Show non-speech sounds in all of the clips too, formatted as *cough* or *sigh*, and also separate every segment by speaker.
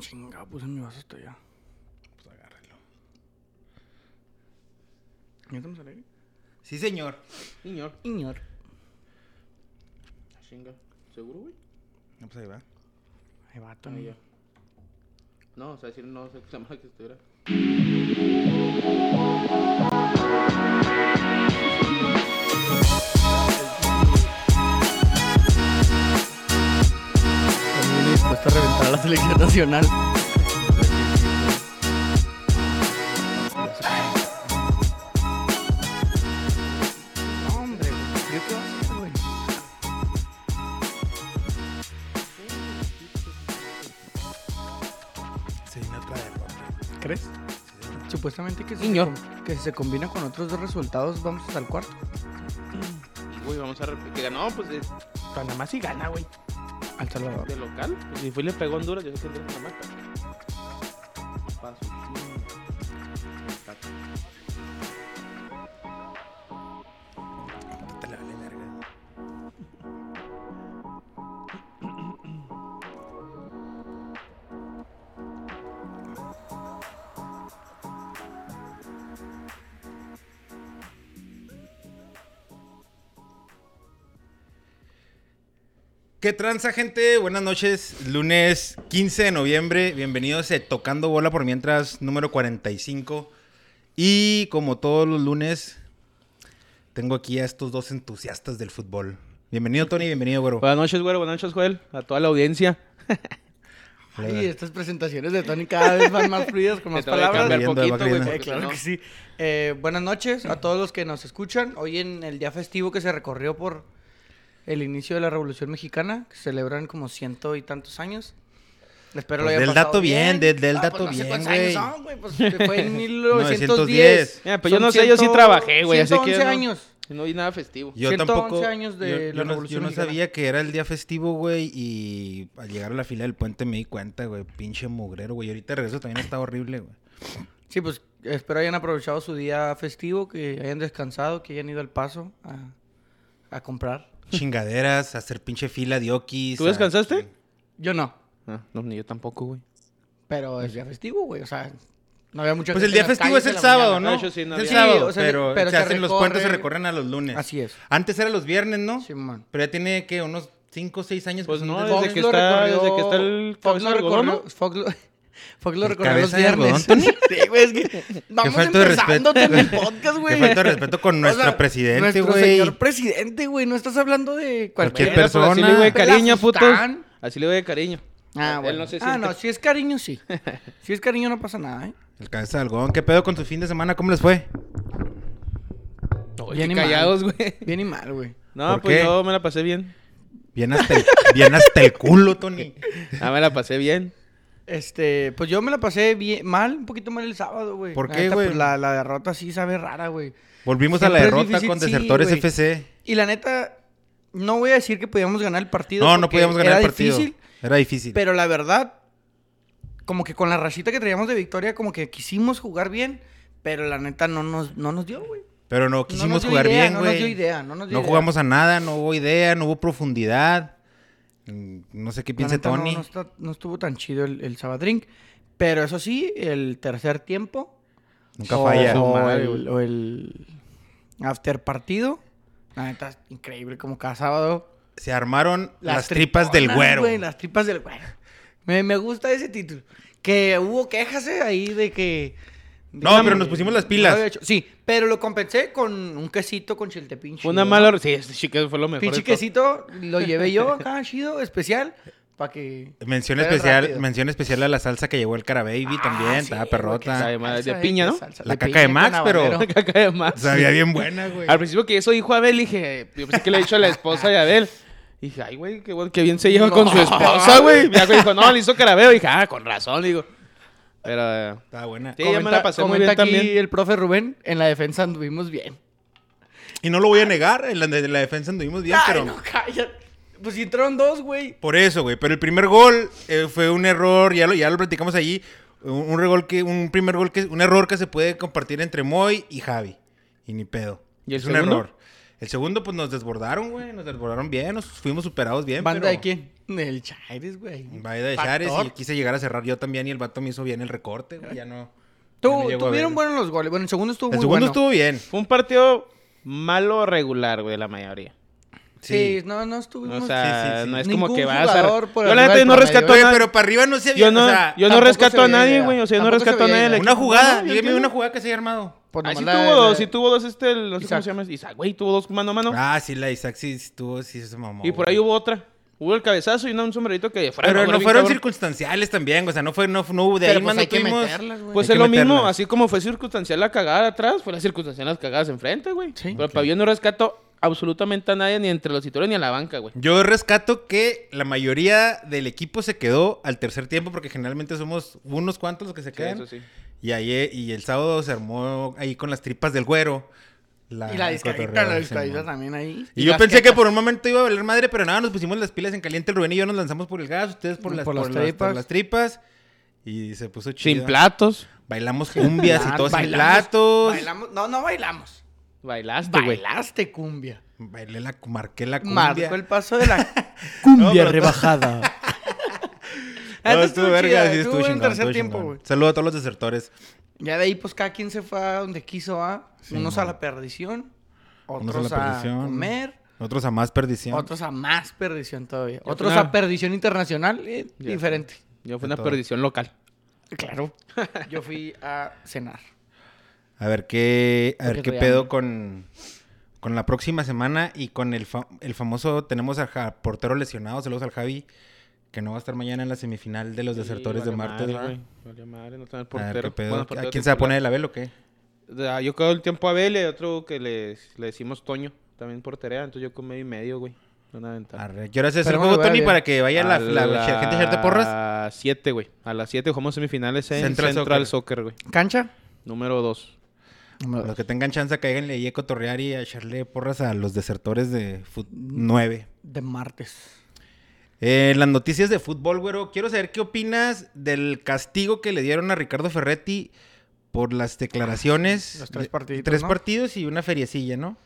Speaker 1: Chinga, puse mi vaso hasta allá.
Speaker 2: Pues agárrelo.
Speaker 1: ¿Ya estamos al aire?
Speaker 2: Sí, señor.
Speaker 3: Señor. Ah,
Speaker 1: Señor.
Speaker 3: Chinga. ¿Seguro, güey?
Speaker 2: No, pues ahí va.
Speaker 1: Ahí va,
Speaker 3: Ah,
Speaker 1: Tony.
Speaker 3: ya. No, o sea, decir no se exclamaba que estuviera.
Speaker 1: También dispuesto a reventar a la selección nacional. No, hombre, güey. ¿Yo qué voy a hacer, güey?
Speaker 2: Se viene otra de papel.
Speaker 1: ¿Crees? Supuestamente que si,
Speaker 3: Señor.
Speaker 1: Se, com- que si se combina con otros dos resultados, vamos hasta el cuarto.
Speaker 3: Güey, vamos a repetir. Que ganó, pues, de,
Speaker 1: Panamá sí gana, güey. Al Salvador.
Speaker 3: de local. Pues, si fue y le pegó a Honduras, yo sé que Honduras ganó. Paso. Empate.
Speaker 2: Te la vale verga. ¿Qué tranza, gente? Buenas noches. Lunes 15 de noviembre. Bienvenidos a Tocando Bola por Mientras, número 45. Y como todos los lunes, tengo aquí a estos dos entusiastas del fútbol. Bienvenido, Tony. Bienvenido, güero.
Speaker 3: Buenas noches, güero. Buenas noches, Joel. A toda la audiencia.
Speaker 1: Ay, estas presentaciones de Tony cada vez van más fluidas, con más
Speaker 3: Te tengo que
Speaker 1: palabras.
Speaker 3: cambiar
Speaker 2: Cambiando, va
Speaker 1: *laughs*
Speaker 3: poquito, güey.
Speaker 2: creyendo.
Speaker 1: Eh, claro
Speaker 3: porque si no-
Speaker 1: que sí. Eh, buenas noches a todos los que nos escuchan. Hoy en el día festivo que se recorrió por el inicio de la Revolución Mexicana, que celebran como ciento y tantos años. Espero
Speaker 2: Pues
Speaker 1: lo hayan
Speaker 2: del
Speaker 1: pasado
Speaker 2: dato bien, del- del dato
Speaker 1: pues no sé
Speaker 2: bien,
Speaker 1: cuántos
Speaker 2: güey.
Speaker 1: años son, güey, pues, se fue
Speaker 2: *laughs*
Speaker 1: en 1910.
Speaker 2: 910.
Speaker 3: Mira, pues yo
Speaker 1: Son
Speaker 3: no sé, yo sí
Speaker 1: ciento-
Speaker 3: trabajé, güey. Así que.
Speaker 1: 111
Speaker 3: no-
Speaker 1: años.
Speaker 3: No vi nada festivo.
Speaker 2: Yo
Speaker 1: 111
Speaker 2: tampoco.
Speaker 1: años de
Speaker 2: yo,
Speaker 1: la
Speaker 2: yo no-
Speaker 1: Revolución
Speaker 2: yo no,
Speaker 1: Mexicana.
Speaker 2: sabía que era el día festivo, güey. Y al llegar a la fila del puente me di cuenta, güey. Pinche mugrero, güey. Ahorita de regreso también está horrible, güey.
Speaker 1: Sí, pues espero hayan aprovechado su día festivo, que hayan descansado, que hayan ido al paso a, a comprar.
Speaker 2: Chingaderas, hacer pinche fila de okis.
Speaker 3: ¿Tú
Speaker 2: a-
Speaker 3: descansaste?
Speaker 1: Yo no,
Speaker 3: Ah, no, ni yo tampoco, güey.
Speaker 1: pero es día festivo, güey. O sea, no había mucho
Speaker 2: Pues el día festivo es el sábado, ¿no?
Speaker 3: No, yo sí, no
Speaker 2: es
Speaker 1: había.
Speaker 2: el
Speaker 1: Sí,
Speaker 2: sábado,
Speaker 1: o sea,
Speaker 2: pero,
Speaker 1: pero
Speaker 2: se
Speaker 1: se
Speaker 2: hacen los puentes, se
Speaker 1: recorre.
Speaker 2: recorren a los lunes.
Speaker 1: Así es.
Speaker 2: Antes era los viernes, ¿no?
Speaker 1: Simón.
Speaker 2: Pero ya tiene, que Unos 5 o 6 años.
Speaker 3: Pues
Speaker 2: que son
Speaker 3: no,
Speaker 2: del-
Speaker 3: desde
Speaker 1: Fox
Speaker 3: que
Speaker 1: lo
Speaker 3: está- desde
Speaker 1: recorrió-
Speaker 3: que está el
Speaker 1: Fox
Speaker 3: cabeza
Speaker 1: lo
Speaker 3: de algodón,
Speaker 1: recorrió, Fox lo, *laughs* Fox lo
Speaker 2: ¿El
Speaker 1: recorrió los
Speaker 2: cabeza de algodón,
Speaker 1: viernes.
Speaker 2: Tony?
Speaker 1: *laughs* sí, güey, es que vamos
Speaker 2: falta de
Speaker 1: empezando
Speaker 2: respeto.
Speaker 1: con el podcast, güey.
Speaker 2: Qué falta de respeto con nuestro presidente,
Speaker 1: Nuestro
Speaker 2: güey.
Speaker 1: señor presidente, güey. No estás hablando de cualquier
Speaker 2: Cualquier
Speaker 3: Bueno, pues Así
Speaker 2: persona.
Speaker 3: le digo de
Speaker 1: Pero
Speaker 3: cariño, putos.
Speaker 1: asustan.
Speaker 3: Así le digo de cariño.
Speaker 1: Ah,
Speaker 3: Él
Speaker 1: bueno.
Speaker 3: no se
Speaker 1: ah,
Speaker 3: siente-
Speaker 1: no, si es cariño, sí. Si es cariño, no pasa nada, ¿eh?
Speaker 2: El cabeza de algodón. ¿Qué pedo con su fin de semana? ¿Cómo les fue?
Speaker 3: Oye,
Speaker 1: Bien
Speaker 3: qué
Speaker 1: y mal.
Speaker 3: callados, güey.
Speaker 1: Bien y mal, güey.
Speaker 3: No,
Speaker 2: ¿Por
Speaker 3: pues
Speaker 2: qué?
Speaker 3: yo me la pasé bien.
Speaker 2: Bien hasta el, bien hasta el culo, Tony.
Speaker 3: Ah, me la pasé bien.
Speaker 1: Este, pues yo me la pasé bien, mal, un poquito mal el sábado, güey.
Speaker 2: ¿Por
Speaker 1: La
Speaker 2: qué,
Speaker 1: neta,
Speaker 2: güey?
Speaker 1: pues, la, la derrota sí sabe rara, güey.
Speaker 2: Volvimos a la
Speaker 1: Siempre es
Speaker 2: derrota
Speaker 1: difícil,
Speaker 2: con
Speaker 1: sí,
Speaker 2: Desertores
Speaker 1: güey.
Speaker 2: FC.
Speaker 1: Y la neta, no voy a decir que podíamos ganar el partido.
Speaker 2: No, no
Speaker 1: porque
Speaker 2: podíamos ganar
Speaker 1: era
Speaker 2: el partido.
Speaker 1: difícil,
Speaker 2: era difícil.
Speaker 1: pero la verdad, como que con la rachita que traíamos de victoria, como que quisimos jugar bien, pero la neta no nos, no nos dio, güey.
Speaker 2: Pero no
Speaker 1: nos
Speaker 2: quisimos
Speaker 1: dio
Speaker 2: jugar
Speaker 1: idea,
Speaker 2: bien,
Speaker 1: no
Speaker 2: güey.
Speaker 1: nos dio idea, no nos dio idea.
Speaker 2: jugamos a nada, no hubo idea, no hubo profundidad. Mm, No sé qué
Speaker 1: La
Speaker 2: piensa
Speaker 1: neta,
Speaker 2: Tony.
Speaker 1: No, no está- no estuvo tan chido el, el Sabadrink. Pero eso sí, el tercer tiempo.
Speaker 2: Nunca
Speaker 1: o-
Speaker 2: falla.
Speaker 1: O,
Speaker 3: Madre,
Speaker 1: el, o el after partido. La neta, es increíble como cada sábado.
Speaker 2: Se armaron las, tripas del
Speaker 1: triponas,
Speaker 2: güero.
Speaker 1: güey, las tripas del güero. Me, me gusta ese título. Que hubo quejas eh, ahí de que.
Speaker 2: No, pero nos pusimos las
Speaker 1: lo
Speaker 2: pilas.
Speaker 1: había hecho. Sí, pero lo compensé con un quesito con chiltepín.
Speaker 3: Fue
Speaker 1: chido,
Speaker 3: una
Speaker 1: ¿no?
Speaker 3: mala... Sí, este chico fue lo mejor.
Speaker 1: Pinche
Speaker 3: de todo.
Speaker 1: quesito *laughs* lo llevé yo acá, *laughs* chido, especial. Para que.
Speaker 2: Mención
Speaker 1: fuera
Speaker 2: especial,
Speaker 1: rápido.
Speaker 2: mención especial a la salsa que llevó el cara baby
Speaker 1: Ah,
Speaker 2: también,
Speaker 1: sí,
Speaker 2: estaba
Speaker 1: güey, que
Speaker 2: perrota.
Speaker 3: sabe- De
Speaker 1: salsa
Speaker 3: piña, ¿no?
Speaker 1: salsa
Speaker 2: La caca de
Speaker 1: piña
Speaker 2: Max,
Speaker 1: con
Speaker 2: pero-
Speaker 1: habanero.
Speaker 3: Caca de más.
Speaker 2: Sabía bien buena, güey.
Speaker 3: Al principio que eso dijo Abel, dije... Yo pensé que le he dicho a la esposa de Abel. Dije, ay, güey, qué, bueno- qué bien se lleva con su esposa, güey. Ya güey, dijo, no, le hizo carabeo. Dije, ah, con razón, digo. Pero... eh,
Speaker 2: Estaba buena.
Speaker 3: *laughs* Sí, ya me la pasé muy
Speaker 1: comenta
Speaker 3: bien
Speaker 1: aquí
Speaker 3: también.
Speaker 1: el profe Rubén, en la defensa anduvimos bien.
Speaker 2: Y no lo voy a negar, en la, en la defensa anduvimos bien,
Speaker 1: Ay,
Speaker 2: pero...
Speaker 1: no, cállate. Pues si entraron dos, güey.
Speaker 2: Por eso, güey. Pero el primer gol eh, fue un error, ya lo, ya lo platicamos allí. Un, un regol que, un primer gol que, un error que se puede compartir entre Moy y Javi. Y ni pedo.
Speaker 3: ¿Y el
Speaker 2: es un
Speaker 3: segundo?
Speaker 2: error. El segundo, pues nos desbordaron, güey. Nos desbordaron bien, nos fuimos superados bien.
Speaker 1: ¿Banda
Speaker 2: pero-
Speaker 1: de quién? Del Chaires, güey.
Speaker 2: Banda de
Speaker 1: Factor.
Speaker 2: Chares y quise llegar a cerrar yo también y el vato me hizo bien el recorte, güey. Ya no.
Speaker 1: Tu-
Speaker 2: ya no llego a
Speaker 1: tuvieron
Speaker 2: ver.
Speaker 1: buenos los goles. Bueno, el segundo estuvo
Speaker 2: El
Speaker 1: muy
Speaker 2: segundo
Speaker 1: bueno.
Speaker 2: estuvo bien.
Speaker 3: Fue un partido malo o regular, güey, la mayoría.
Speaker 1: Sí, no, no estuvimos.
Speaker 3: O sea,
Speaker 2: sí, sí.
Speaker 3: no es como
Speaker 1: Ningún
Speaker 3: que vas a...
Speaker 1: jugador por
Speaker 3: Yo
Speaker 1: arriba
Speaker 3: la neta
Speaker 1: del
Speaker 3: yo no
Speaker 1: promedio,
Speaker 3: rescato a
Speaker 2: Güey,
Speaker 3: nadie.
Speaker 2: pero para arriba no se
Speaker 3: Yo
Speaker 2: vio.
Speaker 3: no,
Speaker 2: o sea,
Speaker 3: yo no
Speaker 1: tampoco
Speaker 3: rescato
Speaker 1: se
Speaker 3: a
Speaker 1: veía
Speaker 3: nadie,
Speaker 1: idea.
Speaker 3: güey. O sea, yo no
Speaker 1: Tampoco se
Speaker 3: rescato a
Speaker 1: veía
Speaker 3: nadie. del
Speaker 1: idea.
Speaker 3: equipo.
Speaker 2: una jugada.
Speaker 3: No, yo
Speaker 2: Dígame
Speaker 3: entiendo.
Speaker 2: una jugada que se haya armado.
Speaker 1: Pues
Speaker 3: Ah, sí
Speaker 1: nomás la
Speaker 3: tuvo
Speaker 1: de-
Speaker 3: dos,
Speaker 1: de-
Speaker 3: sí tuvo dos este, el- no sé
Speaker 1: Isaac.
Speaker 3: cómo se llama. Isaac, güey, tuvo dos mano a mano.
Speaker 2: Ah, sí, la Isaac sí estuvo, sí se mamó.
Speaker 3: y por ahí
Speaker 2: güey.
Speaker 3: hubo otra. Hubo el cabezazo y una- un sombrerito que de fuera,
Speaker 2: Pero
Speaker 3: güey,
Speaker 2: no
Speaker 3: bien
Speaker 2: fueron
Speaker 3: cabrón.
Speaker 2: circunstanciales también, o sea, no fue, no, no hubo de
Speaker 1: Pero
Speaker 2: ahí,
Speaker 1: pues
Speaker 2: mano,
Speaker 1: hay que
Speaker 2: tuvimos-
Speaker 1: meterlas, güey.
Speaker 3: Pues
Speaker 2: Hay
Speaker 3: es
Speaker 2: que
Speaker 3: lo mismo,
Speaker 2: meterlas.
Speaker 3: así como fue circunstancial la cagada atrás, fue la circunstancial las cagadas enfrente, güey.
Speaker 1: Sí.
Speaker 3: Pero el pabellón no rescato absolutamente a nadie, ni entre los titulares ni a la banca, güey.
Speaker 2: Yo rescato que la mayoría del equipo se quedó al tercer tiempo, porque generalmente somos unos cuantos los que se quedan.
Speaker 3: eso sí.
Speaker 2: Y ahí, y el sábado se armó ahí con las tripas del güero. La,
Speaker 1: Y la
Speaker 2: el
Speaker 1: descarguita,
Speaker 2: Ah, cotorreo,
Speaker 1: la
Speaker 2: sí,
Speaker 1: descarguita
Speaker 2: man.
Speaker 1: también ahí.
Speaker 2: Y, yo
Speaker 1: las
Speaker 2: pensé que
Speaker 1: tetas.
Speaker 2: por un momento iba a valer madre, pero nada, nos pusimos las pilas en caliente. Rubén y yo nos lanzamos por el gas, ustedes por las, por las, tripas. las tripas. Y se puso chido.
Speaker 3: Sin platos.
Speaker 2: Bailamos cumbias y
Speaker 1: Ah,
Speaker 2: todos sin
Speaker 1: bailamos-
Speaker 2: platos.
Speaker 1: Bailamos. No, no bailamos.
Speaker 3: Bailaste, güey.
Speaker 1: Bailaste cumbia.
Speaker 2: Bailé la, marqué la cumbia.
Speaker 1: Marcó el paso de
Speaker 2: *laughs*
Speaker 1: la
Speaker 2: No,
Speaker 1: *laughs*
Speaker 2: pero-
Speaker 1: rebajada.
Speaker 2: *laughs* No, estuvo verga, sí,
Speaker 1: estuvo
Speaker 2: estuvo
Speaker 1: en
Speaker 2: chingón,
Speaker 1: tercer
Speaker 2: estuvo
Speaker 1: tiempo,
Speaker 2: chingón.
Speaker 1: güey.
Speaker 2: Saludo a todos los desertores.
Speaker 1: Ya de ahí, pues cada quien se fue a donde quiso, ¿ah?
Speaker 2: Sí,
Speaker 1: Unos a
Speaker 2: man.
Speaker 1: la perdición,
Speaker 2: Unos
Speaker 1: otros
Speaker 2: a la
Speaker 1: a,
Speaker 2: perdición.
Speaker 1: comer,
Speaker 2: Otros a más perdición.
Speaker 1: otros a más perdición todavía.
Speaker 3: Yo
Speaker 1: Otros
Speaker 3: fui una-
Speaker 1: a perdición internacional, eh,
Speaker 3: Ya.
Speaker 1: diferente.
Speaker 3: Yo
Speaker 2: De
Speaker 3: fui una
Speaker 2: todo.
Speaker 3: perdición local.
Speaker 1: Claro. Yo fui a cenar.
Speaker 2: A ver qué, a ver
Speaker 1: Porque
Speaker 2: qué
Speaker 1: traía
Speaker 2: pedo
Speaker 1: hambre.
Speaker 2: con, con la próxima semana y con el, fa- el famoso. Tenemos al ja- portero lesionado, saludos al Javi, que no va a estar mañana en la semifinal de los desertores de martes. ¿verdad?
Speaker 3: no tener
Speaker 2: a
Speaker 3: portero.
Speaker 2: ver qué pedo.
Speaker 3: Bueno,
Speaker 2: ¿A
Speaker 3: portero
Speaker 2: quién se va a poner
Speaker 3: titular.
Speaker 2: el Abel o qué?
Speaker 3: Ah, Yo quedo el tiempo a Vélez, otro que le, le decimos Toño, también portería, entonces yo con medio y medio, güey. Una ventaja.
Speaker 2: Arre, ¿Qué hora es el
Speaker 1: Pero
Speaker 2: juego,
Speaker 1: bueno,
Speaker 2: Tony,
Speaker 1: vaya.
Speaker 2: para que vaya la, la, la gente a echarte porras?
Speaker 3: A las 7, güey. A las 7 jugamos semifinales en
Speaker 2: Central
Speaker 3: Central,
Speaker 2: Soccer.
Speaker 3: Soccer, güey.
Speaker 1: ¿Cancha?
Speaker 3: Número 2.
Speaker 1: Ah.
Speaker 2: Los que tengan chance, cáiganle ahí a cotorrear y a echarle porras a los desertores de fut 9.
Speaker 1: De martes.
Speaker 2: Eh, las noticias de fútbol, güero. Quiero saber qué opinas del castigo que le dieron a Ricardo Ferretti por las declaraciones.
Speaker 1: Los tres
Speaker 2: de-
Speaker 1: partiditos,
Speaker 2: Tres
Speaker 1: ¿no?
Speaker 2: partidos y una feriecilla, ¿no?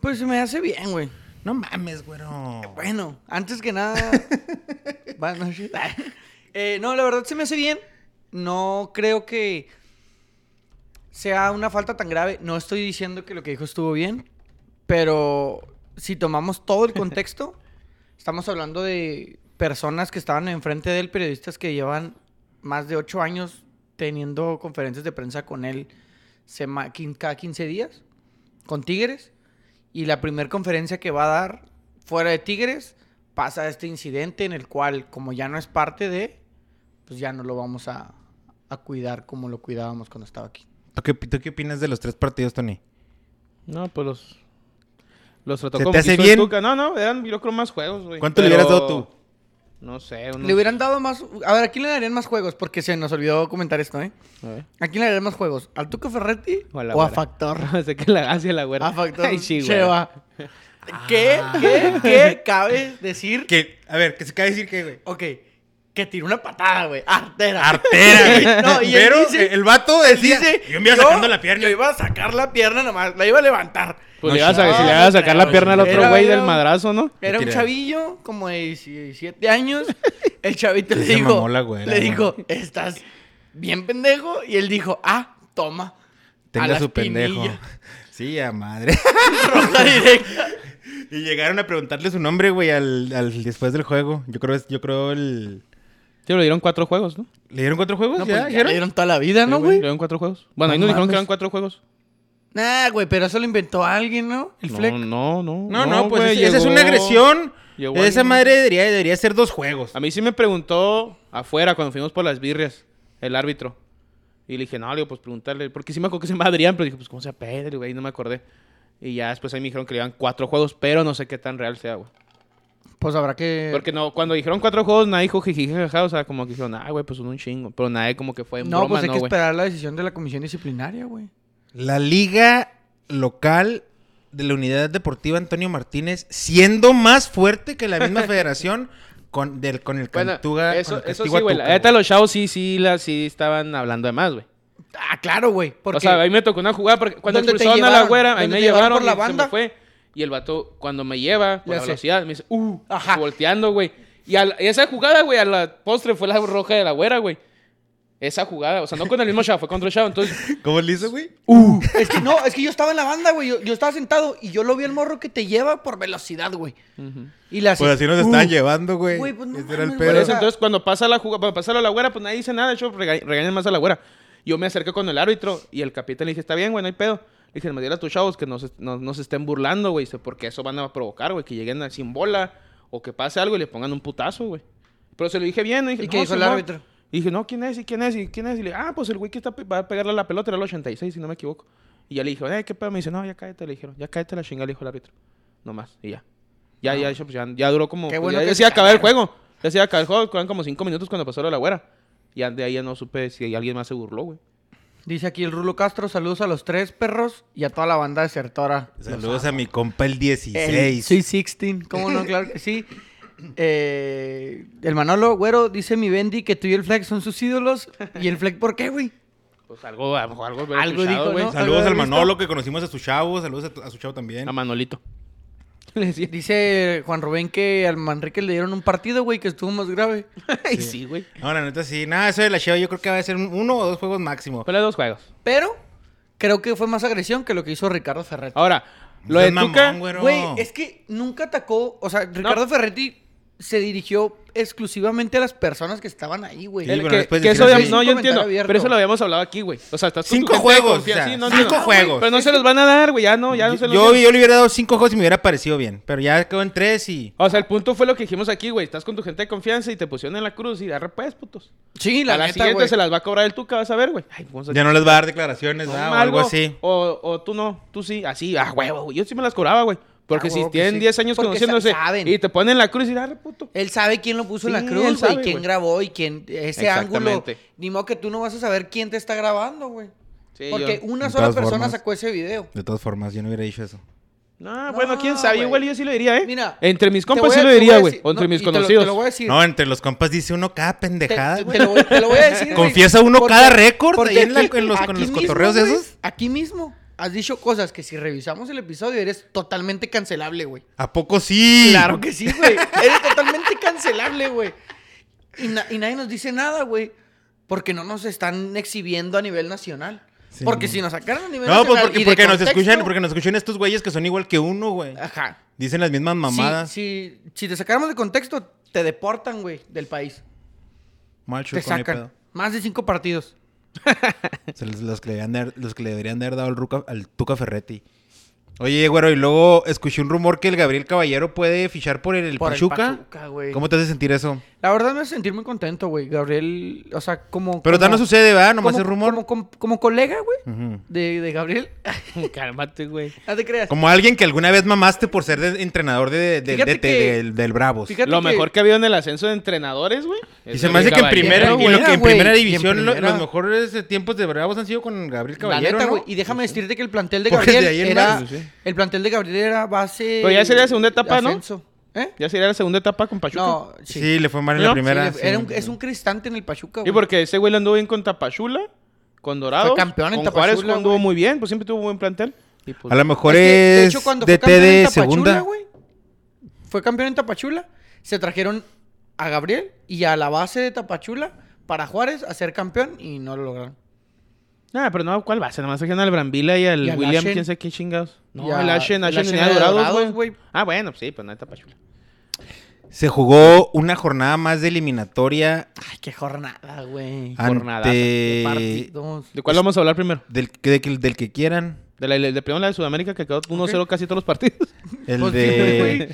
Speaker 1: Pues se me hace bien, güey.
Speaker 2: No mames, güero.
Speaker 1: Bueno, antes que nada. Buenas noches. *laughs* Eh, no, la verdad se me hace bien. No creo que sea una falta tan grave. No estoy diciendo que lo que dijo estuvo bien. Pero si tomamos todo el contexto, estamos hablando de personas que estaban enfrente de él, periodistas que llevan más de ocho años teniendo conferencias de prensa con él sema- quin- cada 15 días, con Tigres. Y la primera conferencia que va a dar fuera de Tigres pasa este incidente en el cual, como ya no es parte de, pues ya no lo vamos a, a cuidar como lo cuidábamos cuando estaba aquí.
Speaker 2: ¿Tú qué, tú qué opinas de los tres partidos, Tony?
Speaker 3: No, pues los. Los trató
Speaker 2: ¿Se
Speaker 3: como
Speaker 2: te hace
Speaker 3: quiso el
Speaker 2: bien?
Speaker 3: Tuca. No, no, eran yo creo más juegos, güey.
Speaker 2: ¿Cuánto le hubieras dado tú?
Speaker 3: No sé, unos-
Speaker 1: Le hubieran dado más... A ver, ¿a quién le darían más juegos? Porque se nos olvidó comentar esto, ¿eh?
Speaker 3: A ver. *laughs*
Speaker 1: ¿A quién le darían más juegos? ¿Al Tuca Ferretti
Speaker 3: O
Speaker 1: o
Speaker 3: a
Speaker 1: a,
Speaker 3: la güera.
Speaker 1: Factor?
Speaker 3: Sé que la hacia la güera.
Speaker 1: A Ah, Factor
Speaker 3: *laughs* Ay, sí, güey.
Speaker 1: Cheva.
Speaker 3: Ah.
Speaker 1: ¿Qué? ¿Qué? ¿Qué cabe decir?
Speaker 2: Que, a ver, que se cae decir que, güey.
Speaker 1: Ok, que tiró una patada, güey. Artera.
Speaker 2: Artera, *laughs* güey.
Speaker 1: No, y él
Speaker 2: Pero
Speaker 1: dice-
Speaker 2: el vato decía.
Speaker 1: Dice,
Speaker 2: yo me iba sacando la pierna.
Speaker 1: Yo iba a sacar la pierna nomás, la iba a levantar.
Speaker 3: Pues
Speaker 2: No,
Speaker 3: le ibas a,
Speaker 1: no,
Speaker 3: si le ibas a sacar la
Speaker 1: no,
Speaker 3: pierna al otro
Speaker 1: era-
Speaker 3: güey del
Speaker 1: era-
Speaker 3: madrazo, ¿no?
Speaker 1: Era un
Speaker 2: Mentira.
Speaker 1: chavillo como de 17 años. *laughs* El chavito le
Speaker 2: Se
Speaker 1: dijo,
Speaker 2: mamó la güera,
Speaker 1: le
Speaker 2: güey.
Speaker 1: dijo, estás bien pendejo. Y él dijo, ah, toma. A
Speaker 2: Tenga
Speaker 1: la
Speaker 2: su pendejo. *laughs*
Speaker 1: espinilla. *laughs*
Speaker 2: Sí, a madre.
Speaker 1: Roja
Speaker 2: *laughs*
Speaker 1: directa.
Speaker 2: Y llegaron a preguntarle su nombre, güey, al, al- después del juego. Yo creo, yo creo el.
Speaker 3: Sí, le dieron cuatro juegos, ¿no?
Speaker 2: ¿Le dieron cuatro juegos?
Speaker 1: No,
Speaker 2: ¿Ya?
Speaker 1: pues, ya
Speaker 2: ¿Dijeron?
Speaker 1: le dieron toda la vida, ¿no,
Speaker 3: Sí, Le
Speaker 1: güey?
Speaker 3: dieron cuatro juegos. Bueno,
Speaker 1: No
Speaker 3: ahí nos dijeron que
Speaker 1: mames.
Speaker 3: eran cuatro juegos.
Speaker 1: Nah, güey, pero eso lo inventó alguien, ¿no? El Fleck.
Speaker 3: No, no, no.
Speaker 2: No, no, pues
Speaker 3: güey,
Speaker 2: ese- esa es
Speaker 3: llegó-
Speaker 2: una agresión.
Speaker 3: llegó
Speaker 2: Esa
Speaker 3: alguien.
Speaker 2: madre debería, debería ser dos juegos.
Speaker 3: A mí sí me preguntó afuera cuando fuimos por las birrias, el árbitro. Y le dije, no, le digo, pues preguntarle, porque sí me acuerdo que se llama Adrián, pero dije, pues cómo se llama Pedro, güey, no me acordé. Y ya después ahí me dijeron que le iban cuatro juegos, pero no sé qué tan real sea, güey.
Speaker 1: Pues habrá que...
Speaker 3: Porque no, cuando dijeron cuatro juegos, nadie dijo jiji, jajaja, o sea, como que dijeron, ah, güey, pues son un chingo. Pero nadie como que fue en
Speaker 1: no,
Speaker 3: broma,
Speaker 1: pues hay
Speaker 3: no,
Speaker 1: que
Speaker 3: güey.
Speaker 1: esperar la decisión de la comisión disciplinaria, güey.
Speaker 2: La liga local de la unidad deportiva Antonio Martínez, siendo más fuerte que la
Speaker 3: *laughs*
Speaker 2: misma federación con, del, con el
Speaker 3: Bueno,
Speaker 2: Cantuga. con
Speaker 3: eso,
Speaker 2: el
Speaker 3: eso sí,
Speaker 2: castigo a
Speaker 3: güey.
Speaker 2: Tuca,
Speaker 3: La neta,
Speaker 2: güey.
Speaker 3: los chavos sí, sí, la, sí estaban hablando de más, güey.
Speaker 1: Ah, claro, güey. Porque...
Speaker 3: O sea, a mí me tocó una jugada porque cuando
Speaker 1: ¿Dónde te
Speaker 3: expulsaron a la
Speaker 1: llevaron?
Speaker 3: güera, ahí
Speaker 1: ¿Dónde
Speaker 3: me
Speaker 1: te llevaron
Speaker 3: llevaron
Speaker 1: por la
Speaker 3: y se me
Speaker 1: banda?
Speaker 3: fue. Y el vato, cuando me lleva por
Speaker 1: Le
Speaker 3: la
Speaker 1: hace.
Speaker 3: velocidad, me dice, uh,
Speaker 1: Ajá.
Speaker 3: volteando, güey. Y a la- esa jugada, güey, a la postre fue la roja de la güera, güey. Esa jugada, o sea, no con el mismo *laughs* chavo, fue contra el chavo. Entonces,
Speaker 2: ¿Cómo le hizo, güey?
Speaker 1: *laughs* Es que no, es que yo estaba en la banda, güey. Yo, yo estaba sentado y yo lo vi al morro que te lleva por velocidad, güey. Y la hace,
Speaker 2: Pues así nos
Speaker 1: "Uh".
Speaker 2: están llevando, güey.
Speaker 1: Güey, pues no
Speaker 2: Ese era el
Speaker 1: mames,
Speaker 2: pedo.
Speaker 3: por
Speaker 1: Pero-
Speaker 3: eso, entonces, cuando pasa la jugada, cuando pasa la güera, pues nadie dice nada. De hecho, rega- regañan más a la güera. Yo me acerqué con el árbitro y el capitán le dije, está bien, güey, no hay pedo. Le dije, me dile a tus chavos que no se, no- no se estén burlando, güey. Dice, porque eso van a provocar, güey, que lleguen a- sin bola o que pase algo y le pongan un putazo, güey. Pero se lo dije bien. le Dije,
Speaker 1: ¿Y qué
Speaker 3: "No,
Speaker 1: hizo el
Speaker 3: Simón".
Speaker 1: árbitro?
Speaker 3: Y dije, no, ¿quién es? ¿Y quién es? ¿Y quién es? Y le ah, pues el güey que está, pe- va a pegarle a la pelota era el 86, si no me equivoco. Y ya le dije, eh, ¿qué pedo? Me dice, no, ya cállate, le dijeron. Ya cállate la chingada, le dijo el árbitro. Nomás, y ya. Ya,
Speaker 2: Ah.
Speaker 3: ya, ya, pues, ya, ya duró como...
Speaker 1: Qué
Speaker 3: pues,
Speaker 1: bueno
Speaker 3: ya,
Speaker 1: que
Speaker 3: ya
Speaker 1: se
Speaker 3: se iba a acabar el juego. Ya se iba a acabar el juego, fueron como cinco minutos cuando pasó lo de la güera. Y de ahí ya no supe si alguien más se burló, güey.
Speaker 1: Dice aquí el Rulo Castro, saludos a los tres perros y a toda la banda desertora.
Speaker 2: Saludos a mi compa el
Speaker 1: El
Speaker 2: 16.
Speaker 1: Sweet 16, ¿cómo no? Claro que sí. Eh, el Manolo Güero dice mi Bendy que tú y el Fleck son sus ídolos. ¿Y el Fleck por qué, güey?
Speaker 3: Pues algo, a lo mejor algo... habré
Speaker 1: Algo
Speaker 3: escuchado,
Speaker 1: dijo,
Speaker 3: güey.
Speaker 1: ¿no?
Speaker 2: Saludos
Speaker 1: ¿Algo
Speaker 2: al
Speaker 1: de vista?
Speaker 2: Manolo que conocimos a su chavo. Saludos a, tu- a su chavo también.
Speaker 3: A Manolito. *laughs* Le decía,
Speaker 1: Dice Juan Rubén que al Manrique le dieron un partido, güey, que estuvo más grave.
Speaker 3: ay, sí, güey.
Speaker 2: No, la neta sí. Nada, eso de la chava yo creo que va a ser un- uno o dos juegos máximo.
Speaker 3: Fue la de dos juegos.
Speaker 1: Pero creo que fue más agresión que lo que hizo Ricardo Ferretti.
Speaker 3: Ahora, lo
Speaker 2: Es
Speaker 3: de
Speaker 2: mamón,
Speaker 3: Tuca...
Speaker 2: güero.
Speaker 1: Güey, es que nunca atacó. O sea, Ricardo Ferretti se dirigió exclusivamente a las personas que estaban ahí, güey.
Speaker 2: Sí,
Speaker 3: El
Speaker 2: pero no les
Speaker 3: que,
Speaker 2: puedes
Speaker 3: que
Speaker 2: decir
Speaker 3: eso
Speaker 2: así.
Speaker 3: ya- no, yo
Speaker 1: Comentario
Speaker 3: entiendo.
Speaker 1: abierto.
Speaker 3: Pero eso lo habíamos hablado aquí, güey. O sea, estás con
Speaker 2: Cinco
Speaker 3: tu gente de
Speaker 2: juegos,
Speaker 3: confianza,
Speaker 2: o sea,
Speaker 3: sí, no,
Speaker 2: cinco
Speaker 3: no, no,
Speaker 2: juegos.
Speaker 3: Pero no se los van a dar, güey. Ya no, ya no
Speaker 2: yo,
Speaker 3: se los
Speaker 2: yo,
Speaker 3: dieron.
Speaker 2: yo le hubiera dado cinco juegos y me hubiera parecido bien. Pero ya quedó en tres y.
Speaker 3: O sea, el punto fue lo que dijimos aquí, güey. Estás con tu gente de confianza y te pusieron en la cruz y agarra pues, putos.
Speaker 1: Sí, la,
Speaker 3: a la
Speaker 1: neta,
Speaker 3: siguiente
Speaker 1: güey.
Speaker 3: se las va a cobrar el Tuca, vas a ver, güey. Ay, vamos a-
Speaker 2: Ya no les va a dar declaraciones,
Speaker 3: no,
Speaker 2: ¿verdad? O
Speaker 3: algo,
Speaker 2: algo así.
Speaker 3: O, o tú no, tú sí, así, ah, huevo, güey. Yo sí me las cobraba, güey. Porque
Speaker 1: Ah,
Speaker 3: si
Speaker 1: huevo que sí.
Speaker 3: tienen 10 años
Speaker 1: Porque sa-
Speaker 3: conociéndose
Speaker 1: saben.
Speaker 3: y te ponen en la cruz y agarra puto.
Speaker 1: Él sabe quién lo puso en
Speaker 3: Sí,
Speaker 1: la cruz,
Speaker 3: él
Speaker 1: güey,
Speaker 3: sabe,
Speaker 1: quién
Speaker 3: güey.
Speaker 1: grabó y quién ese ángulo.
Speaker 3: Exactamente.
Speaker 1: Ni modo que tú no vas a saber quién te está grabando, güey.
Speaker 3: Sí,
Speaker 1: Porque
Speaker 3: yo-
Speaker 1: una
Speaker 2: De
Speaker 1: sola
Speaker 2: todas
Speaker 1: persona
Speaker 2: formas.
Speaker 1: sacó ese video.
Speaker 2: De todas formas, yo no hubiera dicho eso.
Speaker 3: No, Ah, bueno, quién
Speaker 1: No,
Speaker 3: sabe,
Speaker 1: güey.
Speaker 3: igual yo sí lo diría, ¿eh?
Speaker 1: Mira,
Speaker 3: Entre mis
Speaker 1: te voy
Speaker 3: compas
Speaker 1: a-
Speaker 3: sí
Speaker 1: te
Speaker 3: lo
Speaker 1: voy a
Speaker 3: diría, güey.
Speaker 1: decir-
Speaker 3: O entre
Speaker 1: no,
Speaker 3: mis
Speaker 1: y te lo-
Speaker 3: conocidos.
Speaker 1: Te lo voy a decir.
Speaker 2: No, entre los compas dice uno cada
Speaker 1: Te-
Speaker 2: pendejada,
Speaker 1: te,
Speaker 2: güey.
Speaker 1: te lo voy, te lo voy a
Speaker 3: *laughs*
Speaker 1: decir. güey.
Speaker 2: Confiesa uno
Speaker 1: Porque-
Speaker 2: cada récord
Speaker 1: porque
Speaker 2: ahí en la-
Speaker 1: aquí-
Speaker 2: en los- con
Speaker 1: aquí
Speaker 2: los
Speaker 1: mismo,
Speaker 2: cotorreos
Speaker 1: güey,
Speaker 2: esos.
Speaker 1: Aquí mismo has dicho cosas que si revisamos el episodio eres totalmente cancelable, güey.
Speaker 2: ¿A poco sí?
Speaker 1: Claro que sí, güey. Eres totalmente cancelable, güey. Y, na- y nadie nos dice nada, güey. Porque no nos están exhibiendo a nivel nacional.
Speaker 2: Sí,
Speaker 1: porque
Speaker 2: no.
Speaker 1: si nos sacaran a nivel
Speaker 2: No,
Speaker 1: nacional.
Speaker 2: pues porque,
Speaker 1: y de
Speaker 2: porque nos
Speaker 1: contexto- Ah.
Speaker 2: escuchan, porque nos escuchan estos güeyes que son igual que uno, güey.
Speaker 1: Ajá.
Speaker 2: Dicen las mismas mamadas.
Speaker 1: Si, si, si te sacáramos de contexto, te deportan, güey, del país.
Speaker 2: Macho,
Speaker 1: te
Speaker 2: con mi
Speaker 1: sacan. Más de cinco partidos.
Speaker 2: pedo. Se los, los que le deberían de haber- los que le deberían de haber dado al, Ruca- al Tuca Ferretti. Oye, güero, y luego escuché un rumor que el Gabriel Caballero puede fichar por el,
Speaker 1: Por el
Speaker 2: Pachuca.
Speaker 1: Pachuca, güey.
Speaker 2: ¿Cómo te hace sentir eso?
Speaker 1: La verdad me hace sentir muy contento, güey. Gabriel, o sea, como.
Speaker 2: Pero
Speaker 1: como,
Speaker 2: tal no sucede, ¿verdad? Nomás
Speaker 1: como-
Speaker 2: es rumor.
Speaker 1: Como, como- como colega, güey,
Speaker 2: Ujú.
Speaker 1: de, de Gabriel. *laughs*
Speaker 2: *laughs*
Speaker 3: Cálmate, güey.
Speaker 1: No te creas.
Speaker 2: Como alguien que alguna vez mamaste por ser de- entrenador de, de- de-
Speaker 1: Fíjate
Speaker 2: de-
Speaker 1: que-
Speaker 2: del, del Bravos.
Speaker 1: Fíjate
Speaker 3: Lo mejor que ha habido en el ascenso de entrenadores, güey.
Speaker 2: Y
Speaker 3: es
Speaker 2: se me hace
Speaker 3: Gabriel
Speaker 2: que en
Speaker 3: Caballero,
Speaker 2: primera,
Speaker 1: güey.
Speaker 2: y lo que en
Speaker 1: Güey,
Speaker 2: primera
Speaker 1: y en
Speaker 2: división lo-
Speaker 1: primera.
Speaker 2: los mejores eh, tiempos de Bravos han sido con Gabriel
Speaker 1: La
Speaker 2: Caballero,
Speaker 1: neta,
Speaker 2: ¿no?
Speaker 1: güey. Y déjame decirte que el plantel de
Speaker 2: Porque de
Speaker 1: Gabriel
Speaker 2: ahí en pues,
Speaker 1: era.
Speaker 3: más, sí.
Speaker 1: El plantel de Gabriel era base.
Speaker 3: Pero ya sería la segunda etapa, ¿no?
Speaker 1: ascenso. ¿Eh?
Speaker 3: Ya sería la segunda etapa con Pachuca.
Speaker 1: No,
Speaker 2: Sí.
Speaker 1: sí.
Speaker 2: le fue mal en
Speaker 3: ¿No?
Speaker 2: la
Speaker 1: Sí,
Speaker 2: primera.
Speaker 1: le-
Speaker 2: sí.
Speaker 1: era un- es un cristante en el Pachuca,
Speaker 3: Y
Speaker 1: güey.
Speaker 3: porque ese güey le anduvo bien con Tapachula, con Dorado.
Speaker 1: Fue campeón en
Speaker 3: con Juárez
Speaker 1: Tapachula,
Speaker 3: anduvo
Speaker 1: güey.
Speaker 3: muy bien, pues siempre tuvo un buen plantel. Y pues,
Speaker 2: A lo mejor
Speaker 1: que,
Speaker 2: es,
Speaker 1: de hecho, cuando fue
Speaker 2: DT
Speaker 1: campeón en
Speaker 2: de
Speaker 1: Tapachula,
Speaker 2: segunda.
Speaker 1: güey, fue campeón en Tapachula. Se trajeron a Gabriel y a la base de Tapachula para Juárez a ser campeón y no lo lograron.
Speaker 3: Nah, pero no, ¿cuál va? Se nomás trajeron al Brambila y al
Speaker 1: Y al
Speaker 3: William,
Speaker 1: Ashen.
Speaker 3: quién sabe qué chingados.
Speaker 1: Y
Speaker 3: No,
Speaker 1: a-
Speaker 3: el Ashen,
Speaker 1: el
Speaker 3: Ashen
Speaker 1: Ashen
Speaker 3: tenía
Speaker 1: era de
Speaker 3: dorados,
Speaker 1: Dorados,
Speaker 3: güey.
Speaker 1: güey.
Speaker 3: Ah, bueno, sí, pues no es Tapachula.
Speaker 2: Se jugó una jornada más de eliminatoria
Speaker 1: Ay, qué jornada, güey.
Speaker 2: Ah,
Speaker 3: Jornadaza.
Speaker 2: eh,
Speaker 1: Qué
Speaker 2: ante...
Speaker 1: partidos.
Speaker 3: ¿De cuál vamos a hablar primero?
Speaker 2: Del, que- de que- del que quieran.
Speaker 3: De la, de, primero la de Sudamérica que quedó 1-0 casi todos los partidos.
Speaker 2: El
Speaker 1: Pues sí,
Speaker 2: de...
Speaker 1: güey.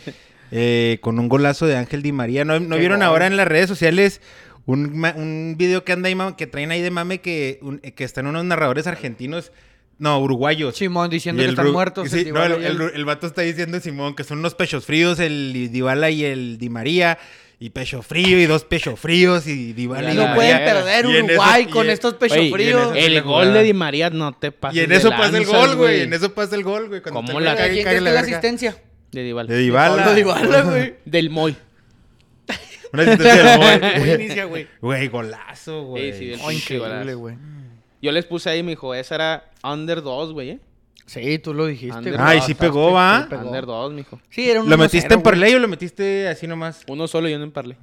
Speaker 2: eh, con un golazo de Ángel Di María. ¿No, no
Speaker 1: Qué
Speaker 2: vieron
Speaker 1: gol.
Speaker 2: ahora en las redes sociales un, ma- un video que anda ahí, ma- que traen ahí de mame que, un- que están unos narradores argentinos, no, uruguayos?
Speaker 1: Simón diciendo
Speaker 2: Y
Speaker 1: que
Speaker 2: el
Speaker 1: están
Speaker 2: Ru-
Speaker 1: muertos.
Speaker 2: sí,
Speaker 1: el
Speaker 2: no, el,
Speaker 1: Dybala y el-
Speaker 2: el Ru- el vato está diciendo Simón que son unos pechos fríos, el Dibala y el Di María, y pecho frío, y dos pechos fríos, y Dibala y
Speaker 3: Ya
Speaker 2: Di
Speaker 1: No
Speaker 3: la
Speaker 1: pueden
Speaker 2: María.
Speaker 3: verga.
Speaker 1: perder
Speaker 2: Y en eso-
Speaker 1: Uruguay
Speaker 2: y
Speaker 1: con
Speaker 2: en-
Speaker 1: estos *laughs* pecho
Speaker 3: Oye, y en
Speaker 1: frío.
Speaker 2: eso- se le
Speaker 3: El gol
Speaker 2: jugaba.
Speaker 3: de Di María no te pasa.
Speaker 2: Y en eso pasa el gol, güey. En eso pasa el gol, güey. cuando
Speaker 3: ¿Cómo
Speaker 2: te
Speaker 3: la-
Speaker 2: cae-
Speaker 1: ¿Quién crees
Speaker 2: cae la
Speaker 1: que es la
Speaker 2: verga.
Speaker 1: asistencia?
Speaker 3: De Dybala.
Speaker 2: De Dybala.
Speaker 1: Pablo Dybala,
Speaker 3: *laughs*
Speaker 1: güey.
Speaker 3: Del Moy.
Speaker 2: Una asistencia
Speaker 1: Güey,
Speaker 2: del gol.
Speaker 1: inicia, güey.
Speaker 2: *laughs* Güey, golazo, güey.
Speaker 3: Sí, sí, del-
Speaker 1: Oh,
Speaker 3: Pinche
Speaker 1: increíble,
Speaker 3: golazo.
Speaker 1: güey.
Speaker 3: Yo les puse ahí, mijo, esa era under 2, güey, ¿eh?
Speaker 1: Sí, tú lo dijiste.
Speaker 3: Ander-
Speaker 1: güey.
Speaker 2: Ay, sí
Speaker 1: Estás-
Speaker 2: pegó, ¿va?
Speaker 1: pegó.
Speaker 3: Under 2, mijo.
Speaker 1: Sí, era un
Speaker 2: ¿Lo
Speaker 1: 1-0,
Speaker 2: metiste en
Speaker 1: güey.
Speaker 2: parlay o lo metiste así nomás?
Speaker 3: Uno solo y uno en parle.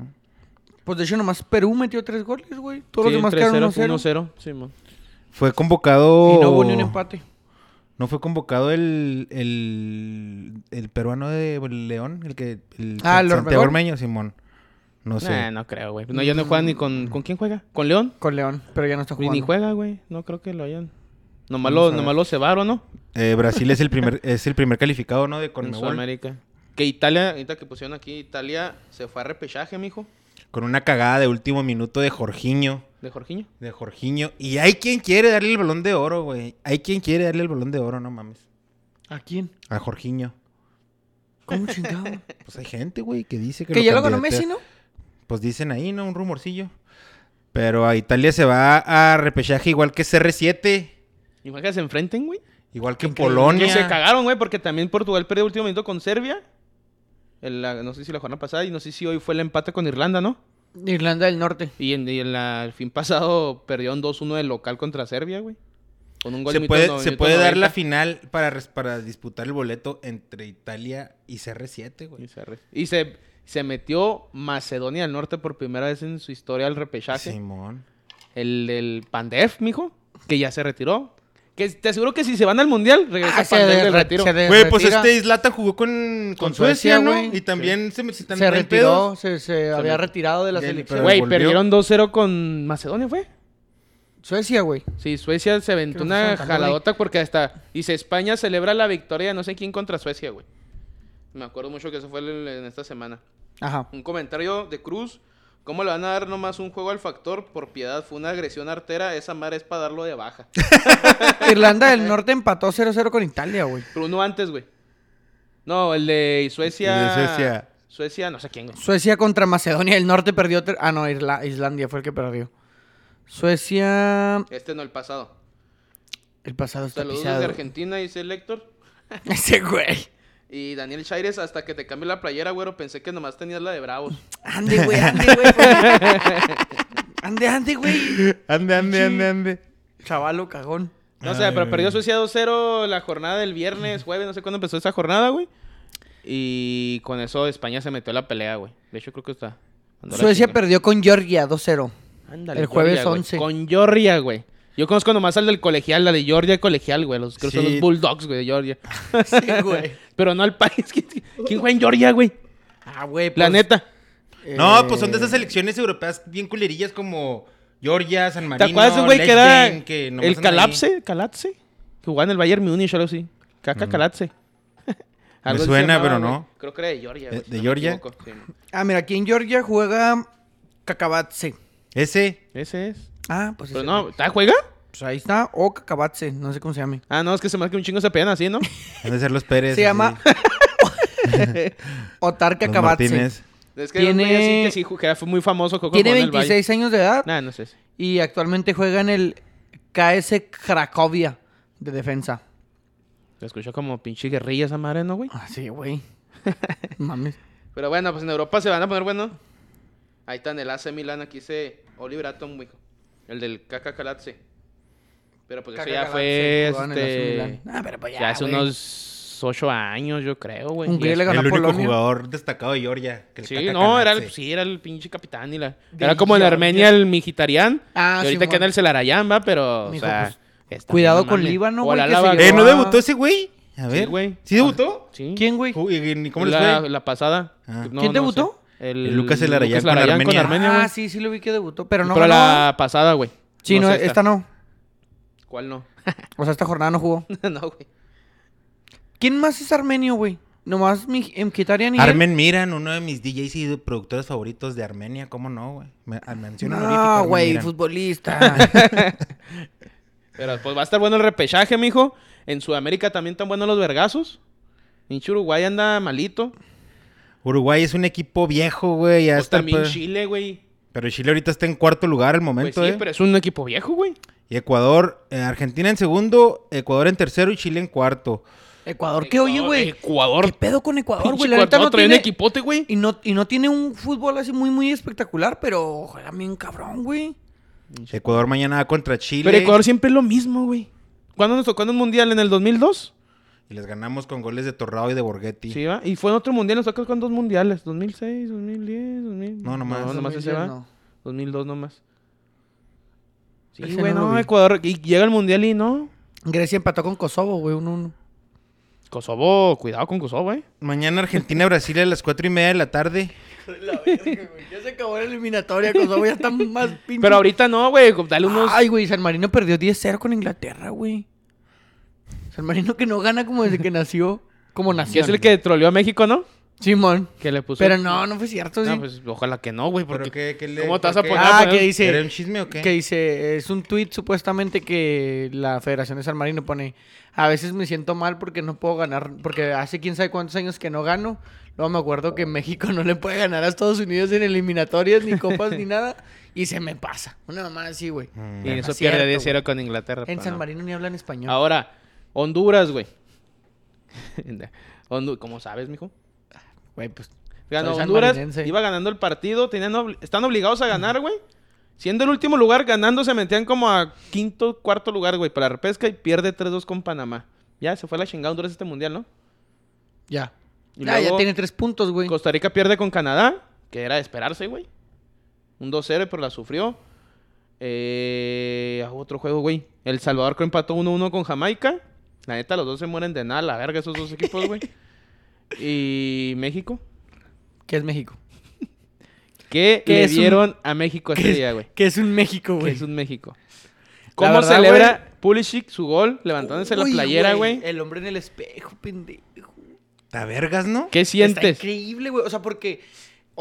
Speaker 1: Pues de hecho, nomás Perú metió tres goles, güey. Todos los demás quedaron 1-0.
Speaker 3: 1-0. Sí, man.
Speaker 2: Fue convocado.
Speaker 1: Y no hubo ni un empate.
Speaker 2: ¿No fue convocado el, el, el peruano de León? El que. El
Speaker 1: Ah, el
Speaker 2: Santiago
Speaker 1: Ormegol.
Speaker 2: Ormeño, Simón. No sé.
Speaker 3: Nah, no creo, güey. No, ya no juegan ni con... ¿Con quién juega? ¿Con León?
Speaker 1: Con León, pero ya no está
Speaker 3: Ni-
Speaker 1: jugando.
Speaker 3: Ni juega, güey. No creo que lo hayan...
Speaker 2: Vamos
Speaker 3: Nomás lo,
Speaker 2: a
Speaker 3: nomás
Speaker 2: ver.
Speaker 3: lo cebaron, ¿no?
Speaker 2: Eh, Brasil es el primer, es el primer calificado, ¿no? De
Speaker 3: Con
Speaker 2: Conmebol.
Speaker 3: Sudamérica. Que Italia, ahorita que pusieron aquí, Italia se fue a repechaje, mijo,
Speaker 2: Con una cagada de último minuto de Jorginho.
Speaker 3: de Jorginho.
Speaker 2: De Jorginho. Y hay quien quiere darle el balón de oro, güey. Hay quien quiere darle el balón de oro, no mames.
Speaker 1: ¿A quién?
Speaker 2: A Jorginho.
Speaker 1: ¿Cómo *laughs* chingado?
Speaker 2: Pues hay gente, güey, que dice que.
Speaker 1: que ya lo ganó
Speaker 2: candidatea.
Speaker 1: Messi, ¿no?
Speaker 2: Pues dicen ahí, ¿no? Un rumorcillo. Pero a Italia se va a repechaje igual que CR7.
Speaker 3: Igual que se enfrenten, güey.
Speaker 2: Igual que
Speaker 1: Increíble.
Speaker 2: Polonia.
Speaker 3: Que se cagaron, güey, porque también Portugal perdió último minuto con Serbia. En la- no sé si la jornada pasada y no sé si hoy fue el empate con Irlanda, ¿no?
Speaker 1: Irlanda del Norte.
Speaker 3: Y en, y en la- el fin pasado perdió un 2-1 de local contra Serbia, güey. Con un gol
Speaker 2: se
Speaker 3: minuto
Speaker 2: puede,
Speaker 3: no-
Speaker 2: se
Speaker 3: minuto
Speaker 2: puede dar la
Speaker 3: 90.
Speaker 2: final para, res- para disputar el boleto entre Italia y CR7,
Speaker 3: Y
Speaker 2: güey.
Speaker 3: se, re- y se- se metió Macedonia del Norte por primera vez en su historia al repechaje.
Speaker 2: Simón.
Speaker 3: El del Pandef, mijo, que ya se retiró. Que te aseguro que si se van al mundial, regresa
Speaker 1: Ah, se
Speaker 3: Pandef
Speaker 1: de-
Speaker 3: del retiro.
Speaker 1: se de-
Speaker 2: Güey, pues
Speaker 1: retira.
Speaker 2: este Islata jugó con, con,
Speaker 1: Con Suecia,
Speaker 2: Suecia, ¿no?
Speaker 1: güey.
Speaker 2: Y también se, me- se,
Speaker 1: Se
Speaker 2: también
Speaker 1: retiró, se, se había
Speaker 3: me-
Speaker 1: retirado de la
Speaker 2: Ya,
Speaker 1: selección.
Speaker 2: pero-
Speaker 3: Güey,
Speaker 2: volvió.
Speaker 3: perdieron 2-0 con Macedonia, ¿fue?
Speaker 1: Suecia, güey.
Speaker 3: Sí, Suecia se aventó
Speaker 1: Creo que
Speaker 3: una
Speaker 1: son tanto,
Speaker 3: jaladota porque hasta... Dice, España celebra la victoria de no sé quién contra Suecia, güey. Me acuerdo mucho que eso fue el- en esta semana. *laughs*
Speaker 1: Ajá.
Speaker 3: Un comentario de Cruz. ¿Cómo le van a dar nomás un juego al factor? Por piedad, fue una agresión artera. Esa madre es para darlo de baja.
Speaker 1: Irlanda del Norte empató 0-0 con Italia, güey.
Speaker 3: Pero uno antes, güey. No, el de Suecia...
Speaker 2: El de Suecia.
Speaker 3: Suecia, no sé quién, güey.
Speaker 1: Suecia contra Macedonia del Norte perdió. ter- Ah, no, Irla- Islandia fue el que perdió. Suecia.
Speaker 3: Este no, el pasado.
Speaker 1: El pasado está
Speaker 3: Saludos
Speaker 1: pisado.
Speaker 3: desde
Speaker 1: güey.
Speaker 3: Argentina, dice el Héctor.
Speaker 1: *laughs* Ese güey.
Speaker 3: Y Daniel Chaires, hasta que te cambié la playera, güero, pensé que nomás tenías la de Bravos.
Speaker 1: Ande, güey, ande,
Speaker 3: *laughs*
Speaker 1: güey. pues. ande, ande, güey.
Speaker 2: Ande, ande, ande, ande.
Speaker 1: Chavalo cagón.
Speaker 3: No sé,
Speaker 2: Ay,
Speaker 3: pero
Speaker 2: güey.
Speaker 3: perdió Suecia 2-0 la jornada del viernes, jueves, no sé cuándo empezó esa jornada, güey. Y con eso España se metió a la pelea, güey. De hecho, creo que está. mandó la
Speaker 1: Suecia
Speaker 3: chinga.
Speaker 1: perdió con Georgia 2-0.
Speaker 3: Ándale,
Speaker 1: el jueves
Speaker 3: Georgia, güey.
Speaker 1: 11.
Speaker 3: Con Georgia, güey. Yo conozco nomás al del colegial, la de Georgia colegial, güey. Los, creo que son
Speaker 2: Sí.
Speaker 3: los Bulldogs, güey, de Georgia.
Speaker 1: Sí, güey.
Speaker 3: Pero no al *laughs* país. ¿Quién, quién juega en Georgia, güey?
Speaker 1: Ah, güey.
Speaker 3: La
Speaker 1: pues,
Speaker 3: neta.
Speaker 2: No,
Speaker 1: eh,
Speaker 2: pues son de esas selecciones europeas bien culerillas como Georgia, San
Speaker 3: ¿Te
Speaker 2: Marino.
Speaker 3: acuerdas de un güey que era
Speaker 2: Liechtenstein, que nomás
Speaker 3: el
Speaker 2: andan ahí? Mm.
Speaker 3: Calapse? ¿Calapse? Que jugaba en el Bayern Múnich, algo así. Caca Calapse. Algo así se
Speaker 2: suena,
Speaker 3: llamaba,
Speaker 2: pero
Speaker 3: güey.
Speaker 2: no.
Speaker 3: Creo que era de Georgia. güey,
Speaker 2: Eh,
Speaker 3: si
Speaker 2: ¿de
Speaker 3: no me
Speaker 2: Georgia?
Speaker 3: equivoco. Sí, mo.
Speaker 1: Ah, mira, aquí en Georgia juega Cacabatse.
Speaker 2: Ese.
Speaker 3: Ese es.
Speaker 1: Ah, pues
Speaker 3: Pero
Speaker 1: ese
Speaker 3: no,
Speaker 1: güey.
Speaker 3: ¿está juega?
Speaker 1: Pues ahí está. O Cacabatse, no sé cómo se llame.
Speaker 3: Ah, no, es que se me hace que un chingo se pegan así, ¿no?
Speaker 2: Han de ser los Pérez.
Speaker 1: Se
Speaker 2: así,
Speaker 1: llama *laughs* Otar
Speaker 2: los
Speaker 1: Cacabatse.
Speaker 2: Martínez.
Speaker 3: *laughs* Es que era un güey
Speaker 1: Tiene-
Speaker 3: así que sí, ju- que era- fue muy famoso. creo que
Speaker 1: Tiene
Speaker 3: jugó en el Bayern.
Speaker 1: 26 años de edad
Speaker 3: Nah, no sé.
Speaker 1: y actualmente juega en el KS Cracovia de defensa.
Speaker 3: Lo escuchó como pinche guerrilla esa madre, ¿no, güey?
Speaker 1: Ah, sí, güey. *laughs* Mames.
Speaker 3: Pero bueno, pues en Europa se van a poner bueno. Ahí está en el AC Milan, aquí dice Oliver Atom, güey. El del Caca Calapse. Pero pues eso ya
Speaker 1: Cacabatse,
Speaker 3: fue.
Speaker 1: jugaba en el AC
Speaker 3: Este...
Speaker 1: Milan. Ah, pero pues ya.
Speaker 3: Ya hace
Speaker 1: güey.
Speaker 3: unos ocho años, yo creo, güey.
Speaker 1: Hungría
Speaker 3: Y
Speaker 1: le
Speaker 3: es-
Speaker 1: ganó
Speaker 2: El
Speaker 1: a
Speaker 2: único
Speaker 1: Polonia.
Speaker 2: jugador destacado de Georgia. que el
Speaker 3: Sí,
Speaker 2: Kaká
Speaker 3: no, era el, pues,
Speaker 2: Kanatse.
Speaker 3: sí, era el pinche capitán y la...
Speaker 1: De
Speaker 3: Era como en
Speaker 1: Georgia.
Speaker 3: Armenia el Mijitarián.
Speaker 1: Ah,
Speaker 3: y ahorita
Speaker 1: Simón.
Speaker 3: queda el Celarayán, va, pero,
Speaker 1: Mijo,
Speaker 3: o sea...
Speaker 1: pues,
Speaker 3: está
Speaker 1: cuidado
Speaker 3: bien, no
Speaker 1: con
Speaker 3: mames.
Speaker 1: Líbano,
Speaker 3: O
Speaker 1: güey,
Speaker 3: la
Speaker 1: que se
Speaker 3: Lava-
Speaker 1: llevó-
Speaker 2: Eh, ¿no
Speaker 1: Ah.
Speaker 2: debutó ese güey? A ver.
Speaker 3: güey. Ah,
Speaker 2: ¿Sí debutó?
Speaker 3: Sí.
Speaker 1: ¿Quién, güey?
Speaker 2: Ju- ¿Y y cómo les
Speaker 3: la,
Speaker 2: fue?
Speaker 3: la pasada.
Speaker 2: Ah.
Speaker 3: No,
Speaker 1: ¿Quién
Speaker 3: no
Speaker 1: debutó?
Speaker 3: sé.
Speaker 2: El Lucas Celarayán con Armenia.
Speaker 1: ah,
Speaker 3: güey.
Speaker 1: sí, sí lo vi que debutó, pero no
Speaker 3: pero
Speaker 1: ganó.
Speaker 3: la pasada, güey.
Speaker 1: Sí, no,
Speaker 3: sé
Speaker 1: esta. no.
Speaker 3: ¿Cuál no?
Speaker 1: O sea, esta jornada *laughs* no jugó.
Speaker 3: no, güey.
Speaker 1: ¿Quién más es armenio, güey? Nomás mi Mkhitaryan y él.
Speaker 2: Armen Miran, uno de mis DJs y productores favoritos de Armenia. ¿Cómo no, güey? Me- a- mención honorífica,
Speaker 1: No,
Speaker 2: Armen
Speaker 1: güey,
Speaker 2: Miran.
Speaker 1: *laughs* futbolista.
Speaker 3: Pero pues va a estar bueno el repechaje, mijo. En Sudamérica también están buenos los vergazos. Pinche Uruguay anda malito.
Speaker 2: Uruguay es un equipo viejo, güey. Ya
Speaker 3: Pues
Speaker 2: está,
Speaker 3: también
Speaker 2: pues.
Speaker 3: Chile, güey.
Speaker 2: Pero Chile ahorita está en cuarto lugar al
Speaker 3: Pues
Speaker 2: momento,
Speaker 3: sí,
Speaker 2: eh.
Speaker 3: pero es un equipo viejo, güey.
Speaker 2: Y Ecuador, eh, Argentina en segundo, Ecuador en tercero y Chile en cuarto.
Speaker 1: Ecuador, ¿qué oye, güey? ¿Qué
Speaker 3: Ecuador.
Speaker 1: pedo con Ecuador,
Speaker 3: *laughs* Pinche
Speaker 1: güey? La neta
Speaker 3: Ecuador
Speaker 1: no
Speaker 3: trae un
Speaker 1: tiene...
Speaker 3: equipote, güey.
Speaker 1: Y no, y no tiene un fútbol así muy, muy espectacular, pero juega bien cabrón, güey.
Speaker 2: Ecuador mañana va contra Chile.
Speaker 3: Pero Ecuador siempre es lo mismo, güey. ¿Cuándo nos tocó en un mundial? ¿En el 2002?
Speaker 2: Y les ganamos con goles de Torrado y de Borghetti.
Speaker 3: Sí, ¿va? Y fue en otro mundial, nos tocó con dos mundiales, 2006, 2010, 2000.
Speaker 2: No, nomás.
Speaker 3: No, nomás ese
Speaker 1: 2010
Speaker 3: va.
Speaker 1: Ah, no.
Speaker 3: 2002 nomás. Sí,
Speaker 1: Ese
Speaker 3: güey,
Speaker 1: no lo
Speaker 3: no,
Speaker 1: vi.
Speaker 3: Ecuador. Y llega el mundial y no.
Speaker 1: Grecia empató con Kosovo, güey, 1-1.
Speaker 3: Kosovo, cuidado con Kosovo, eh.
Speaker 2: Mañana Argentina-Brasil a las cuatro y media de la tarde.
Speaker 1: Ya se acabó la eliminatoria, Kosovo ya *laughs* está más pinche.
Speaker 3: Pero ahorita no, güey. Dale unos.
Speaker 1: Ay, güey, San Marino perdió 10-0 con Inglaterra, güey. San Marino que no gana como desde que nació, como
Speaker 3: que
Speaker 1: nació.
Speaker 3: es el que troleó a México, ¿no?
Speaker 1: Simón.
Speaker 3: Que le puso.
Speaker 1: Pero no, no fue cierto, sí.
Speaker 3: No, pues ojalá que no, güey.
Speaker 2: ¿Pero
Speaker 3: Porque
Speaker 2: qué- qué le-
Speaker 3: ¿Cómo te vas
Speaker 2: por
Speaker 3: a
Speaker 2: qué?
Speaker 3: poner?
Speaker 1: ah,
Speaker 3: a poner-
Speaker 1: que dice...
Speaker 2: ¿Era un chisme o qué?
Speaker 1: Que dice, es un tuit supuestamente que la Federación de San Marino pone, a veces me siento mal porque no puedo ganar, porque hace quién sabe cuántos años que no gano, luego me acuerdo que México *laughs* no le puede ganar a Estados Unidos en eliminatorias, ni copas, ni nada, y se me pasa. Una mamá así, güey.
Speaker 2: Mm.
Speaker 3: Y en eso
Speaker 1: Es cierto,
Speaker 3: pierde
Speaker 1: güey.
Speaker 3: 10-0 con Inglaterra.
Speaker 1: En
Speaker 3: pa,
Speaker 1: San
Speaker 3: no.
Speaker 1: Marino ni hablan español.
Speaker 3: Ahora, Honduras, güey. *laughs* Hondu- ¿Cómo sabes, mijo?
Speaker 1: Güey, pues,
Speaker 3: Ganó
Speaker 1: Soy
Speaker 3: Honduras,
Speaker 1: sanmarinense.
Speaker 3: iba ganando el partido, tenían obli- están obligados a ganar, güey. Siendo el último lugar, ganando se metían como a quinto, cuarto lugar, güey, para la repesca y pierde 3-2 con Panamá. Ya, se fue a la chingada Honduras este mundial, ¿no?
Speaker 1: ya.
Speaker 3: Y
Speaker 1: Ah, ya
Speaker 3: luego-
Speaker 1: tiene tres puntos, güey.
Speaker 3: Costa Rica pierde con Canadá, que era de esperarse, güey. Un 2-0, pero la sufrió. Eh, ah, otro juego, güey. El Salvador que empató 1-1 con Jamaica. La neta, los dos se mueren de nada, la verga, esos dos equipos,
Speaker 1: *laughs*
Speaker 3: güey. y México.
Speaker 1: Que es México.
Speaker 3: ¿Qué
Speaker 1: Que
Speaker 3: le
Speaker 1: es un-
Speaker 3: dieron a México ese
Speaker 1: Que es-
Speaker 3: día, güey?
Speaker 1: Que es un México,
Speaker 3: *laughs* Que
Speaker 1: güey.
Speaker 3: es un México.
Speaker 1: La
Speaker 3: ¿Cómo
Speaker 1: verdad,
Speaker 3: celebra Pulisic su gol levantándose la
Speaker 1: Uy,
Speaker 3: playera, güey?
Speaker 1: El hombre en el espejo, pendejo.
Speaker 2: ¿Está vergas, no?
Speaker 3: ¿Qué
Speaker 1: Está
Speaker 3: sientes?
Speaker 1: increíble, güey. O sea, porque.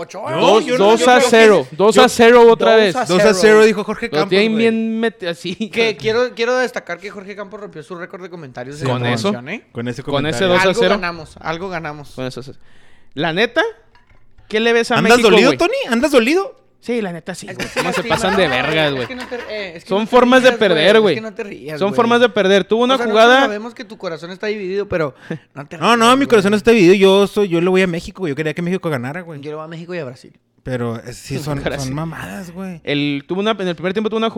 Speaker 1: Ocho horas.
Speaker 2: No,
Speaker 3: Dos
Speaker 2: yo no-
Speaker 3: dos
Speaker 2: yo
Speaker 3: a
Speaker 2: creo que-
Speaker 3: 0. 2 a
Speaker 2: yo-
Speaker 3: 0 otra
Speaker 1: dos
Speaker 3: vez.
Speaker 1: a
Speaker 2: 2 a 0
Speaker 1: cero.
Speaker 2: dijo Jorge
Speaker 3: Lo
Speaker 2: Campos.
Speaker 3: tienen
Speaker 2: güey.
Speaker 3: bien metido así.
Speaker 1: Que quiero, quiero destacar que Jorge Campos rompió su récord de comentarios. en
Speaker 3: Con
Speaker 1: la
Speaker 3: eso.
Speaker 1: canción, ¿eh?
Speaker 2: Con ese
Speaker 3: Con ese
Speaker 2: comentario.
Speaker 3: dos- a
Speaker 1: Algo
Speaker 3: cero. Pues,
Speaker 1: ganamos, algo ganamos.
Speaker 3: Con eso se- La neta, ¿qué le ves a
Speaker 2: ¿Andas
Speaker 3: México,
Speaker 2: dolido,
Speaker 3: güey?
Speaker 2: Tony? ¿Andas dolido?
Speaker 3: Sí, la neta sí.
Speaker 1: Es que
Speaker 3: güey.
Speaker 1: sí,
Speaker 3: ¿Cómo se
Speaker 1: sí,
Speaker 3: pasan
Speaker 1: no,
Speaker 3: de
Speaker 1: no,
Speaker 3: vergas,
Speaker 1: es
Speaker 3: güey?
Speaker 1: que no te- eh, es que
Speaker 3: Son
Speaker 1: no te
Speaker 3: formas de
Speaker 1: rías,
Speaker 3: perder,
Speaker 1: Es que
Speaker 3: güey.
Speaker 1: no te rías,
Speaker 3: Son
Speaker 1: güey.
Speaker 3: formas de perder. Tuvo una
Speaker 1: O sea, nosotros
Speaker 3: jugada.
Speaker 1: Sabemos que tu corazón está dividido, pero no te
Speaker 2: No,
Speaker 1: rías,
Speaker 2: no, mi
Speaker 1: güey.
Speaker 2: corazón está dividido. Yo soy, yo le voy a México, güey. Yo quería que México ganara, güey.
Speaker 1: Yo le voy a México y a Brasil.
Speaker 2: Pero eh,
Speaker 3: *laughs*
Speaker 2: sí, son,
Speaker 3: Ahora sí. Eh,
Speaker 2: son mamadas, güey.
Speaker 3: El, tuvo una, en el primer tiempo tuvo una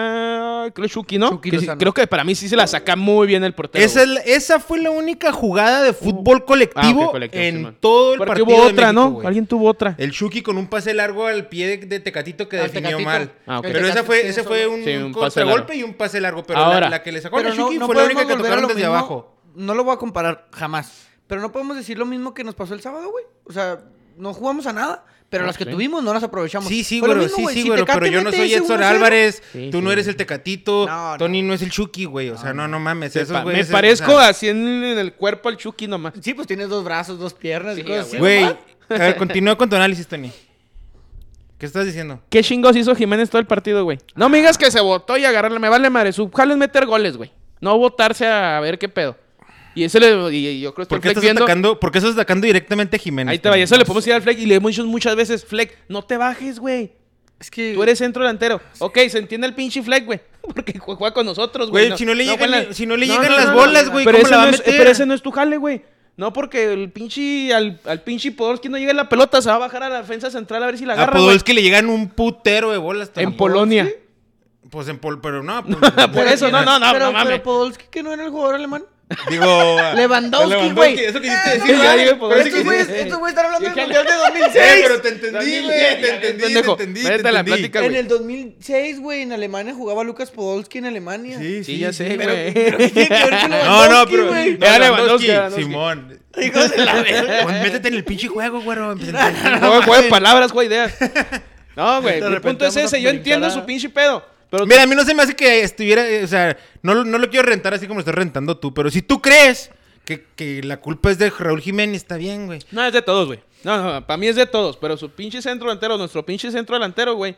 Speaker 3: jugada. Creo Chucky, ¿no?
Speaker 1: Chucky
Speaker 3: Que sí-
Speaker 1: Lozano.
Speaker 3: creo que para mí sí se la saca muy bien el portero.
Speaker 2: Esa, es
Speaker 3: güey.
Speaker 2: la- esa fue la única jugada de fútbol colectivo,
Speaker 3: Uh. Ah, ok, colectivo,
Speaker 2: en
Speaker 3: Simón.
Speaker 2: todo el
Speaker 3: Porque
Speaker 2: partido.
Speaker 3: hubo
Speaker 2: de
Speaker 3: otra,
Speaker 2: México,
Speaker 3: ¿no?
Speaker 2: güey.
Speaker 3: Alguien tuvo otra.
Speaker 2: El Chucky con un pase largo al pie de, de Tecatito que
Speaker 1: Al
Speaker 2: definió
Speaker 1: Tecatito.
Speaker 2: mal.
Speaker 3: Ah, ok.
Speaker 2: Pero esa
Speaker 1: Tecatito
Speaker 2: fue,
Speaker 1: tiene
Speaker 2: ese
Speaker 1: solo-
Speaker 2: fue un,
Speaker 3: Sí, un pase largo.
Speaker 2: contragolpe y un pase largo. Pero
Speaker 3: Ahora.
Speaker 2: la, la que le sacó
Speaker 1: Pero
Speaker 2: al Chucky
Speaker 1: no, no
Speaker 2: fue la única
Speaker 1: podemos
Speaker 2: que
Speaker 1: volver a
Speaker 2: tocaron
Speaker 1: lo
Speaker 2: desde
Speaker 1: mismo.
Speaker 2: abajo.
Speaker 1: No lo voy a comparar jamás. Pero no podemos decir lo mismo que nos pasó el sábado, güey. O sea, no jugamos a nada. Pero
Speaker 3: Ah,
Speaker 1: las que
Speaker 3: sí.
Speaker 1: tuvimos no las aprovechamos.
Speaker 2: Sí, sí,
Speaker 1: Fue lo
Speaker 2: güey,
Speaker 1: mismo,
Speaker 2: sí,
Speaker 1: güey.
Speaker 2: sí,
Speaker 1: Si
Speaker 2: güey,
Speaker 1: Tecate
Speaker 2: pero yo no
Speaker 1: mete
Speaker 2: soy
Speaker 1: ese
Speaker 2: Edson
Speaker 1: 1-0,
Speaker 2: Álvarez,
Speaker 3: Sí,
Speaker 2: tú no
Speaker 3: sí.
Speaker 2: eres el Tecatito,
Speaker 1: No, no.
Speaker 2: Tony no es el Chucky, güey, o sea, no, no mames,
Speaker 3: Me
Speaker 2: esos
Speaker 3: pa-
Speaker 2: güeyes eh,
Speaker 3: me
Speaker 2: es-
Speaker 3: parezco
Speaker 2: o sea,
Speaker 3: así en, en el cuerpo al Chucky nomás.
Speaker 1: Sí, pues tienes dos brazos, dos piernas y
Speaker 3: Sí,
Speaker 1: cosas así,
Speaker 2: Güey,
Speaker 1: ¿verdad?
Speaker 2: a ver, continúa con tu análisis, Tony. ¿Qué estás diciendo?
Speaker 3: ¿Qué chingos hizo Jiménez todo el partido, güey? No me digas que se votó y agarrarle. Me vale madre. Su jale es meter goles, güey. No votarse a ver qué pedo. Y ese le. Y, y yo creo que
Speaker 2: ¿Por qué
Speaker 3: está el Fleck
Speaker 2: estás
Speaker 3: viendo.
Speaker 2: atacando, por qué estás atacando directamente a Jiménez?
Speaker 3: Ahí te va. Y
Speaker 2: Tony?
Speaker 3: eso le podemos ir al Fleck. Y le hemos dicho muchas veces, Fleck, no te bajes, güey.
Speaker 1: Es que.
Speaker 3: Tú eres centro delantero. Ok, se entiende el pinche Fleck, güey. *laughs* Porque jue- juega con nosotros, güey.
Speaker 2: Güey, si no le llegan
Speaker 3: juega en
Speaker 2: ni- si no le llegan las bolas, güey,
Speaker 3: Pero,
Speaker 2: ¿cómo
Speaker 3: ese
Speaker 2: la va
Speaker 3: no
Speaker 2: a
Speaker 3: es- eh,
Speaker 2: meter?
Speaker 3: pero ese no es tu jale, güey. No, porque el pinche, al, al pinche Podolski no llega la pelota, se va a bajar a la defensa central a ver si la
Speaker 2: A
Speaker 3: agarra, güey.
Speaker 2: Podolski le llegan un putero de bolas. Tony.
Speaker 3: En Polonia.
Speaker 2: Pues en Pol, pero no. pues-
Speaker 3: Por eso, *laughs* no, no, no,
Speaker 1: pero,
Speaker 3: no mames.
Speaker 1: Pero Podolski, que no era el jugador alemán.
Speaker 3: *laughs*
Speaker 2: Digo...
Speaker 1: Lewandowski, güey.
Speaker 2: Eso quisiste
Speaker 3: Sí,
Speaker 2: decir,
Speaker 3: *laughs* ya
Speaker 2: ¿verdad?
Speaker 3: dije
Speaker 2: Pero eso
Speaker 3: Podolski,
Speaker 1: Estos
Speaker 2: quisiste-
Speaker 1: güeyes
Speaker 3: sí.
Speaker 1: estos güeyes están hablando del
Speaker 3: Yo-
Speaker 1: Mundial de
Speaker 2: Eh,
Speaker 3: *laughs*
Speaker 1: 2006.
Speaker 2: pero te entendí, güey, te entendí, te
Speaker 3: Pendejo,
Speaker 2: entendí,
Speaker 3: vete
Speaker 2: te
Speaker 3: a la
Speaker 2: entendí.
Speaker 3: plática, güey.
Speaker 1: En el 2006, güey, en Alemania jugaba Lucas Podolski en Alemania. *laughs*
Speaker 2: Sí,
Speaker 3: Sí, ya sé,
Speaker 1: Pero,
Speaker 2: *laughs*
Speaker 3: güey.
Speaker 1: pero ¿qué tiene que ver
Speaker 3: *laughs*
Speaker 1: con
Speaker 2: No, no,
Speaker 1: Lewandowski,
Speaker 2: pero.
Speaker 1: güey?
Speaker 2: no,
Speaker 3: Era
Speaker 2: Lewandowski,
Speaker 3: Lewandowski, Lewandowski.
Speaker 2: Simón.
Speaker 1: Hijos de la verga.
Speaker 2: Pues métete en el pinche juego, güero.
Speaker 1: *laughs*
Speaker 3: No, juega palabras, juega ideas. No, güey.
Speaker 1: De
Speaker 3: Mi
Speaker 1: repente
Speaker 3: punto es
Speaker 1: vamos a
Speaker 3: ese. Yo entiendo
Speaker 1: brincar a-
Speaker 3: su pinche pedo. Pero
Speaker 2: Mira, a mí no se me hace que estuviera. eh, O sea, no, lo- no lo quiero rentar así como lo estás rentando tú. Pero si tú crees que, que la culpa es de Raúl Jiménez, está bien, güey.
Speaker 3: No, es de todos, güey. No, no, para mí es de todos. Pero su pinche centro delantero, nuestro pinche centro delantero, güey,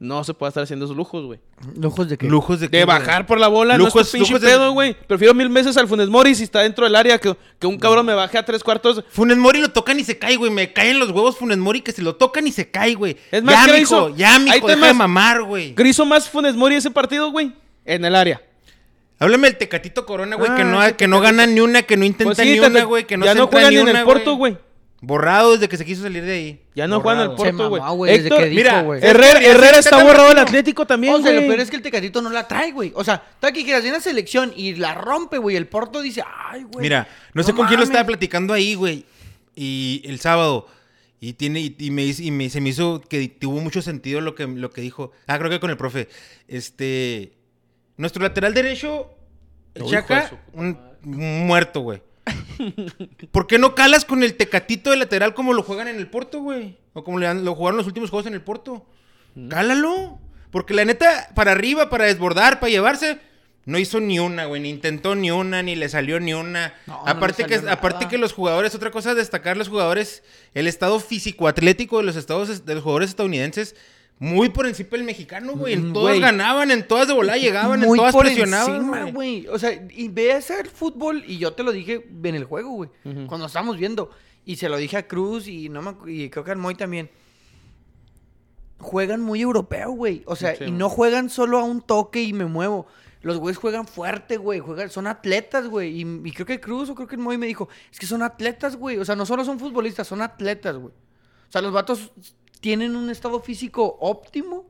Speaker 3: no se puede estar haciendo esos lujos, güey.
Speaker 1: ¿Lujos de qué?
Speaker 2: Lujos de. qué,
Speaker 3: De bajar por la bola, no
Speaker 2: Lujos-
Speaker 3: es tu pinche
Speaker 2: lujos de-
Speaker 3: pedo, güey. Prefiero mil meses al Funes Mori si está dentro del área que, que un cabrón me baje a tres cuartos.
Speaker 2: güey. Funes Mori lo tocan y se cae, güey. Me caen los huevos Funes Mori que se lo tocan y se cae, güey.
Speaker 3: Es más,
Speaker 2: ya,
Speaker 3: ¿qué
Speaker 2: mijo,
Speaker 3: hizo?
Speaker 2: ya,
Speaker 3: Ahí
Speaker 2: mijo,
Speaker 3: está
Speaker 2: deja
Speaker 3: más.
Speaker 2: de mamar, güey.
Speaker 3: Griso más Funes Mori ese partido, güey, en el área.
Speaker 2: Háblame del Tecatito Corona, güey,
Speaker 3: Ah,
Speaker 2: que no,
Speaker 3: ese
Speaker 2: que no gana ni una, que no intenta
Speaker 3: Pues sí,
Speaker 2: ni
Speaker 3: te-
Speaker 2: una, güey, que no
Speaker 3: ya
Speaker 2: se
Speaker 3: no
Speaker 2: entra
Speaker 3: juega ni
Speaker 2: ni
Speaker 3: en
Speaker 2: una,
Speaker 3: el Porto, güey.
Speaker 2: Borrado desde que se quiso salir de ahí.
Speaker 3: Ya no juegan al
Speaker 2: Borrado.
Speaker 1: Se
Speaker 3: Porto,
Speaker 1: mamó,
Speaker 3: güey.
Speaker 1: güey, desde
Speaker 3: Héctor-
Speaker 1: que dijo,
Speaker 2: mira,
Speaker 1: güey.
Speaker 2: es-
Speaker 3: Herrera,
Speaker 2: Mira,
Speaker 3: Herrera
Speaker 2: sí
Speaker 3: está
Speaker 2: está
Speaker 3: borrado del
Speaker 2: tranquilo.
Speaker 3: Atlético también,
Speaker 1: O sea, lo
Speaker 3: güey.
Speaker 1: peor es que el Tecatito no la trae, güey. O sea, Taki que viene a selección y la rompe, güey. El Porto dice, ay, güey.
Speaker 2: Mira, no sé con quién lo
Speaker 1: mames".
Speaker 2: estaba platicando ahí, güey. Y el sábado. Y tiene, y, y me, hizo- y me- se me hizo que tuvo mucho sentido lo que, lo que dijo. Ah, creo que con el profe. Este. Nuestro lateral derecho, el
Speaker 3: No, hijo de su
Speaker 2: Chaca,
Speaker 3: puta
Speaker 2: un, un muerto,
Speaker 3: *laughs*
Speaker 2: güey. ¿Por qué no calas con el tecatito de lateral como lo juegan en el Porto, güey? O como le han- lo jugaron los últimos juegos en el Porto. Cálalo. Porque la neta, para arriba, para desbordar, para llevarse, no hizo ni una, güey. Ni intentó ni una, ni le salió ni una.
Speaker 1: No, no
Speaker 2: aparte,
Speaker 1: le
Speaker 2: que,
Speaker 1: salió
Speaker 2: aparte
Speaker 1: nada.
Speaker 2: que los jugadores, otra cosa a destacar los jugadores, el estado físico-atlético de los, estados, de los jugadores estadounidenses, muy por encima del mexicano, güey. En
Speaker 1: Mm,
Speaker 2: todas
Speaker 1: güey.
Speaker 2: ganaban, en todas de volada llegaban, en
Speaker 1: Muy
Speaker 2: todas
Speaker 1: por
Speaker 2: presionaban.
Speaker 1: encima,
Speaker 2: güey.
Speaker 1: güey. O sea, y ve a hacer fútbol y yo te lo dije en el juego, güey.
Speaker 3: Ujú.
Speaker 1: Cuando estábamos viendo. Y se lo dije a Cruz y, no me, acu- y creo que al Moy también. Juegan muy europeo, güey. O sea,
Speaker 3: Sí,
Speaker 1: y
Speaker 3: güey.
Speaker 1: no juegan solo a un toque y me muevo. Los güeyes juegan fuerte, güey. Juegan, son atletas, güey. Y, y creo que Cruz o creo que el Moy me dijo, es que son atletas, güey. O sea, no solo son futbolistas, son atletas, güey. O sea, los vatos tienen un estado físico óptimo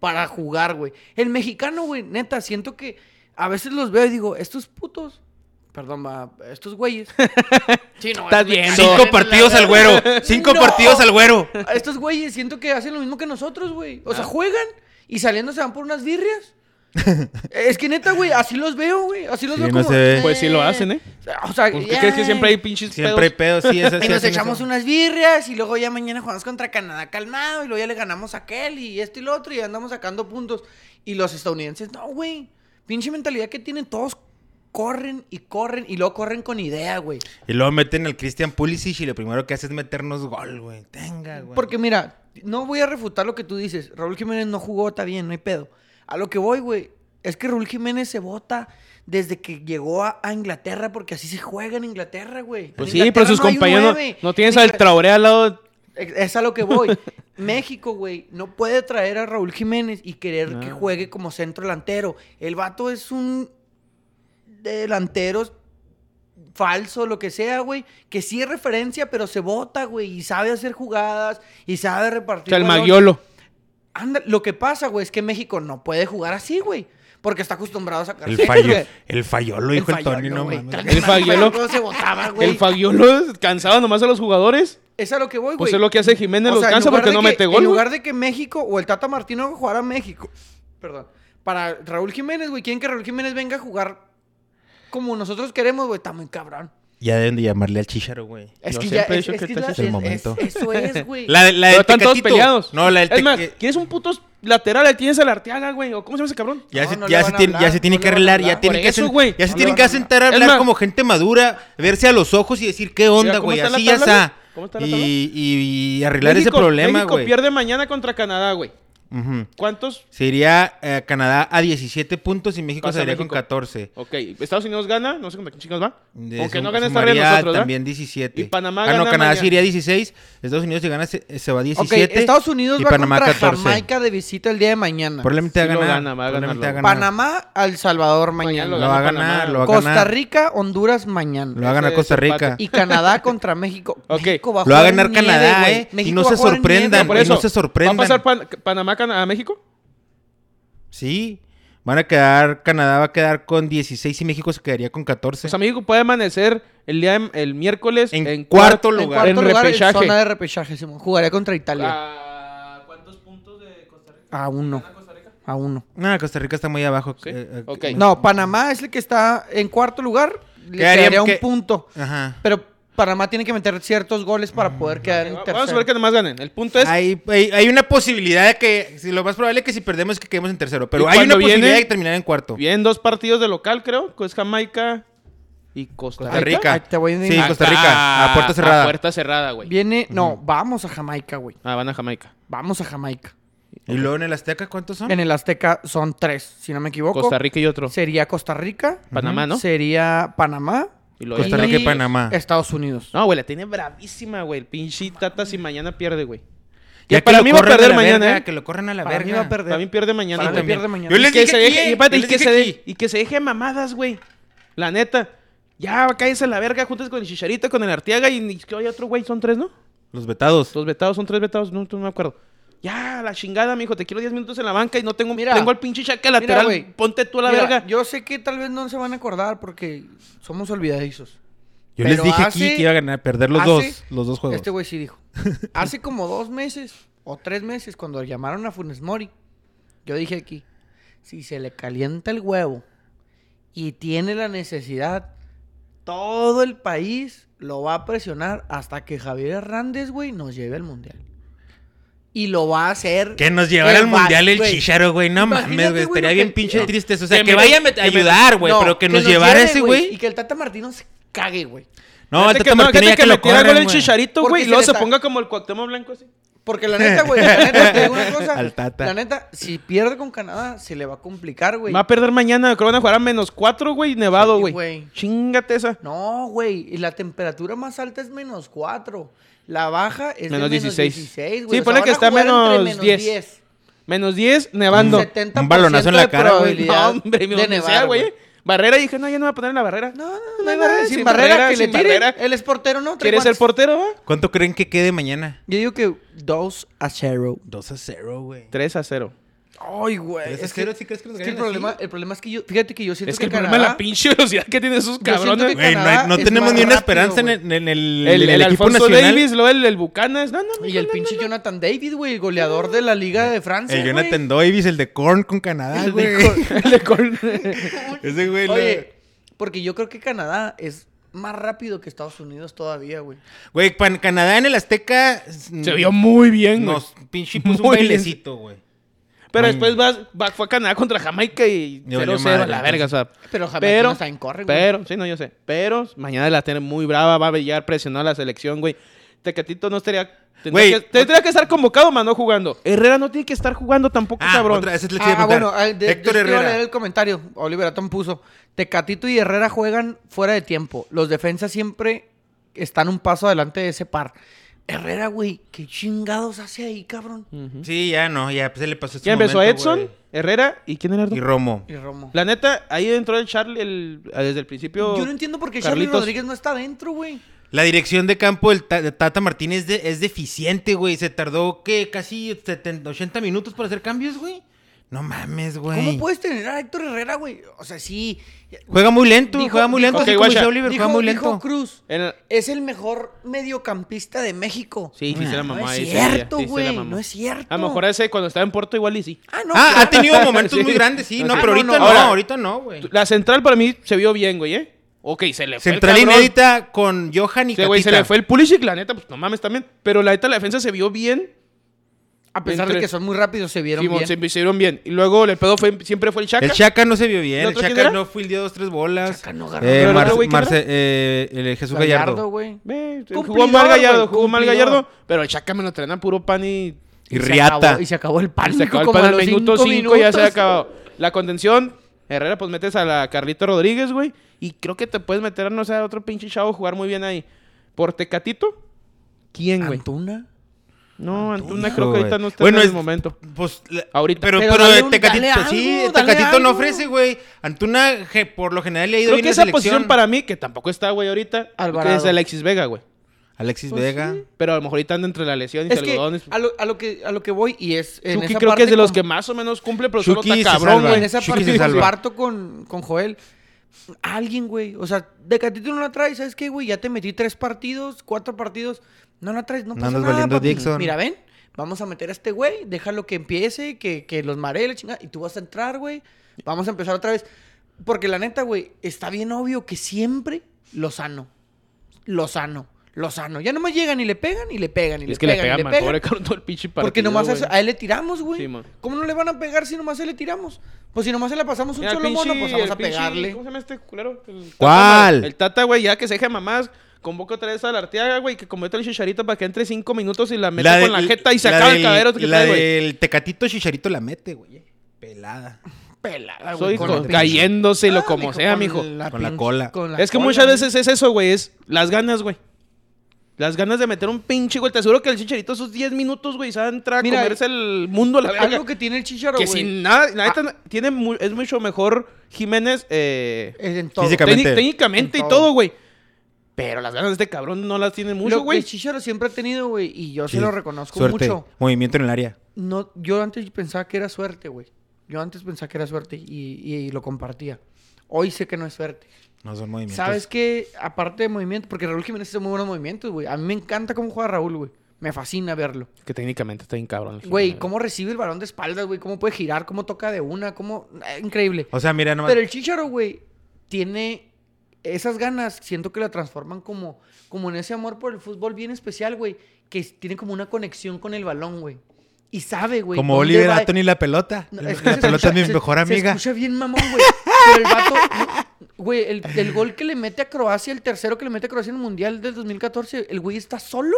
Speaker 1: para jugar, güey. El mexicano, güey, neta, siento que a veces los veo y digo, estos putos, perdón, ma, estos güeyes. Sí, no,
Speaker 3: Estás
Speaker 1: me caen
Speaker 3: viendo.
Speaker 1: en
Speaker 2: Cinco
Speaker 1: la
Speaker 2: partidos al
Speaker 1: verga.
Speaker 2: güero.
Speaker 1: *laughs*
Speaker 2: Cinco
Speaker 1: No.
Speaker 2: partidos al güero.
Speaker 1: Estos güeyes siento que hacen lo mismo que nosotros, güey.
Speaker 2: Ah.
Speaker 1: O sea, juegan y saliendo se van por unas
Speaker 2: *laughs*
Speaker 1: birrias. es que neta, güey, así los veo, güey. Así los
Speaker 2: Sí,
Speaker 1: veo
Speaker 2: no
Speaker 1: como.
Speaker 2: se ve.
Speaker 3: Pues sí lo hacen, ¿eh?
Speaker 1: O sea,
Speaker 3: Pues, ¿Qué crees que
Speaker 1: ya.
Speaker 3: siempre hay pinches
Speaker 2: Siempre hay
Speaker 3: pedos?
Speaker 2: pedos, sí, es así.
Speaker 1: Y nos
Speaker 2: hacen
Speaker 1: echamos
Speaker 2: eso.
Speaker 1: unas birrias y luego ya mañana jugamos contra Canadá calmado y luego ya le ganamos a aquel y esto y lo otro y andamos sacando puntos. Y los estadounidenses, no, güey. Pinche mentalidad que tienen todos. Corren y corren y luego corren con idea, güey.
Speaker 2: Y luego meten al Christian Pulisic y lo primero que hace es meternos gol, güey. Tenga, güey.
Speaker 1: Porque mira, no voy a refutar lo que tú dices. Raúl Jiménez no jugó, está bien, no hay pedo. A lo que voy, güey, es que Raúl Jiménez se vota desde que llegó a, a Inglaterra porque así se juega en Inglaterra, güey. En
Speaker 3: Pues sí,
Speaker 1: Inglaterra
Speaker 3: pero sus
Speaker 1: no hay un
Speaker 3: compañeros.
Speaker 1: nueve.
Speaker 3: No tienes
Speaker 1: En
Speaker 3: al
Speaker 1: Ingla-
Speaker 3: Traoré al lado.
Speaker 1: Es es a lo que
Speaker 2: *laughs*
Speaker 1: voy. México, güey, no puede traer a Raúl Jiménez y querer que
Speaker 3: No.
Speaker 1: juegue como centro delantero. El vato es un delantero falso, lo que sea, güey, que sí es referencia, pero se bota, güey, y sabe hacer jugadas, y sabe
Speaker 3: O
Speaker 1: repartir.
Speaker 3: sea, el
Speaker 1: balón.
Speaker 3: Maguiolo.
Speaker 1: Anda, lo que pasa, güey, es que México no puede jugar así, güey, porque está acostumbrado a sacar *laughs*
Speaker 2: El
Speaker 1: seis,
Speaker 2: fallo,
Speaker 1: güey.
Speaker 2: el fallo lo
Speaker 1: El
Speaker 2: dijo el
Speaker 1: Fayolo,
Speaker 2: Tony, no
Speaker 1: güey.
Speaker 2: mames.
Speaker 3: El Fayolo-
Speaker 1: No se botaba, güey.
Speaker 3: El Fagiolo cansaba nomás a los jugadores.
Speaker 1: Es a lo que voy, güey.
Speaker 3: Pues es lo que hace Jiménez,
Speaker 1: O
Speaker 3: los
Speaker 1: sea, en
Speaker 3: cansa
Speaker 1: lugar
Speaker 3: porque
Speaker 1: de
Speaker 3: no
Speaker 1: que-
Speaker 3: mete
Speaker 1: En
Speaker 3: gol. güey.
Speaker 1: lugar de que México o el Tata Martino jugara a México, perdón, para Raúl Jiménez, güey, quieren que Raúl Jiménez venga a jugar como nosotros queremos, güey, está muy cabrón.
Speaker 2: Ya deben de llamarle al Chicharo, güey.
Speaker 1: Es
Speaker 3: Yo
Speaker 1: que ya
Speaker 3: siempre he
Speaker 1: es,
Speaker 3: dicho
Speaker 1: es
Speaker 3: que
Speaker 1: que
Speaker 3: el
Speaker 1: la-
Speaker 3: Tata
Speaker 1: es-
Speaker 3: es
Speaker 2: el
Speaker 1: es-
Speaker 2: momento.
Speaker 1: eso es, güey.
Speaker 2: La, de- la
Speaker 3: Pero
Speaker 2: del
Speaker 3: están todos
Speaker 2: Tecatito.
Speaker 3: peleados.
Speaker 2: No, la del
Speaker 3: Es más,
Speaker 2: Teca-
Speaker 3: ¿quieres un puto lateral? Ahí tienes al Arteaga, güey. ¿O cómo se llama ese cabrón?
Speaker 2: Ya,
Speaker 1: No,
Speaker 2: se,
Speaker 1: no le
Speaker 2: ya,
Speaker 1: van
Speaker 2: se
Speaker 1: a
Speaker 2: tiene, ya
Speaker 1: hablar,
Speaker 2: se tiene
Speaker 1: no
Speaker 2: que
Speaker 1: le van a
Speaker 2: arreglar, ya
Speaker 1: hablar.
Speaker 2: tienen
Speaker 3: Por
Speaker 2: que,
Speaker 3: eso,
Speaker 2: sen-
Speaker 3: güey.
Speaker 1: No
Speaker 2: ya se
Speaker 1: le
Speaker 2: tienen
Speaker 1: van
Speaker 2: que
Speaker 1: a
Speaker 2: asentar a
Speaker 3: hablar. Es
Speaker 2: hablar
Speaker 3: más-
Speaker 2: como gente madura, verse a los ojos y decir qué onda,
Speaker 3: Mira, ¿cómo
Speaker 2: güey,
Speaker 3: está la
Speaker 2: así
Speaker 3: tabla,
Speaker 2: ya
Speaker 3: güey? ¿Cómo está
Speaker 2: está.
Speaker 3: la
Speaker 2: Y,
Speaker 3: tabla?
Speaker 2: y arreglar ese
Speaker 3: México-
Speaker 2: problema,
Speaker 3: México
Speaker 2: güey.
Speaker 3: pierde mañana contra Canadá, güey.
Speaker 2: Ujú.
Speaker 3: ¿Cuántos?
Speaker 2: Sería eh, Canadá a 17 puntos y México
Speaker 3: Pasa
Speaker 2: sería
Speaker 3: México.
Speaker 2: con 14.
Speaker 3: Ok, Estados Unidos gana, no sé contra quién chicos va.
Speaker 2: De-
Speaker 3: Aunque
Speaker 2: sum-
Speaker 3: no gane esta
Speaker 2: sumaría
Speaker 3: red nosotros, ¿verdad?
Speaker 2: también 17.
Speaker 3: Y Panamá
Speaker 2: Ah,
Speaker 3: gana
Speaker 2: no, Canadá
Speaker 3: mañana.
Speaker 2: se iría 16. Estados Unidos si gana se, se va a 17.
Speaker 1: Ok, Estados Unidos
Speaker 2: y
Speaker 1: va
Speaker 2: Panamá
Speaker 1: contra
Speaker 2: 14.
Speaker 1: Jamaica de visita el día de mañana.
Speaker 2: Probablemente va a
Speaker 3: Sí lo
Speaker 2: ganar.
Speaker 3: gana, va a
Speaker 2: probablemente
Speaker 3: ganarlo.
Speaker 2: va a ganar.
Speaker 1: Panamá al Salvador mañana.
Speaker 2: Lo
Speaker 3: Lo
Speaker 2: va a
Speaker 3: gana
Speaker 2: ganar,
Speaker 3: Panamá.
Speaker 2: lo va a ganar.
Speaker 1: Costa Rica, Honduras mañana.
Speaker 2: Lo va a ganar
Speaker 3: Ese
Speaker 2: Costa
Speaker 3: desempate.
Speaker 2: Rica.
Speaker 1: Y Canadá contra México.
Speaker 3: Ok.
Speaker 1: México
Speaker 2: Lo va a
Speaker 1: jugar en
Speaker 2: ganar
Speaker 1: nieve,
Speaker 2: Canadá,
Speaker 1: güey.
Speaker 2: ¿eh? Y
Speaker 1: México
Speaker 2: no
Speaker 1: va a
Speaker 2: se
Speaker 1: jugar en nieve,
Speaker 2: sorprendan,
Speaker 1: güey.
Speaker 2: *laughs* Y no se sorprendan.
Speaker 3: ¿Va a pasar Pan- Panamá Cana- a México?
Speaker 2: Sí. Van a quedar, Canadá va a quedar con 16 y México se quedaría con 14.
Speaker 3: O sea, México Pues, puede amanecer el día de- el miércoles en,
Speaker 2: En cuarto
Speaker 3: cuart-
Speaker 1: En
Speaker 2: lugar.
Speaker 1: cuarto
Speaker 3: En
Speaker 1: lugar, en
Speaker 3: repechaje. Ah,
Speaker 1: zona de repechaje, Simón. Jugaría contra Italia.
Speaker 3: ¿A cuántos puntos de Costa Rica?
Speaker 1: A uno.
Speaker 3: Ah. Costa Rica?
Speaker 1: A uno.
Speaker 2: no, Costa Rica está muy abajo.
Speaker 3: Sí,
Speaker 2: Eh, eh,
Speaker 3: ok.
Speaker 1: No, Panamá es el que está en cuarto lugar. Le
Speaker 2: Quedaría-
Speaker 1: quedaría,
Speaker 2: que-
Speaker 1: un punto.
Speaker 2: Ajá. Mm.
Speaker 1: Pero Panamá tiene que meter ciertos goles para poder quedar en tercero.
Speaker 3: Vamos a ver que nomás ganen. El punto es
Speaker 2: Hay, hay, hay una posibilidad de que, si lo más probable es que si perdemos es que quedemos en tercero, pero
Speaker 3: Y
Speaker 2: hay una
Speaker 3: cuando viene-
Speaker 2: posibilidad de terminar en cuarto.
Speaker 3: Bien, dos partidos de local, creo, que es Jamaica y Costa
Speaker 2: Costa
Speaker 3: Rica.
Speaker 2: Rica.
Speaker 1: Ahí te voy a
Speaker 2: sí,
Speaker 1: decir.
Speaker 2: Costa Rica, a puerta cerrada.
Speaker 3: Ah, A puerta cerrada, güey.
Speaker 1: Viene, no, vamos a Jamaica, güey.
Speaker 3: Ah, van a Jamaica.
Speaker 1: Vamos a Jamaica.
Speaker 2: Y luego en el Azteca, ¿cuántos son?
Speaker 1: En el Azteca son tres, si no me equivoco.
Speaker 3: Costa Rica y otro.
Speaker 1: Sería Costa Rica.
Speaker 3: Panamá, ¿no?
Speaker 1: Sería Panamá.
Speaker 3: Y luego
Speaker 2: Costa
Speaker 3: ya-
Speaker 2: Rica y Panamá.
Speaker 1: Estados Unidos.
Speaker 3: No, güey, la tiene bravísima, güey. El pinche Tata si mañana pierde, güey.
Speaker 2: Ya
Speaker 3: Y
Speaker 2: que
Speaker 3: para
Speaker 2: lo
Speaker 3: mí va a
Speaker 2: corran
Speaker 3: perder
Speaker 2: la
Speaker 3: mañana,
Speaker 2: verga,
Speaker 3: ¿eh?
Speaker 2: Que lo corran a la
Speaker 1: Para mí
Speaker 2: verga.
Speaker 1: va a perder.
Speaker 3: También pierde mañana,
Speaker 1: Para mí
Speaker 3: güey.
Speaker 1: pierde mañana.
Speaker 2: Yo
Speaker 3: Y
Speaker 2: les
Speaker 3: que
Speaker 2: dije
Speaker 3: se
Speaker 2: aquí,
Speaker 3: deje-
Speaker 2: eh,
Speaker 3: y espérate,
Speaker 2: yo
Speaker 3: y
Speaker 2: les
Speaker 3: que
Speaker 2: dije
Speaker 3: se de-
Speaker 2: aquí.
Speaker 3: y que se deje mamadas, güey. La neta. Ya, cállese la verga, juntas con el Chicharito, con el Arteaga y y que hay otro güey, son tres, ¿no?
Speaker 2: Los vetados.
Speaker 3: Los vetados, son tres vetados, no, no me acuerdo. Ya, la chingada, mijo, te quiero 10 minutos en la banca y no tengo.
Speaker 1: Mira.
Speaker 3: tengo al pinche chaca lateral,
Speaker 1: güey.
Speaker 3: ponte tú a la
Speaker 1: Mira,
Speaker 3: verga.
Speaker 1: Yo sé que tal vez no se van a acordar porque somos olvidadizos.
Speaker 2: Yo les
Speaker 1: Pero
Speaker 2: dije
Speaker 1: hace-
Speaker 2: aquí que iba a ganar, perder los
Speaker 1: hace-
Speaker 2: dos, los dos juegos.
Speaker 1: Este güey sí
Speaker 2: *laughs*
Speaker 1: dijo. Hace como dos meses o tres meses, cuando llamaron a Funes Mori, yo dije aquí: si se le calienta el huevo y tiene la necesidad, todo el país lo va a presionar hasta que Javier Hernández, güey, nos lleve al mundial. Y lo va a hacer.
Speaker 2: que nos llevara
Speaker 1: el
Speaker 2: al
Speaker 1: va-
Speaker 2: mundial el
Speaker 1: güey.
Speaker 2: chicharo, güey. No
Speaker 1: Imagínate,
Speaker 2: mames, güey.
Speaker 1: güey,
Speaker 2: Estaría
Speaker 1: lo
Speaker 2: bien
Speaker 1: que-
Speaker 2: pinche
Speaker 1: no.
Speaker 2: tristes. O sea,
Speaker 3: Que
Speaker 2: que,
Speaker 3: me-
Speaker 2: vayan a ayudar, güey.
Speaker 1: No,
Speaker 2: pero que, nos
Speaker 1: nos
Speaker 2: llevara
Speaker 1: lleve,
Speaker 2: ese, güey.
Speaker 1: Y que el Tata Martino se cague, güey.
Speaker 2: No, el
Speaker 3: Fíjate
Speaker 2: Tata
Speaker 3: no,
Speaker 2: Martino
Speaker 3: fíjate
Speaker 2: ya que lo
Speaker 3: metiera gol
Speaker 2: corran,
Speaker 3: el
Speaker 2: güey.
Speaker 3: Chicharito,
Speaker 1: Porque
Speaker 3: güey, y
Speaker 1: se
Speaker 3: luego
Speaker 1: le
Speaker 3: se
Speaker 1: sa-
Speaker 3: ponga como el Cuauhtémoc Blanco así.
Speaker 1: Porque la neta, güey, la neta, te digo
Speaker 2: *laughs*
Speaker 1: una cosa.
Speaker 2: Al Tata.
Speaker 1: La neta, si pierde con Canadá, se le va a complicar, güey.
Speaker 3: Va a perder mañana, creo que van a jugar a menos cuatro, güey, nevado,
Speaker 1: Sí,
Speaker 3: güey.
Speaker 1: güey.
Speaker 3: Chingate esa.
Speaker 1: No, güey. y La temperatura más alta es menos 4. La baja es
Speaker 3: Menos
Speaker 1: de menos
Speaker 3: 16.
Speaker 1: 16,
Speaker 3: Sí,
Speaker 1: güey.
Speaker 3: ponle
Speaker 1: van
Speaker 3: que
Speaker 1: a
Speaker 3: está
Speaker 1: jugar entre
Speaker 3: menos 10. Menos 10, nevando.
Speaker 1: Un 70%
Speaker 2: Un balonazo en la
Speaker 1: de
Speaker 2: cara, güey.
Speaker 1: probabilidad
Speaker 3: No, hombre, mi
Speaker 1: de
Speaker 3: donde sea,
Speaker 1: nevar,
Speaker 3: güey. Barrera, dije, no, ya no voy a poner en la barrera.
Speaker 1: No, no, no,
Speaker 3: No hay
Speaker 1: hay
Speaker 3: barrera,
Speaker 1: barrera.
Speaker 3: sin
Speaker 1: Sin barrera,
Speaker 3: barrera,
Speaker 1: que le
Speaker 3: sin
Speaker 1: tiren.
Speaker 3: barrera.
Speaker 1: Él es portero, ¿no? Tres
Speaker 3: ¿Quieres ser
Speaker 1: guantes.
Speaker 3: portero, va?
Speaker 2: ¿Cuánto creen que quede mañana?
Speaker 1: Yo digo que 2 a 0.
Speaker 2: 2 a 0, güey.
Speaker 3: 3 a 0.
Speaker 1: Ay, güey.
Speaker 2: 3 a
Speaker 1: es
Speaker 2: 0,
Speaker 1: que-
Speaker 2: ¿sí crees que nos
Speaker 1: Es que el
Speaker 2: ganen
Speaker 1: problema, el problema es que yo, fíjate que yo siento
Speaker 3: Es que el
Speaker 1: que
Speaker 3: problema es la
Speaker 1: Canadá-
Speaker 3: pinche velocidad que tienen esos
Speaker 1: siento
Speaker 3: cabrones.
Speaker 1: que-
Speaker 3: güey.
Speaker 2: Güey, no, hay- no
Speaker 1: Es
Speaker 2: tenemos
Speaker 1: más
Speaker 2: ni una
Speaker 1: rápido,
Speaker 2: esperanza en
Speaker 1: güey.
Speaker 2: el, en el-
Speaker 3: El,
Speaker 2: en
Speaker 3: el
Speaker 2: el equipo
Speaker 3: Alfonso
Speaker 2: nacional.
Speaker 3: Davis, luego el, el Bucanas. No, no,
Speaker 1: Y el pinche Jonathan David, güey, el goleador de la Liga de Francia.
Speaker 2: el
Speaker 1: güey.
Speaker 2: Jonathan Davis, el de Korn con Canadá,
Speaker 1: El de
Speaker 2: güey.
Speaker 1: *laughs*
Speaker 3: *laughs* el de Col-
Speaker 2: Ese güey. la-
Speaker 1: Oye, porque yo creo que Canadá es más rápido que Estados Unidos todavía, güey.
Speaker 2: Güey, pan- Canadá en el Azteca. mm,
Speaker 3: Se vio muy bien, güey.
Speaker 2: Nos pinche puso un
Speaker 3: Muy bien.
Speaker 2: bailecito, güey.
Speaker 3: Pero
Speaker 2: Muy
Speaker 3: después vas, va- fue a Canadá contra Jamaica y
Speaker 2: Le Mm. valió
Speaker 3: 0-0,
Speaker 2: madre,
Speaker 3: la verga, o sea.
Speaker 1: Pero jamás
Speaker 3: Pero-
Speaker 1: no está en corre, güey.
Speaker 3: Pero, sí, no, yo sé. Pero mañana la tiene muy brava, va a brillar, presionar la selección, güey. Tecatito no estaría. Tendría
Speaker 2: Güey.
Speaker 3: que, tendría que estar convocado, más no jugando. Herrera no tiene que estar jugando tampoco,
Speaker 2: Ah,
Speaker 3: cabrón.
Speaker 2: otra, esa es la que
Speaker 1: Ah,
Speaker 2: iba a
Speaker 1: ah, bueno,
Speaker 2: preguntar.
Speaker 1: ah, de,
Speaker 2: Héctor
Speaker 1: de- te iba a leer
Speaker 2: Herrera.
Speaker 1: el comentario. Oliver Atón puso, Tecatito y Herrera juegan fuera de tiempo. Los defensas siempre están un paso adelante de ese par. Herrera, güey, ¿qué chingados hace ahí, cabrón?
Speaker 3: Ujú.
Speaker 2: Sí, ya no, ya pues, se le pasó este
Speaker 3: ¿Quién empezó?
Speaker 2: momento,
Speaker 3: Edson,
Speaker 2: güey.
Speaker 3: Herrera y quién era el otro?
Speaker 2: Y Romo.
Speaker 1: Y Romo.
Speaker 3: La neta, ahí entró el Charlie el- ah, desde el principio.
Speaker 1: Yo no entiendo por qué Charlie
Speaker 3: Carlitos.
Speaker 1: Rodríguez no está dentro, güey.
Speaker 2: La dirección de campo del Ta- de Tata Martínez de- es deficiente, güey. Se tardó que casi 70, 80 minutos para hacer cambios, güey. No mames, güey.
Speaker 1: ¿Cómo puedes tener a Héctor Herrera, güey? O sea, sí.
Speaker 2: Juega muy lento,
Speaker 1: Dijo-
Speaker 2: juega muy
Speaker 1: dijo-
Speaker 2: lento. así
Speaker 3: Ok,
Speaker 2: como
Speaker 3: guacha.
Speaker 2: decía Oliver,
Speaker 1: dijo,
Speaker 2: juega muy
Speaker 1: dijo
Speaker 2: lento.
Speaker 1: Cruz,
Speaker 3: En el-
Speaker 1: es el mejor mediocampista de México.
Speaker 3: Sí, sí, se la
Speaker 1: No
Speaker 3: mamá. ahí,
Speaker 1: es
Speaker 3: sí, sí,
Speaker 1: cierto,
Speaker 3: sí, se la
Speaker 1: güey.
Speaker 3: mamó.
Speaker 1: No es cierto.
Speaker 3: A lo mejor ese cuando estaba en Porto igual y sí.
Speaker 1: Ah, no,
Speaker 2: ah,
Speaker 1: claro.
Speaker 2: ha tenido
Speaker 1: *laughs*
Speaker 2: momentos
Speaker 3: Sí.
Speaker 2: muy grandes, sí. No,
Speaker 3: Ah,
Speaker 2: pero
Speaker 1: no,
Speaker 2: ahorita
Speaker 1: no.
Speaker 2: no,
Speaker 3: Ahora,
Speaker 2: ahorita no, güey.
Speaker 3: La central para mí se vio bien, güey, ¿eh? Ok, se le fue el
Speaker 2: Central
Speaker 3: cabrón.
Speaker 2: inédita con Johan y
Speaker 3: Sí, güey, se
Speaker 2: Catita.
Speaker 3: le fue el Pulisic, la neta, pues no mames también. Pero la neta, la defensa se vio bien.
Speaker 1: A pesar de
Speaker 3: Entre-
Speaker 1: que son muy rápidos, se vieron
Speaker 3: Simón,
Speaker 1: bien.
Speaker 3: Se, se vieron bien. Y luego el pedo fue, siempre fue el Chaca.
Speaker 2: El Chaca no se vio bien.
Speaker 3: ¿El
Speaker 2: El
Speaker 3: otro quién era?
Speaker 2: Chaca no fue el día dos, tres bolas.
Speaker 1: Chaca no agarró.
Speaker 2: eh,
Speaker 3: ¿Pero el
Speaker 2: Mar-
Speaker 3: otro güey quién era?
Speaker 2: Marce- eh, el Jesús Gallardo.
Speaker 1: güey.
Speaker 3: Ve, jugó
Speaker 1: Cumplidor,
Speaker 3: mal Gallardo,
Speaker 1: güey,
Speaker 3: jugó mal
Speaker 1: cumplidor.
Speaker 3: Gallardo. Pero el Chaca me lo traen a puro pan y...
Speaker 2: Y
Speaker 1: se
Speaker 2: Riata.
Speaker 1: acabó- y se acabó el
Speaker 3: y
Speaker 1: pánico.
Speaker 3: se acabó el
Speaker 1: como
Speaker 3: pan
Speaker 1: a
Speaker 3: al
Speaker 1: los
Speaker 3: minuto
Speaker 1: cinco
Speaker 3: 5 ya se ha
Speaker 1: minutos.
Speaker 3: acabado. La contención, Herrera, pues metes a la Carlita Rodríguez, güey. Y creo que te puedes meter, no sé, a otro pinche chavo a jugar muy bien ahí. Por Tecatito, ¿quién, güey?
Speaker 1: Antuna.
Speaker 3: Pues No, Antuna
Speaker 2: Hijo,
Speaker 3: creo que ahorita
Speaker 2: güey.
Speaker 3: no está
Speaker 2: Bueno,
Speaker 3: en el
Speaker 2: es-
Speaker 3: momento.
Speaker 2: Pues, la-
Speaker 3: Ahorita.
Speaker 2: Pero,
Speaker 1: Pero
Speaker 2: pero,
Speaker 1: dale un-
Speaker 2: Tecatito,
Speaker 1: dale
Speaker 2: sí,
Speaker 1: algo, dale
Speaker 2: Tecatito no
Speaker 1: algo.
Speaker 2: ofrece, güey. Antuna, je, por lo general, le ha ido
Speaker 3: Creo
Speaker 2: bien
Speaker 3: que
Speaker 2: en
Speaker 3: esa
Speaker 2: selección.
Speaker 3: posición para mí, que tampoco está, güey, ahorita, que
Speaker 1: Alvarado.
Speaker 3: es Alexis Vega, güey.
Speaker 2: Alexis
Speaker 3: Pues
Speaker 2: Vega.
Speaker 3: sí, Pero a lo mejor ahorita anda entre la lesión y
Speaker 1: Es que
Speaker 3: algodones.
Speaker 1: a lo, a lo que a lo que voy y es en
Speaker 3: Chucky
Speaker 1: esa
Speaker 3: creo que
Speaker 1: parte
Speaker 3: es de los
Speaker 1: com-
Speaker 3: que más o menos cumple, pero solo
Speaker 2: Chucky
Speaker 3: está
Speaker 2: se
Speaker 3: cabrón,
Speaker 2: salva.
Speaker 3: güey.
Speaker 1: en esa
Speaker 2: Chucky
Speaker 1: parte
Speaker 2: se salva.
Speaker 1: comparto con, con Joel. Alguien, güey. O sea, de catito no la traes, ¿sabes qué, güey? Ya te metí tres partidos, cuatro partidos. No la traes, no
Speaker 2: No
Speaker 1: pasa
Speaker 2: andas
Speaker 1: nada,
Speaker 2: valiendo
Speaker 1: papi.
Speaker 2: Dixon.
Speaker 1: Mira, ven, vamos a meter a este güey, déjalo que empiece, que, que los maree, la chingada. Y tú vas a entrar, güey. Vamos a empezar otra vez. Porque la neta, güey, está bien obvio que siempre lo sano. Lo sano. Lo sano. Ya nomás llegan y le pegan y le pegan y
Speaker 3: Es
Speaker 1: le
Speaker 3: que
Speaker 1: pegan.
Speaker 3: le
Speaker 1: y
Speaker 3: pegan
Speaker 1: le
Speaker 3: mal,
Speaker 1: pegan.
Speaker 3: pobre cabrón, todo el pinche partido,
Speaker 1: Porque nomás a,
Speaker 3: güey.
Speaker 1: eso- a él le tiramos, güey.
Speaker 3: Sí, man.
Speaker 1: ¿Cómo no le van a pegar si nomás se le tiramos? Pues si nomás se la pasamos un
Speaker 3: Mira, el
Speaker 1: solo mono,
Speaker 3: pinche-
Speaker 1: pues vamos
Speaker 3: el
Speaker 1: a
Speaker 3: pinche-
Speaker 1: pegarle.
Speaker 3: ¿Cómo se llama este culero? El Tata,
Speaker 2: ¿Cuál?
Speaker 3: madre. El Tata, güey, ya que se deje mamás. Convoca otra vez a la Arteaga, güey, que cometa el chicharito para que entre cinco minutos y la meta con la
Speaker 2: del-
Speaker 3: jeta y se
Speaker 2: la
Speaker 3: acabe el
Speaker 2: del-
Speaker 3: cadero que
Speaker 2: La
Speaker 3: trae, güey.
Speaker 2: del Tecatito Chicharito la mete, güey. Pelada.
Speaker 1: Pelada, güey.
Speaker 3: Soy
Speaker 2: con
Speaker 3: co-
Speaker 1: la
Speaker 2: el
Speaker 1: pinche-
Speaker 3: cayéndose y lo
Speaker 1: Ah,
Speaker 3: como sea,
Speaker 1: con
Speaker 3: mijo.
Speaker 2: Con la
Speaker 1: pinche-
Speaker 2: cola.
Speaker 1: con la
Speaker 3: Es que
Speaker 1: cola,
Speaker 3: muchas
Speaker 1: güey.
Speaker 3: veces es eso, güey, es las ganas, güey. Las ganas de meter un pinche gol. Te aseguro que el chicharito esos 10 minutos, güey, se va a entrar a
Speaker 1: Mira,
Speaker 3: comerse el mundo a la verga.
Speaker 1: Algo que tiene el Chicharo,
Speaker 3: Que
Speaker 1: güey. Ah.
Speaker 3: sin nada, la neta, tiene mu- es mucho mejor Jiménez eh,
Speaker 1: Es en todo.
Speaker 2: Física- Técnicamente.
Speaker 3: técnic- técnicamente
Speaker 1: En
Speaker 3: y
Speaker 1: todo.
Speaker 3: todo, güey. Pero las ganas de este cabrón no las tiene mucho,
Speaker 1: Lo que
Speaker 3: güey.
Speaker 1: el Chicharo siempre ha tenido, güey, y yo
Speaker 2: Sí.
Speaker 1: se lo reconozco
Speaker 2: Suerte,
Speaker 1: mucho.
Speaker 2: Movimiento en el área.
Speaker 1: No, yo antes pensaba que era suerte, güey. Yo antes pensaba que era suerte y, y- y lo compartía. Hoy sé que no es suerte.
Speaker 2: No son movimientos.
Speaker 1: ¿Sabes qué? Aparte de movimiento, porque Raúl Jiménez hace muy buenos movimientos, güey. A mí me encanta cómo juega Raúl, güey. Me fascina verlo.
Speaker 3: Que técnicamente está bien cabrón. el
Speaker 1: Güey,
Speaker 3: Jiménez.
Speaker 1: cómo recibe el balón de espaldas, güey. Cómo puede girar, cómo toca de una, cómo... eh, Increíble.
Speaker 2: O sea, mira nomás.
Speaker 1: Pero el Chicharo, güey, tiene esas ganas, siento que la transforman como, como en ese amor por el fútbol bien especial, güey, que es- tiene como una conexión con el balón, güey. Y sabe, güey.
Speaker 2: Como
Speaker 1: dónde
Speaker 2: Oliver
Speaker 1: va-
Speaker 2: Anthony la pelota.
Speaker 1: No,
Speaker 2: la
Speaker 1: es que se
Speaker 2: pelota es mi
Speaker 1: escucha- se-
Speaker 2: mejor amiga.
Speaker 1: Se escucha bien mamón, güey. Pero el vato, güey, el, el gol que le mete a Croacia, el tercero que le mete a Croacia en el Mundial del 2014, el güey está solo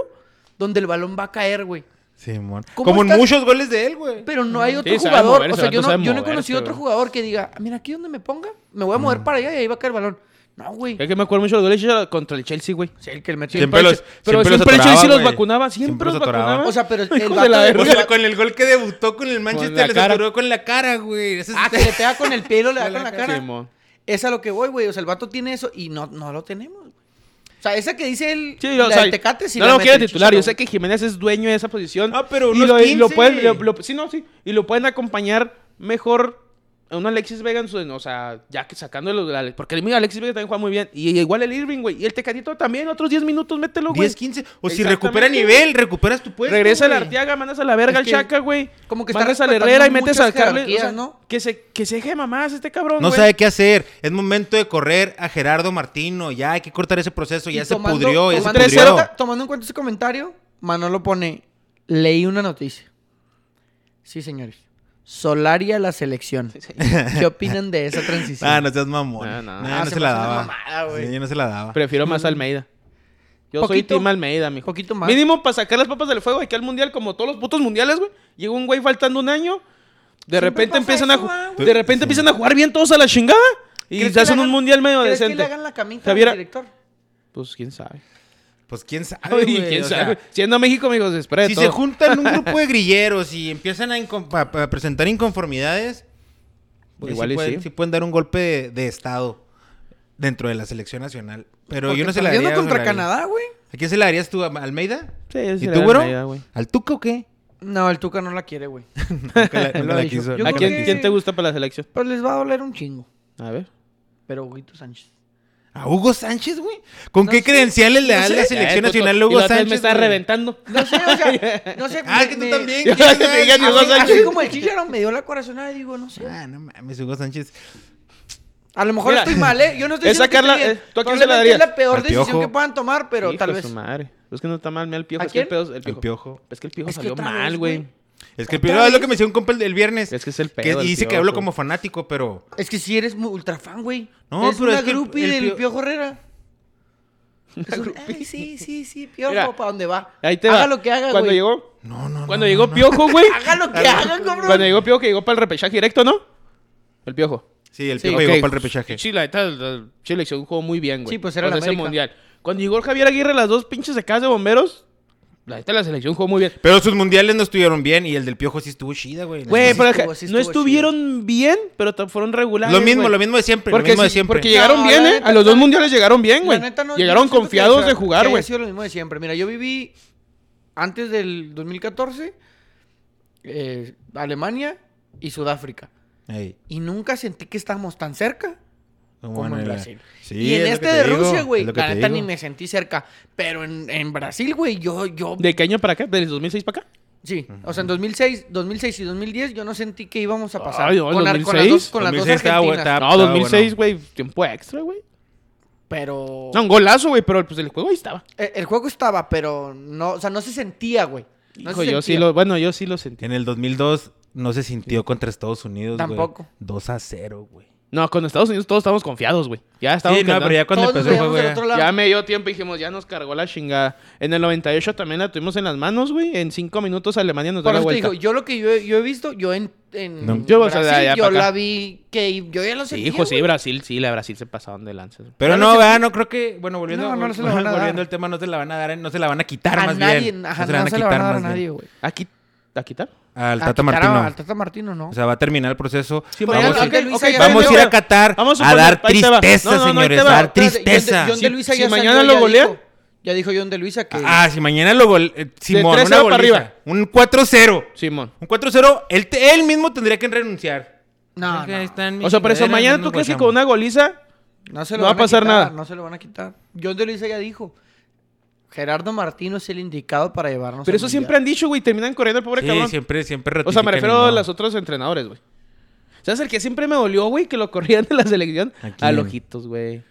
Speaker 1: donde el balón va a caer, güey.
Speaker 2: Simón.
Speaker 1: ¿Cómo
Speaker 2: Como en
Speaker 1: estás?
Speaker 2: muchos goles de él, güey.
Speaker 1: Pero no hay otro
Speaker 3: Sí, sabe
Speaker 1: jugador.
Speaker 3: moverse,
Speaker 1: o sea, yo
Speaker 3: vato,
Speaker 1: no,
Speaker 3: sabe
Speaker 1: yo no he
Speaker 3: moverse,
Speaker 1: conocido otro
Speaker 3: güey.
Speaker 1: jugador que diga, "Ah, mira, aquí donde me ponga, me voy a mover para allá y ahí va a caer el balón. No, güey.
Speaker 3: Es que me acuerdo mucho de los goles de Chicharo contra el Chelsea, güey.
Speaker 1: Sí, el que le metió.
Speaker 2: Siempre
Speaker 1: el
Speaker 2: los-
Speaker 1: pecho.
Speaker 3: Pero
Speaker 2: Siempre
Speaker 3: siempre,
Speaker 2: los
Speaker 3: el Chelsea
Speaker 2: atoraba,
Speaker 3: los
Speaker 2: güey.
Speaker 3: vacunaba, siempre,
Speaker 2: Siempre
Speaker 3: los
Speaker 2: los atoraba.
Speaker 3: vacunaba.
Speaker 1: O sea, pero el,
Speaker 3: Hijos
Speaker 1: el
Speaker 3: de la
Speaker 1: vato-
Speaker 3: verga.
Speaker 2: O sea, con el gol que debutó con el
Speaker 3: la
Speaker 2: Manchester, les
Speaker 3: cara.
Speaker 2: duró con la cara, güey. Ese es-
Speaker 1: *laughs* Ah, que le pega con el pie y lo le da
Speaker 2: Con la
Speaker 1: con la
Speaker 2: cara.
Speaker 1: cara.
Speaker 3: Simón.
Speaker 1: Es a lo que voy, güey. O sea, el vato tiene eso y no, no lo tenemos. güey. O sea, esa que dice el
Speaker 3: Sí,
Speaker 1: la
Speaker 3: o sea,
Speaker 1: del Tecate, sí
Speaker 3: no
Speaker 1: la
Speaker 3: lo
Speaker 1: mete
Speaker 3: quiere
Speaker 1: el
Speaker 3: titular. Yo
Speaker 1: Chicharo,
Speaker 3: sé que Jiménez es dueño de esa posición.
Speaker 2: Ah, pero
Speaker 3: y
Speaker 2: unos
Speaker 3: lo, y
Speaker 2: 15.
Speaker 3: lo pueden, lo- lo- sí, no, sí. Y lo pueden acompañar mejor a un Alexis Vega en su- O sea, ya que sacándolo de la- Porque mira, Alexis Vega también juega muy bien. Y, igual el Irving, güey. Y el Tecatito también. Otros 10 minutos, mételo, güey.
Speaker 2: 10, 15. O si
Speaker 3: Exactamente.
Speaker 2: recupera nivel, recuperas tu puesto.
Speaker 3: Regresa al
Speaker 2: güey.
Speaker 3: Arteaga, mandas a la verga
Speaker 1: Es
Speaker 3: al
Speaker 1: que-
Speaker 3: Chaca, güey.
Speaker 1: como que está
Speaker 3: mandas al
Speaker 1: respetando
Speaker 3: Herrera y metes
Speaker 1: muchas
Speaker 3: al Carles. O sea,
Speaker 1: jerarquías, ¿no?
Speaker 3: que, se, que se deje mamás este cabrón,
Speaker 2: No
Speaker 3: güey.
Speaker 2: sabe qué hacer. Es momento de correr a Gerardo Martino. Ya hay que cortar ese proceso.
Speaker 1: Y
Speaker 2: Ya se
Speaker 1: tomando-
Speaker 2: pudrió. Ya se
Speaker 1: tomando en
Speaker 3: pudrió.
Speaker 1: cuenta- tomando en cuenta ese comentario, Manolo pone, leí una noticia. Sí, señores. Solari a la selección. ¿Qué opinan de esa transición?
Speaker 2: *laughs* Ah, no seas mamón.
Speaker 3: No,
Speaker 2: No,
Speaker 3: no.
Speaker 2: no,
Speaker 1: Ah, se
Speaker 2: se
Speaker 1: me
Speaker 2: la
Speaker 1: hace una
Speaker 2: daba.
Speaker 1: mamada, güey.
Speaker 2: Sí, yo no se la daba.
Speaker 3: Prefiero más Almeida. Yo
Speaker 1: Poquito.
Speaker 3: soy Tim Almeida, mijo.
Speaker 1: Poquito más.
Speaker 3: Mínimo para sacar las papas del fuego de aquí al mundial, como todos los putos mundiales, güey. Llega un güey faltando un año. De repente
Speaker 1: pasa
Speaker 3: empiezan
Speaker 1: eso,
Speaker 3: a
Speaker 1: ah,
Speaker 3: ju-
Speaker 1: güey.
Speaker 3: De repente empiezan a jugar bien todos a la chingada. Y
Speaker 1: ¿Crees
Speaker 3: se
Speaker 1: que le
Speaker 3: hacen un
Speaker 1: hagan-
Speaker 3: mundial medio
Speaker 1: ¿Crees que
Speaker 3: decente.
Speaker 1: le hagan la camita al
Speaker 3: Javiera-
Speaker 1: director?
Speaker 3: Pues quién sabe.
Speaker 2: Pues quién sabe,
Speaker 3: Ay,
Speaker 2: güey,
Speaker 3: quién
Speaker 2: o sea,
Speaker 3: sabe. Siendo México, mijo, se espera de
Speaker 2: si
Speaker 3: todo.
Speaker 2: se juntan un grupo de grilleros y empiezan a, incon- pa- pa- presentar inconformidades, pues
Speaker 3: Igual y
Speaker 2: sí, pueden,
Speaker 3: sí.
Speaker 2: sí pueden dar un golpe de, de estado dentro de la selección nacional. Pero
Speaker 1: Porque
Speaker 2: yo no se la
Speaker 1: perdiendo
Speaker 2: daría.
Speaker 1: contra
Speaker 2: Solari.
Speaker 1: Canadá, güey.
Speaker 2: ¿A quién se la darías tú? ¿A Almeida?
Speaker 3: Sí, sí,
Speaker 2: ¿Y
Speaker 3: la
Speaker 2: tú, güero?
Speaker 3: Almeida, güey.
Speaker 2: ¿Al Tuca o
Speaker 3: *laughs*
Speaker 2: qué?
Speaker 1: No, el Tuca no la quiere, güey.
Speaker 2: Nunca la-
Speaker 1: Lo
Speaker 2: nunca
Speaker 1: ha
Speaker 2: la
Speaker 1: dicho.
Speaker 2: quiso,
Speaker 1: Yo
Speaker 2: nunca
Speaker 1: creo
Speaker 3: ¿A
Speaker 2: la
Speaker 3: quién,
Speaker 1: que-
Speaker 2: quiso.
Speaker 3: quién te gusta para la selección?
Speaker 1: Pero Pues les va a doler un chingo.
Speaker 3: A ver.
Speaker 1: Pero Huguito Sánchez.
Speaker 2: ¿A Hugo Sánchez, güey? ¿Con
Speaker 1: No
Speaker 2: qué
Speaker 1: sé.
Speaker 2: credenciales le da
Speaker 1: sé.
Speaker 2: la selección
Speaker 3: Ay, puto,
Speaker 2: nacional
Speaker 3: Eh, pues, y
Speaker 2: a Hugo
Speaker 3: la otra vez
Speaker 2: Sánchez?
Speaker 3: me está
Speaker 2: güey?
Speaker 3: reventando.
Speaker 1: No sé, o sea, no sé.
Speaker 2: *laughs* Ah,
Speaker 1: me-
Speaker 2: que tú
Speaker 1: me-
Speaker 3: *laughs*
Speaker 2: también.
Speaker 3: Ya,
Speaker 2: ¿quieres
Speaker 3: que te
Speaker 2: ver?
Speaker 3: digan,
Speaker 2: Ah,
Speaker 3: Hugo
Speaker 1: Así,
Speaker 3: Sánchez.
Speaker 1: así como el Chicharo me dio la corazonada, digo, no sé.
Speaker 2: Ah, no mames, Hugo Sánchez.
Speaker 1: A lo mejor
Speaker 3: Mira,
Speaker 1: estoy mal, ¿eh? Yo no estoy
Speaker 3: esa
Speaker 1: diciendo que
Speaker 3: Carla,
Speaker 1: esté bien.
Speaker 3: eh, ¿tú a quién se la
Speaker 1: Probablemente
Speaker 3: darías?
Speaker 1: es la peor
Speaker 2: Al
Speaker 1: decisión
Speaker 2: Piojo.
Speaker 1: que puedan tomar, pero
Speaker 3: Hijo
Speaker 1: tal
Speaker 3: de
Speaker 1: vez.
Speaker 3: su madre. Es que no está mal, mira el piojo.
Speaker 1: ¿A
Speaker 3: es que el
Speaker 1: quién?
Speaker 3: pedo- el
Speaker 2: El
Speaker 3: piojo.
Speaker 2: piojo.
Speaker 3: Es que el piojo
Speaker 1: Es que
Speaker 3: salió
Speaker 1: otra
Speaker 3: mal,
Speaker 1: vez,
Speaker 3: güey.
Speaker 1: güey.
Speaker 2: Es que
Speaker 1: ¿Otra
Speaker 2: el Piojo es lo
Speaker 1: vez?
Speaker 2: que me hicieron compa el, el viernes.
Speaker 3: Es que es el
Speaker 2: Que
Speaker 3: pedo del
Speaker 2: dice que
Speaker 3: Piojo.
Speaker 2: hablo como fanático, pero.
Speaker 1: Es que si eres muy ultra fan, güey.
Speaker 2: No,
Speaker 1: es
Speaker 2: pero
Speaker 1: una
Speaker 2: es que el-
Speaker 1: groupie
Speaker 2: el
Speaker 1: del
Speaker 2: Pio-
Speaker 1: Piojo
Speaker 2: *laughs*
Speaker 1: Herrera. Es un- Ay, sí, sí,
Speaker 3: *laughs*
Speaker 1: sí, Piojo,
Speaker 3: Mira,
Speaker 1: ¿para dónde va?
Speaker 3: Ahí te
Speaker 1: haga
Speaker 3: va.
Speaker 1: lo que haga,
Speaker 3: Cuando
Speaker 1: güey.
Speaker 3: llegó,
Speaker 2: No, no, no.
Speaker 3: cuando llegó Piojo, güey.
Speaker 1: *laughs* Haga lo que haga, cabrón.
Speaker 3: Cuando llegó Piojo, que llegó para el repechaje directo, ¿no? El Piojo.
Speaker 2: Sí, el
Speaker 1: Sí.
Speaker 2: Piojo
Speaker 3: Ok.
Speaker 2: llegó para el repechaje.
Speaker 3: Sí, la neta, la selección jugó muy bien, güey.
Speaker 1: Sí, pues era
Speaker 3: O sea,
Speaker 1: la
Speaker 3: ese
Speaker 1: América.
Speaker 3: mundial. Cuando llegó el Javier Aguirre, las dos pinches de casa de bomberos, la neta, la selección jugó muy bien.
Speaker 2: Pero sus mundiales no estuvieron bien y el del Piojo sí estuvo chida, güey.
Speaker 3: Güey,
Speaker 1: sí
Speaker 3: pero
Speaker 1: estuvo,
Speaker 3: que
Speaker 1: sí
Speaker 3: no
Speaker 1: estuvo
Speaker 3: estuvieron bien, pero t- fueron regulares.
Speaker 2: Lo mismo,
Speaker 3: güey.
Speaker 2: lo mismo de siempre.
Speaker 3: Porque,
Speaker 2: lo mismo
Speaker 3: sí-
Speaker 2: de siempre.
Speaker 3: porque llegaron
Speaker 1: No,
Speaker 3: bien,
Speaker 1: la
Speaker 3: ¿eh?
Speaker 1: neta,
Speaker 3: A los dos
Speaker 1: la-
Speaker 3: mundiales llegaron bien,
Speaker 1: La
Speaker 3: güey.
Speaker 1: neta, no-
Speaker 3: llegaron
Speaker 1: yo siento que, o
Speaker 3: confiados
Speaker 1: sea,
Speaker 3: de
Speaker 1: que
Speaker 3: jugar,
Speaker 1: haya
Speaker 3: güey.
Speaker 1: sido lo mismo de siempre. Mira, yo viví antes del 2014 eh, Alemania y Sudáfrica.
Speaker 2: Ey,
Speaker 1: Y nunca sentí que estábamos tan cerca
Speaker 2: como
Speaker 1: como
Speaker 2: en
Speaker 1: en
Speaker 2: el-
Speaker 1: Brasil.
Speaker 2: Sí,
Speaker 1: y en
Speaker 2: es lo
Speaker 1: este
Speaker 2: que
Speaker 1: de
Speaker 2: te digo,
Speaker 1: Rusia, güey,
Speaker 2: es lo que
Speaker 1: la
Speaker 2: te
Speaker 1: neta
Speaker 2: digo.
Speaker 1: ni me sentí cerca. Pero en, en Brasil, güey, yo, yo...
Speaker 3: ¿De qué año para acá? ¿Del 2006 para acá?
Speaker 1: Sí, o sea, en 2006, 2006 y 2010 yo no sentí que íbamos a pasar.
Speaker 3: Ay, no,
Speaker 1: con, ar- con las
Speaker 3: 2006.
Speaker 1: dos, con las dos
Speaker 2: 2006 estaba
Speaker 1: Argentinas.
Speaker 2: Ah,
Speaker 3: No,
Speaker 2: estaba
Speaker 3: 2006, güey. Tiempo extra, güey.
Speaker 2: Oh.
Speaker 1: Pero...
Speaker 3: No, un golazo, güey, pero pues el juego ahí estaba.
Speaker 1: El, el juego estaba, pero no... O sea, no se sentía, güey. No
Speaker 3: Hijo,
Speaker 1: se
Speaker 3: yo sí
Speaker 1: sentía.
Speaker 3: lo, bueno, yo sí lo sentí.
Speaker 2: En el 2002 no se sintió contra Estados Unidos, güey.
Speaker 1: Tampoco.
Speaker 2: 2 a 0, güey.
Speaker 3: No, con Estados Unidos todos estábamos confiados, güey. Ya estábamos
Speaker 2: Sí, no,
Speaker 3: confiados.
Speaker 2: pero ya cuando
Speaker 1: Todos nos
Speaker 2: empezó
Speaker 1: veíamos
Speaker 2: el juego
Speaker 1: del
Speaker 2: ya-
Speaker 1: otro lado.
Speaker 3: Ya me dio tiempo y dijimos, ya nos cargó la chingada. En el 98 también la tuvimos en las manos, güey. En cinco minutos Alemania nos da
Speaker 1: Por
Speaker 3: la
Speaker 1: eso te
Speaker 3: vuelta.
Speaker 1: digo, yo lo que yo, he- yo he visto, yo en, en
Speaker 2: No.
Speaker 3: Yo, o sea, de
Speaker 1: Brasil,
Speaker 3: allá
Speaker 1: yo
Speaker 3: para acá.
Speaker 1: la vi que yo ya lo
Speaker 3: sí,
Speaker 1: sentí.
Speaker 3: hijo, sí, Brasil, sí, la Brasil se pasaron de lanzas. güey.
Speaker 2: Pero
Speaker 1: Ya lo
Speaker 2: no,
Speaker 1: sentí.
Speaker 2: vea, no creo que. Bueno, volviendo,
Speaker 1: No, no se la
Speaker 2: vol-
Speaker 1: van a dar.
Speaker 2: volviendo al tema, no se la van a dar, eh, no se la van a quitar
Speaker 1: A
Speaker 2: más
Speaker 1: nadie,
Speaker 2: bien.
Speaker 1: ajá,
Speaker 2: no se la van a
Speaker 1: la
Speaker 2: quitar
Speaker 1: van a dar a
Speaker 2: más
Speaker 1: nadie,
Speaker 2: bien.
Speaker 1: güey.
Speaker 3: ¿A, qui- a quitar?
Speaker 2: Al
Speaker 1: A quitar
Speaker 2: Tata
Speaker 1: a-
Speaker 2: Martino.
Speaker 1: Ah, Al Tata Martino, ¿no?
Speaker 2: O sea, va a terminar el proceso.
Speaker 3: Sí,
Speaker 1: Pero
Speaker 2: vamos
Speaker 1: ya-
Speaker 2: a,
Speaker 1: ok, Luisa ya
Speaker 2: vamos a ir
Speaker 1: vendió.
Speaker 2: a Qatar
Speaker 3: Vamos a
Speaker 2: a dar
Speaker 3: suponer- ahí te va.
Speaker 2: tristeza,
Speaker 3: No, no, no, ahí
Speaker 2: señores.
Speaker 3: te
Speaker 2: A
Speaker 3: va.
Speaker 2: dar
Speaker 1: Espérate, John de-
Speaker 2: tristeza.
Speaker 1: John de
Speaker 3: Si-
Speaker 1: Luisa
Speaker 3: si
Speaker 1: ya
Speaker 3: mañana
Speaker 1: salió,
Speaker 3: lo
Speaker 1: ya
Speaker 3: golea.
Speaker 1: dijo- Ya dijo John de Luisa que...
Speaker 2: Ah, si mañana lo gol... eh, Simón,
Speaker 3: 3-0
Speaker 2: una
Speaker 3: para
Speaker 2: goliza.
Speaker 3: arriba.
Speaker 2: Un 4-0.
Speaker 3: Simón.
Speaker 2: Un 4-0, él, te- él mismo tendría que renunciar.
Speaker 1: no, no,
Speaker 3: O sea, por eso mañana tú crees que con una goliza
Speaker 1: no se
Speaker 3: no va a
Speaker 1: van
Speaker 3: pasar
Speaker 1: quitar,
Speaker 3: nada.
Speaker 1: No se lo van a quitar. John de Luisa ya dijo. Gerardo Martino es el indicado para llevarnos
Speaker 3: Pero
Speaker 1: al
Speaker 3: eso
Speaker 1: Mundial".
Speaker 3: siempre han dicho, güey. Terminan corriendo el pobre
Speaker 2: Sí,
Speaker 3: cabrón.
Speaker 2: siempre, siempre
Speaker 3: o sea,
Speaker 2: ratifican
Speaker 3: me refiero
Speaker 2: y no.
Speaker 3: a los otros entrenadores, güey. ¿Sabes el que siempre me dolió, güey? Que lo corrían de la selección
Speaker 2: ¿A quién?
Speaker 3: a lojitos, güey.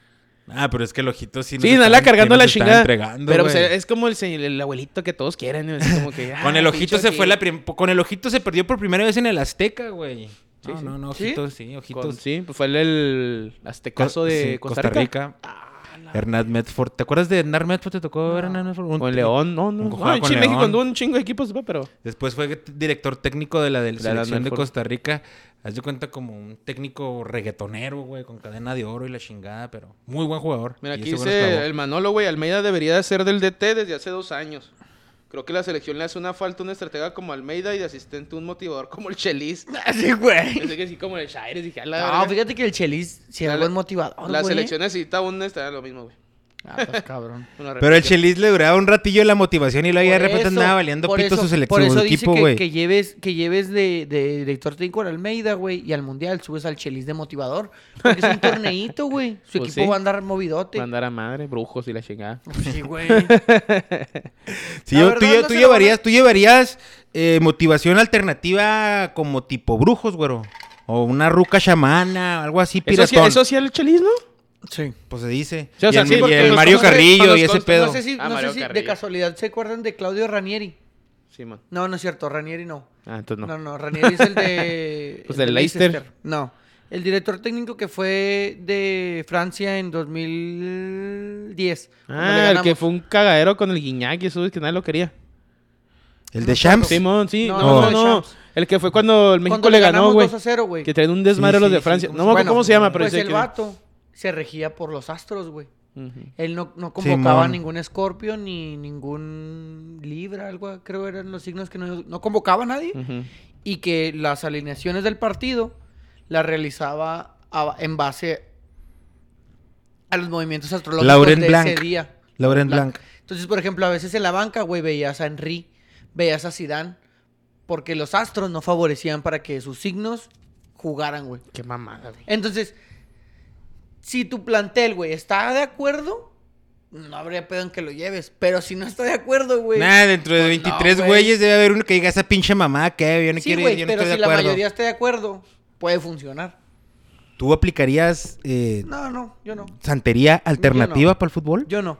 Speaker 2: Ah, pero es que el ojito sí nos
Speaker 3: Sí,
Speaker 2: estaban-
Speaker 3: Nala
Speaker 2: sí
Speaker 3: cargando
Speaker 2: nos
Speaker 3: la
Speaker 2: estaban
Speaker 3: chingada.
Speaker 2: entregando,
Speaker 3: pero o
Speaker 2: güey.
Speaker 3: sea, es como el, se- el abuelito que todos quieren. ¿no? Es
Speaker 2: *laughs*
Speaker 3: como que,
Speaker 2: Con
Speaker 3: ah,
Speaker 2: el ojito
Speaker 3: pinche
Speaker 2: se fue
Speaker 3: que-
Speaker 2: la prim- con el ojito se perdió por primera vez en el Azteca, güey. no,
Speaker 3: sí.
Speaker 2: no, no,
Speaker 1: ¿Sí?
Speaker 2: ojitos, sí, ojitos.
Speaker 3: Con- sí, pues fue el, el aztecaso
Speaker 2: Co-
Speaker 3: de
Speaker 2: sí,
Speaker 3: Costa, Rica.
Speaker 2: Hernán Medford. ¿Te acuerdas de Hernán Medford? ¿Te tocó ver a Hernán Medford? Un-
Speaker 3: O el León, no, no.
Speaker 2: Un-
Speaker 3: No,
Speaker 2: jugaba
Speaker 3: en
Speaker 2: con
Speaker 3: Chile, México
Speaker 2: León.
Speaker 3: anduvo un chingo de equipos, güey, pero...
Speaker 2: Después fue director técnico de la del
Speaker 3: Hernán
Speaker 2: selección de
Speaker 3: Medford.
Speaker 2: Costa Rica. Haz de cuenta como un técnico reggaetonero, güey, con cadena de oro y la chingada, pero muy buen jugador.
Speaker 3: Mira,
Speaker 2: Y
Speaker 3: aquí
Speaker 2: ese güey los clavó.
Speaker 3: dice el Manolo, güey, Almeida debería de ser del DT desde hace dos años. Creo que la selección le hace una falta a un estratega como Almeida y de asistente un motivador como el Chelis.
Speaker 1: *laughs* Así, Ah, güey.
Speaker 3: Pensé que sí, como el Shaires, dije, a la
Speaker 1: No,
Speaker 3: verga.
Speaker 1: fíjate que el Chelis si era
Speaker 3: La-
Speaker 1: buen motivador,
Speaker 3: La
Speaker 1: güey. ¿eh?
Speaker 3: selección necesita un estratega, lo mismo, güey.
Speaker 1: Ah, pues cabrón.
Speaker 3: Una
Speaker 2: Pero el
Speaker 3: referencia.
Speaker 2: Chelis le duraba un ratillo la motivación y luego ya de
Speaker 1: Por
Speaker 2: repente
Speaker 1: eso-
Speaker 2: andaba valiendo
Speaker 1: por eso-
Speaker 2: pito su
Speaker 1: Por
Speaker 2: selección,
Speaker 1: eso
Speaker 2: su
Speaker 1: dice
Speaker 2: equipo,
Speaker 1: que,
Speaker 2: güey.
Speaker 1: que lleves, que lleves de, de director técnico al Almeida, güey, y al Mundial subes al Chelis de motivador. Porque
Speaker 2: *laughs*
Speaker 1: es un torneito, güey. Su
Speaker 3: Pues
Speaker 1: equipo
Speaker 3: sí.
Speaker 1: va a andar movidote. Pues
Speaker 3: Mandar a madre, brujos y la chingada.
Speaker 1: Sí,
Speaker 2: *laughs*
Speaker 1: güey.
Speaker 2: Sí,
Speaker 1: La
Speaker 2: yo-
Speaker 1: verdad, no
Speaker 2: tú, lle- tú
Speaker 1: se lo van a-
Speaker 2: llevarías, tú llevarías eh, motivación alternativa como tipo brujos, güero. O una ruca chamana, algo así,
Speaker 3: Eso sí,
Speaker 2: piratón.
Speaker 3: eso sí era el Chelis, ¿no?
Speaker 1: Sí.
Speaker 2: Pues se dice.
Speaker 3: Sí, o sea,
Speaker 2: y el,
Speaker 3: sí,
Speaker 2: y
Speaker 3: porque
Speaker 2: el
Speaker 3: los
Speaker 2: Mario
Speaker 3: conozco-
Speaker 2: Carrillo
Speaker 3: los
Speaker 2: y ese
Speaker 3: conozco-
Speaker 2: pedo.
Speaker 1: No sé si,
Speaker 3: Ah,
Speaker 1: no sé
Speaker 3: Mario
Speaker 1: si de
Speaker 3: Carrillo.
Speaker 1: casualidad se acuerdan de Claudio Ranieri.
Speaker 3: Sí, man.
Speaker 1: No, no es cierto, Ranieri no.
Speaker 3: Ah, entonces
Speaker 1: No,
Speaker 3: no.
Speaker 1: no, Ranieri es el de.
Speaker 3: *laughs* Pues
Speaker 1: el
Speaker 3: del
Speaker 1: de
Speaker 3: Leicester.
Speaker 1: No. El director técnico que fue de Francia en 2010. cuando le
Speaker 3: Ah, el que
Speaker 1: ganamos.
Speaker 3: fue un cagadero con el Guiñac y eso, es que nadie lo quería.
Speaker 2: El de Champs.
Speaker 3: Simón, sí.
Speaker 1: No,
Speaker 3: No,
Speaker 2: no,
Speaker 3: no, no.
Speaker 1: no, Champs.
Speaker 3: El que fue cuando el México
Speaker 1: Cuando
Speaker 3: le ganó,
Speaker 1: ganamos
Speaker 3: güey.
Speaker 1: 2 a 0, güey.
Speaker 3: Que traen un desmadre
Speaker 2: Sí,
Speaker 3: los
Speaker 2: sí,
Speaker 3: de
Speaker 2: sí,
Speaker 3: Francia.
Speaker 2: ¿cómo
Speaker 3: no
Speaker 2: se
Speaker 3: me acuerdo
Speaker 2: llama?
Speaker 3: cómo se llama, pero
Speaker 1: Pues
Speaker 3: dice
Speaker 1: el
Speaker 3: que-
Speaker 1: vato se regía por los astros, güey.
Speaker 3: Ujú.
Speaker 1: Él no, no convocaba
Speaker 2: Simón.
Speaker 1: ningún escorpio ni ningún libra, algo creo eran los signos que no, no convocaba a nadie.
Speaker 3: Ujú.
Speaker 1: Y que las alineaciones del partido las realizaba a- en base a los movimientos astrológicos
Speaker 2: Lauren
Speaker 1: de
Speaker 2: Blanc.
Speaker 1: ese día.
Speaker 2: Lauren
Speaker 1: La-
Speaker 2: Blanc.
Speaker 1: Entonces, por ejemplo, a veces en la banca, güey, veías a Henry, veías a Zidane, porque los astros no favorecían para que sus signos jugaran, güey.
Speaker 3: Qué mamada, güey.
Speaker 1: Entonces, si tu plantel, güey, está de acuerdo, no habría pedo en que lo lleves. Pero si no está de acuerdo, güey.
Speaker 2: Nada, dentro de
Speaker 1: Pues no,
Speaker 2: 23
Speaker 1: güey.
Speaker 2: güeyes debe haber uno que diga esa pinche mamá que yo no
Speaker 1: sí,
Speaker 2: quiero
Speaker 1: güey,
Speaker 2: ir, yo no
Speaker 1: pero
Speaker 2: estoy
Speaker 1: si
Speaker 2: de
Speaker 1: la
Speaker 2: acuerdo.
Speaker 1: mayoría está de acuerdo, puede funcionar.
Speaker 2: ¿Tú aplicarías eh,
Speaker 1: No, no, yo no.
Speaker 2: santería alternativa para el fútbol?
Speaker 1: Yo no.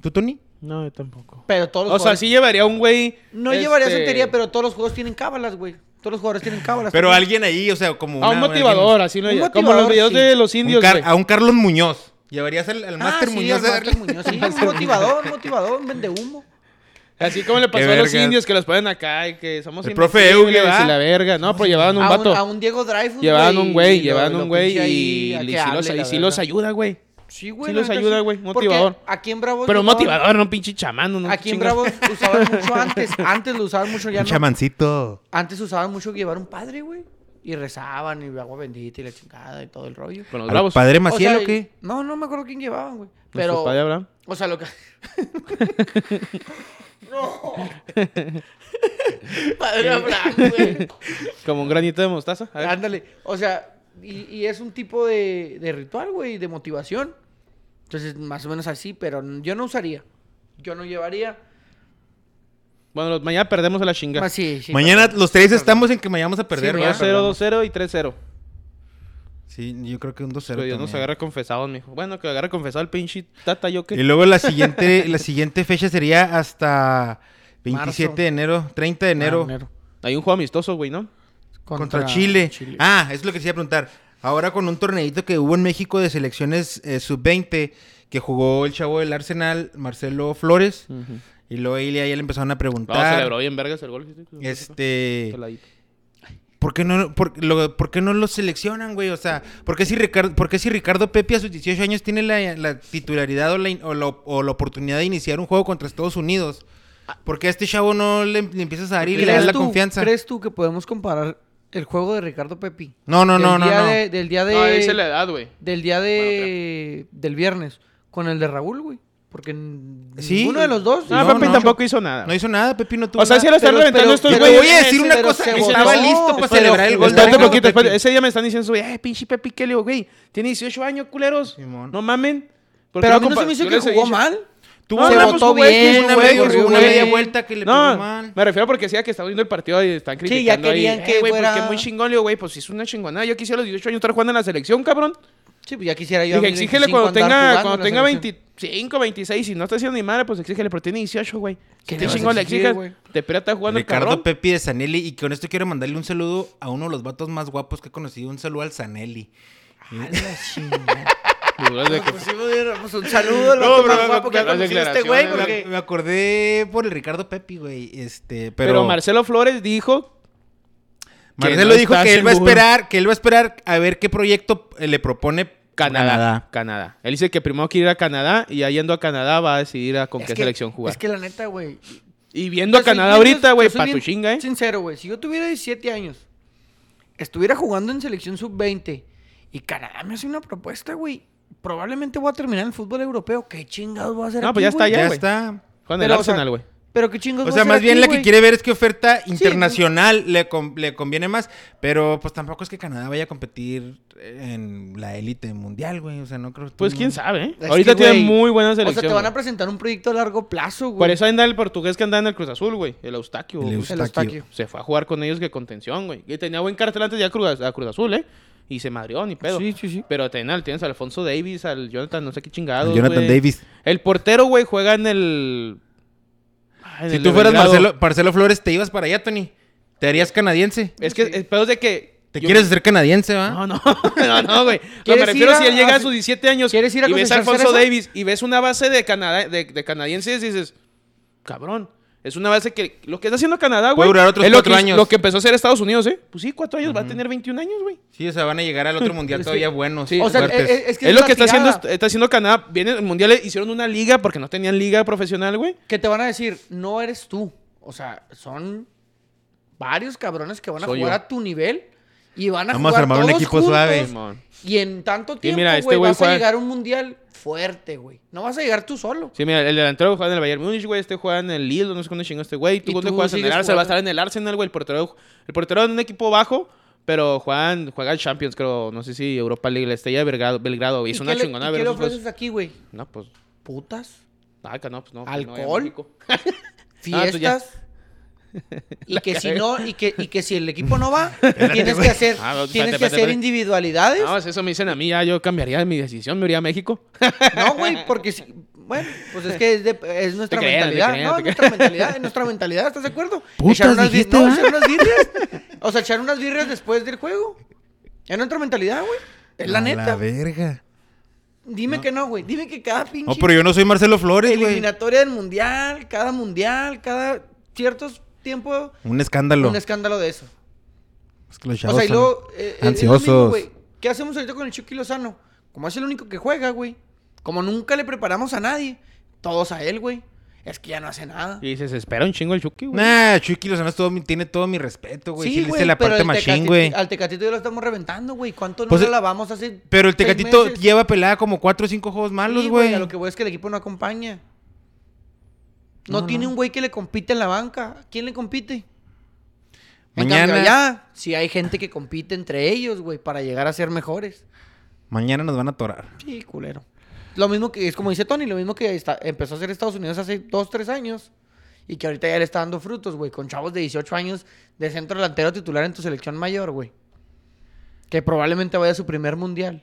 Speaker 2: ¿Tú, Tony?
Speaker 3: No, yo tampoco.
Speaker 1: Pero todos los
Speaker 3: O sea,
Speaker 1: jugadores-
Speaker 3: sí llevaría un güey.
Speaker 1: No llevaría
Speaker 3: este,
Speaker 1: santería, pero todos los juegos tienen cábalas, güey. Todos los jugadores tienen cábalas.
Speaker 2: Pero
Speaker 1: también.
Speaker 2: alguien ahí, o sea, como
Speaker 3: A un
Speaker 2: una-
Speaker 3: motivador, así lo
Speaker 1: Un
Speaker 3: llevaría. Como los
Speaker 1: motivador,
Speaker 3: videos
Speaker 1: sí.
Speaker 3: de los
Speaker 2: Un
Speaker 3: indios,
Speaker 2: Car-
Speaker 3: güey.
Speaker 2: a un Carlos Muñoz. Llevarías al, al
Speaker 1: Ah,
Speaker 2: Máster
Speaker 1: sí,
Speaker 2: Muñoz.
Speaker 1: al
Speaker 2: a
Speaker 1: Master
Speaker 2: darle- *laughs*
Speaker 1: Muñoz, sí, un motivador, un motivador, un vende humo.
Speaker 3: Así como le pasó a los
Speaker 2: vergas.
Speaker 3: indios que los ponen acá y que somos
Speaker 2: El profe
Speaker 3: invencibles
Speaker 2: Eugle, ¿va?
Speaker 3: y la verga. No, pero llevaban un
Speaker 1: a, un,
Speaker 3: vato.
Speaker 1: a un Diego Dreyfus,
Speaker 3: Llevaban un güey,
Speaker 1: y lo-
Speaker 3: llevaban
Speaker 1: lo
Speaker 3: un güey
Speaker 1: pinche ahí
Speaker 3: y,
Speaker 1: a
Speaker 3: y
Speaker 1: que
Speaker 3: sí los-
Speaker 1: hable,
Speaker 3: y
Speaker 1: la
Speaker 3: sí los
Speaker 1: verdad.
Speaker 3: ayuda, güey.
Speaker 1: Sí, güey.
Speaker 3: Sí
Speaker 1: la
Speaker 3: los
Speaker 1: neta,
Speaker 3: ayuda, güey,
Speaker 1: Porque
Speaker 3: motivador.
Speaker 1: Aquí en Bravos.
Speaker 3: Pero un
Speaker 1: usaban-
Speaker 3: motivador, no un pinche chamán. No,
Speaker 1: Aquí en
Speaker 3: chingas.
Speaker 1: Bravos
Speaker 3: *laughs*
Speaker 1: usaban mucho antes. Antes lo usaban mucho ya.
Speaker 2: Un
Speaker 1: no.
Speaker 2: chamancito.
Speaker 1: Antes usaban mucho llevar un padre, güey. Y rezaban y agua bendita y la chingada y todo el rollo.
Speaker 3: Con los
Speaker 2: ¿Al
Speaker 3: bravos.
Speaker 2: ¿Padre
Speaker 1: O sea,
Speaker 2: Maciel o,
Speaker 1: y-
Speaker 2: qué?
Speaker 1: No, no me acuerdo quién llevaban, güey.
Speaker 3: Nuestro
Speaker 1: Pero.
Speaker 3: padre Abraham.
Speaker 1: O sea, lo
Speaker 3: *laughs*
Speaker 1: que. *laughs* no. *laughs* padre Abraham, güey.
Speaker 3: Como un granito de mostaza. A ver.
Speaker 1: Ándale. O sea, y, y es un tipo de, de ritual, güey, de motivación. Entonces, más o menos así, pero n- yo no usaría. Yo no llevaría.
Speaker 3: Bueno, los- mañana perdemos a la chinga.
Speaker 1: Más sí, sí,
Speaker 2: Mañana los tres estamos en que mañana vamos a perder,
Speaker 1: Sí,
Speaker 2: ¿verdad?
Speaker 1: mañana
Speaker 3: 2-0, 2-0 y 3-0.
Speaker 2: Sí, yo creo que un 2-0.
Speaker 3: Pero Dios nos
Speaker 2: también.
Speaker 3: agarra confesados, mijo. Bueno, que agarra confesado el pinche tata, yo
Speaker 2: Y
Speaker 3: que.
Speaker 2: luego la siguiente, la siguiente fecha sería hasta 27
Speaker 1: Marzo.
Speaker 2: de enero, 30 de enero,
Speaker 1: Ah, enero.
Speaker 3: Hay un juego amistoso, güey, ¿no?
Speaker 2: contra, Chile. Ah, es lo que quería preguntar. Ahora con un torneito que hubo en México de selecciones eh, sub-20 que jugó el chavo del Arsenal, Marcelo Flores.
Speaker 1: Mm.
Speaker 2: Y luego ahí le ahí le empezaron a
Speaker 3: Vamos,
Speaker 2: preguntar,
Speaker 3: celebró bien vergas el gol.
Speaker 2: este,
Speaker 3: Peladito.
Speaker 2: ¿por qué no, por, lo, por qué no lo seleccionan, güey? O sea, ¿por qué si Ricardo, por qué si Ricardo Pepe a sus 18 años tiene la, la titularidad o la, in- o, la- o la oportunidad de iniciar un juego contra Estados Unidos? ¿Por qué a este chavo no le, le empiezas a dar y le das la
Speaker 1: tú-
Speaker 2: confianza?
Speaker 1: ¿Crees tú que podemos comparar el juego de Ricardo Pepi?
Speaker 2: No, no,
Speaker 1: del
Speaker 2: no, no,
Speaker 1: día
Speaker 2: no.
Speaker 1: de- del día de...
Speaker 3: No, dice la edad, güey.
Speaker 1: Del día de... del viernes con el de Raúl, güey. Porque n-
Speaker 2: Sí.
Speaker 1: ninguno de los dos...
Speaker 3: No,
Speaker 2: No,
Speaker 3: Pepe
Speaker 2: no.
Speaker 3: tampoco hizo nada.
Speaker 2: No hizo nada, Pepe no tuvo
Speaker 3: o sea,
Speaker 2: nada.
Speaker 3: si lo están
Speaker 1: Pero-
Speaker 3: reventando
Speaker 1: pero-
Speaker 3: estos
Speaker 2: Pero
Speaker 1: pero
Speaker 2: voy
Speaker 3: güeyes.
Speaker 2: a decir
Speaker 1: se-
Speaker 2: una
Speaker 1: pero
Speaker 2: cosa,
Speaker 1: se
Speaker 2: estaba
Speaker 3: votó.
Speaker 2: listo para
Speaker 1: Pero-
Speaker 2: celebrar el gol de
Speaker 1: Espérate
Speaker 3: Espérate
Speaker 2: Ricardo
Speaker 3: poquito,
Speaker 2: Pepi.
Speaker 3: espérate. Ese día me están diciendo, güey, eh, pinche Pepi, ¿qué le digo, güey? Tiene 18 años, culeros.
Speaker 2: Simón.
Speaker 3: No mamen. ¿Por qué
Speaker 1: Pero a mí no se
Speaker 3: compa-
Speaker 1: me hizo
Speaker 3: Yo
Speaker 1: que
Speaker 3: les he
Speaker 1: jugó
Speaker 3: dicho-
Speaker 1: mal.
Speaker 2: Tuvo
Speaker 3: No,
Speaker 2: una,
Speaker 3: no,
Speaker 2: pues,
Speaker 3: pues,
Speaker 1: votó
Speaker 3: güey,
Speaker 1: bien,
Speaker 3: tuvo
Speaker 2: una
Speaker 1: güey,
Speaker 2: media-
Speaker 1: corrió
Speaker 2: una
Speaker 1: bien.
Speaker 2: media vuelta que le pegó
Speaker 3: No,
Speaker 2: mal.
Speaker 3: me refiero porque decía que estaba viendo el partido y están
Speaker 1: ya
Speaker 3: criticando ahí,
Speaker 1: querían
Speaker 3: "Eh,
Speaker 1: que
Speaker 3: güey,
Speaker 1: fuera-
Speaker 3: porque muy chingón, le digo, güey, pues es una chingonada. Yo quisiera a los 18 años estar jugando en la selección, cabrón.
Speaker 1: Sí, pues ya quisiera yo... a
Speaker 3: Dije,
Speaker 1: mis
Speaker 3: exígele
Speaker 1: 25 andar
Speaker 3: cuando
Speaker 1: jugando
Speaker 3: tenga,
Speaker 1: en
Speaker 3: cuando
Speaker 1: la
Speaker 3: tenga
Speaker 1: selección.
Speaker 3: 25, 26, si no está haciendo ni madre, pues exígele, pero tiene 18, güey.
Speaker 1: ¿Qué
Speaker 3: ¿Qué
Speaker 1: le vas a
Speaker 3: chingón le
Speaker 1: exigir,
Speaker 3: exijas?
Speaker 1: güey?
Speaker 3: Te espera estar jugando el
Speaker 2: Ricardo
Speaker 3: cabrón.
Speaker 2: Pepi de Sanelli. Y con esto quiero mandarle un saludo a uno de los vatos más guapos que he conocido. Un saludo al Sanelli.
Speaker 1: A la chingada.
Speaker 3: Dudas *laughs* de que-
Speaker 1: Pues sí, pues, un saludo al
Speaker 3: No,
Speaker 1: vato
Speaker 3: pero
Speaker 1: más
Speaker 3: me-
Speaker 1: guapo que ha
Speaker 3: las
Speaker 1: conocido este
Speaker 3: declaraciones,
Speaker 1: güey,
Speaker 3: la-
Speaker 1: porque...
Speaker 2: Me, me acordé por el Ricardo Pepi, güey. Este, pero,
Speaker 3: Pero Marcelo Flores dijo
Speaker 2: Marcelo
Speaker 3: que no
Speaker 2: dijo
Speaker 3: está
Speaker 2: que él va a
Speaker 3: seguro.
Speaker 2: esperar, que él va a esperar a ver qué proyecto eh, le propone
Speaker 3: Canadá, Canadá. Él dice que primero quiere ir a Canadá y ya yendo a Canadá va a decidir a con
Speaker 1: Es
Speaker 3: qué
Speaker 1: que-
Speaker 3: selección jugar.
Speaker 1: Es que la neta, güey.
Speaker 3: y viendo a
Speaker 1: Yo soy
Speaker 3: Canadá
Speaker 1: bien-
Speaker 3: ahorita,
Speaker 1: yo
Speaker 3: güey,
Speaker 1: soy
Speaker 3: pa'
Speaker 1: bien
Speaker 3: tu chinga, ¿eh?
Speaker 1: Sincero, güey. Si yo tuviera 17 años, estuviera jugando en selección sub-20 y Canadá me hace una propuesta, güey. Probablemente voy a terminar en el fútbol europeo. ¿Qué chingados voy a hacer?
Speaker 3: No,
Speaker 1: aquí,
Speaker 3: pues ya está,
Speaker 1: güey?
Speaker 2: Ya,
Speaker 3: güey. Pues
Speaker 2: está.
Speaker 3: Con el
Speaker 1: Pero, o sea,
Speaker 3: Arsenal, güey.
Speaker 1: Pero qué chingados voy
Speaker 2: O
Speaker 1: a
Speaker 2: sea,
Speaker 1: hacer
Speaker 2: más
Speaker 1: aquí,
Speaker 2: bien la
Speaker 1: güey?
Speaker 2: que quiere ver es qué oferta
Speaker 3: pues.
Speaker 2: internacional le, con- le conviene más. Pero pues tampoco es que Canadá vaya a competir en la élite mundial, güey. O sea, no creo.
Speaker 3: Pues
Speaker 2: no-
Speaker 3: quién sabe, ¿eh?
Speaker 1: Es
Speaker 3: ahorita
Speaker 1: que, güey,
Speaker 3: tiene muy buena selección.
Speaker 1: O sea, te van a
Speaker 3: güey.
Speaker 1: presentar un proyecto a largo plazo, güey.
Speaker 3: Por eso anda el portugués que anda en el Cruz Azul, güey. El Eustaquio.
Speaker 2: El
Speaker 3: güey.
Speaker 2: Eustaquio.
Speaker 1: El Eustaquio.
Speaker 3: Se fue a jugar con ellos que contención, güey. Y tenía buen cartel antes de ir a Cruz, a Cruz Azul, ¿eh? Y se madrió, ni pedo.
Speaker 1: Sí, sí, sí.
Speaker 3: Pero tienes al, tienes al Alfonso Davis, al Jonathan, no sé qué chingado.
Speaker 2: Jonathan
Speaker 3: güey.
Speaker 2: Davis.
Speaker 3: El portero, güey, juega en el. Ay, en
Speaker 2: Si
Speaker 3: el
Speaker 2: tú fueras
Speaker 3: Belgrado.
Speaker 2: Marcelo, Marcelo Flores, te ibas para allá, Tony. Te harías canadiense.
Speaker 3: Es que el pedo es de que.
Speaker 2: Te
Speaker 3: yo-
Speaker 2: quieres hacer canadiense, ¿va?
Speaker 1: Ah.
Speaker 3: No, no, *laughs* no, no, güey. No,
Speaker 1: ¿Quieres
Speaker 3: me refiero
Speaker 1: ir a-
Speaker 3: si él llega
Speaker 1: a-
Speaker 3: a sus 17 años
Speaker 1: ¿Quieres ir a
Speaker 3: y ves a
Speaker 1: cosechar
Speaker 3: Alfonso
Speaker 1: cereza?
Speaker 3: Davis y ves una base de, Canadá, de, de canadienses y dices, cabrón, es una base que lo que está haciendo Canadá, güey.
Speaker 2: Puede durar otros
Speaker 3: es lo
Speaker 2: cuatro
Speaker 3: que,
Speaker 2: años.
Speaker 3: Lo que empezó a hacer Estados Unidos, ¿eh? Pues sí, cuatro años, va a tener 21 años, güey.
Speaker 2: Sí, o sea, van a llegar al
Speaker 1: *laughs*
Speaker 2: otro mundial
Speaker 3: Sí.
Speaker 2: todavía buenos.
Speaker 3: Sí.
Speaker 1: *laughs* O sea, eh,
Speaker 2: fuertes.
Speaker 1: es, es que
Speaker 3: Es, lo
Speaker 1: la
Speaker 3: que está
Speaker 1: tirada.
Speaker 3: haciendo, está haciendo Canadá. Viene el mundial, hicieron una liga porque no tenían liga profesional, güey.
Speaker 1: Que te van a decir, no eres tú. O sea, son varios cabrones que van a
Speaker 3: Soy
Speaker 1: jugar
Speaker 3: yo.
Speaker 1: a tu nivel y van a
Speaker 2: Vamos a
Speaker 1: jugar
Speaker 2: armar un
Speaker 1: todos
Speaker 2: equipo
Speaker 1: juntos,
Speaker 2: suave.
Speaker 3: Simón.
Speaker 1: Y en tanto tiempo,
Speaker 3: mira,
Speaker 1: güey,
Speaker 3: este güey
Speaker 1: vas
Speaker 3: juega-
Speaker 1: a llegar a un mundial fuerte, güey. No vas a llegar tú solo.
Speaker 3: Sí, mira, el delantero juega en el Bayern Múnich, güey. Este juega en el Lille, no sé cuándo chingó este güey. Tú,
Speaker 1: Y
Speaker 3: dónde
Speaker 1: tú
Speaker 3: juegas en el
Speaker 1: sigues
Speaker 3: Arsenal,
Speaker 1: jugando.
Speaker 3: va a estar en el Arsenal, güey. El portero, el portero en un equipo bajo, pero juegan, juega en Champions, creo. No sé si Europa League, la Estrella de Belgrado. Belgrado
Speaker 1: ¿Y
Speaker 3: hizo
Speaker 1: qué
Speaker 3: una
Speaker 1: le-
Speaker 3: chingona,
Speaker 1: ¿Y qué
Speaker 3: ver
Speaker 1: le
Speaker 3: esos
Speaker 1: ofreces
Speaker 3: juegos.
Speaker 1: aquí, güey?
Speaker 3: No, pues.
Speaker 1: Putas,
Speaker 3: Ah, que no, pues no.
Speaker 1: ¿Alcohol?
Speaker 3: que no, ya México. Ah, tú ya. *laughs*
Speaker 1: fiestas. Y que si
Speaker 3: cagué.
Speaker 1: no, y que, y que si el equipo no
Speaker 3: *laughs*
Speaker 1: va, tienes que hacer,
Speaker 3: Ah,
Speaker 1: tienes
Speaker 3: espérate,
Speaker 1: que
Speaker 3: espérate,
Speaker 1: hacer
Speaker 3: espérate.
Speaker 1: individualidades.
Speaker 3: No, pues eso me dicen a mí, ya yo cambiaría mi decisión, me iría a México.
Speaker 1: *laughs* No, güey, porque si, bueno, pues es que es, de- es nuestra
Speaker 3: Te creas, te
Speaker 1: mentalidad.
Speaker 3: creas,
Speaker 1: no,
Speaker 3: te
Speaker 1: es nuestra mentalidad, es nuestra mentalidad, ¿estás de acuerdo?
Speaker 2: Putas,
Speaker 1: echar unas, bir-
Speaker 2: dijiste,
Speaker 1: no,
Speaker 2: ¿ah?
Speaker 1: echar unas birrias. O sea, echar unas birrias después del juego. Es nuestra mentalidad, güey. Es la
Speaker 2: A
Speaker 1: neta.
Speaker 2: verga.
Speaker 1: Dime que no, güey. Dime que cada pinche
Speaker 2: No, pero yo no soy Marcelo Flores, güey.
Speaker 1: eliminatoria del mundial, cada mundial, cada ciertos tiempo
Speaker 2: Un escándalo.
Speaker 1: un escándalo de eso.
Speaker 2: Es que los
Speaker 1: O
Speaker 2: chavos
Speaker 1: sea, y
Speaker 2: son
Speaker 1: luego. eh, eh, es lo mismo,
Speaker 2: ansiosos.
Speaker 1: güey. ¿Qué hacemos ahorita con el Chucky Lozano? Como es el único que juega, güey. Como nunca le preparamos a nadie, todos a él, güey. Es que ya no hace nada.
Speaker 3: Y dices, espera un chingo el Chucky, güey.
Speaker 2: Nah, Chucky Lozano es todo mi- tiene todo mi respeto, güey. Sí, le hice la
Speaker 1: pero
Speaker 2: parte
Speaker 1: el
Speaker 2: machín,
Speaker 1: Tecatito-
Speaker 2: güey.
Speaker 1: Al Tecatito ya lo estamos reventando, güey. ¿Cuánto
Speaker 2: Pues,
Speaker 1: no lo lavamos hace
Speaker 2: Pero el
Speaker 1: seis
Speaker 2: Tecatito
Speaker 1: meses?
Speaker 2: lleva pelada como cuatro o cinco juegos malos,
Speaker 1: Sí,
Speaker 2: güey.
Speaker 1: A lo que voy es que el equipo no acompaña. No,
Speaker 2: No,
Speaker 1: tiene
Speaker 2: no.
Speaker 1: un güey que le compite en la banca. ¿Quién le compite? En
Speaker 2: Mañana-
Speaker 1: cambio, allá sí hay gente que compite entre ellos, güey, para llegar a ser mejores.
Speaker 2: Mañana nos van a atorar.
Speaker 1: Sí, culero. Lo mismo que es como dice Tony, lo mismo que está- empezó a hacer Estados Unidos hace dos, tres años y que ahorita ya le está dando frutos, güey, con chavos de 18 años de centro delantero titular en tu selección mayor, güey. Que probablemente vaya a su primer mundial.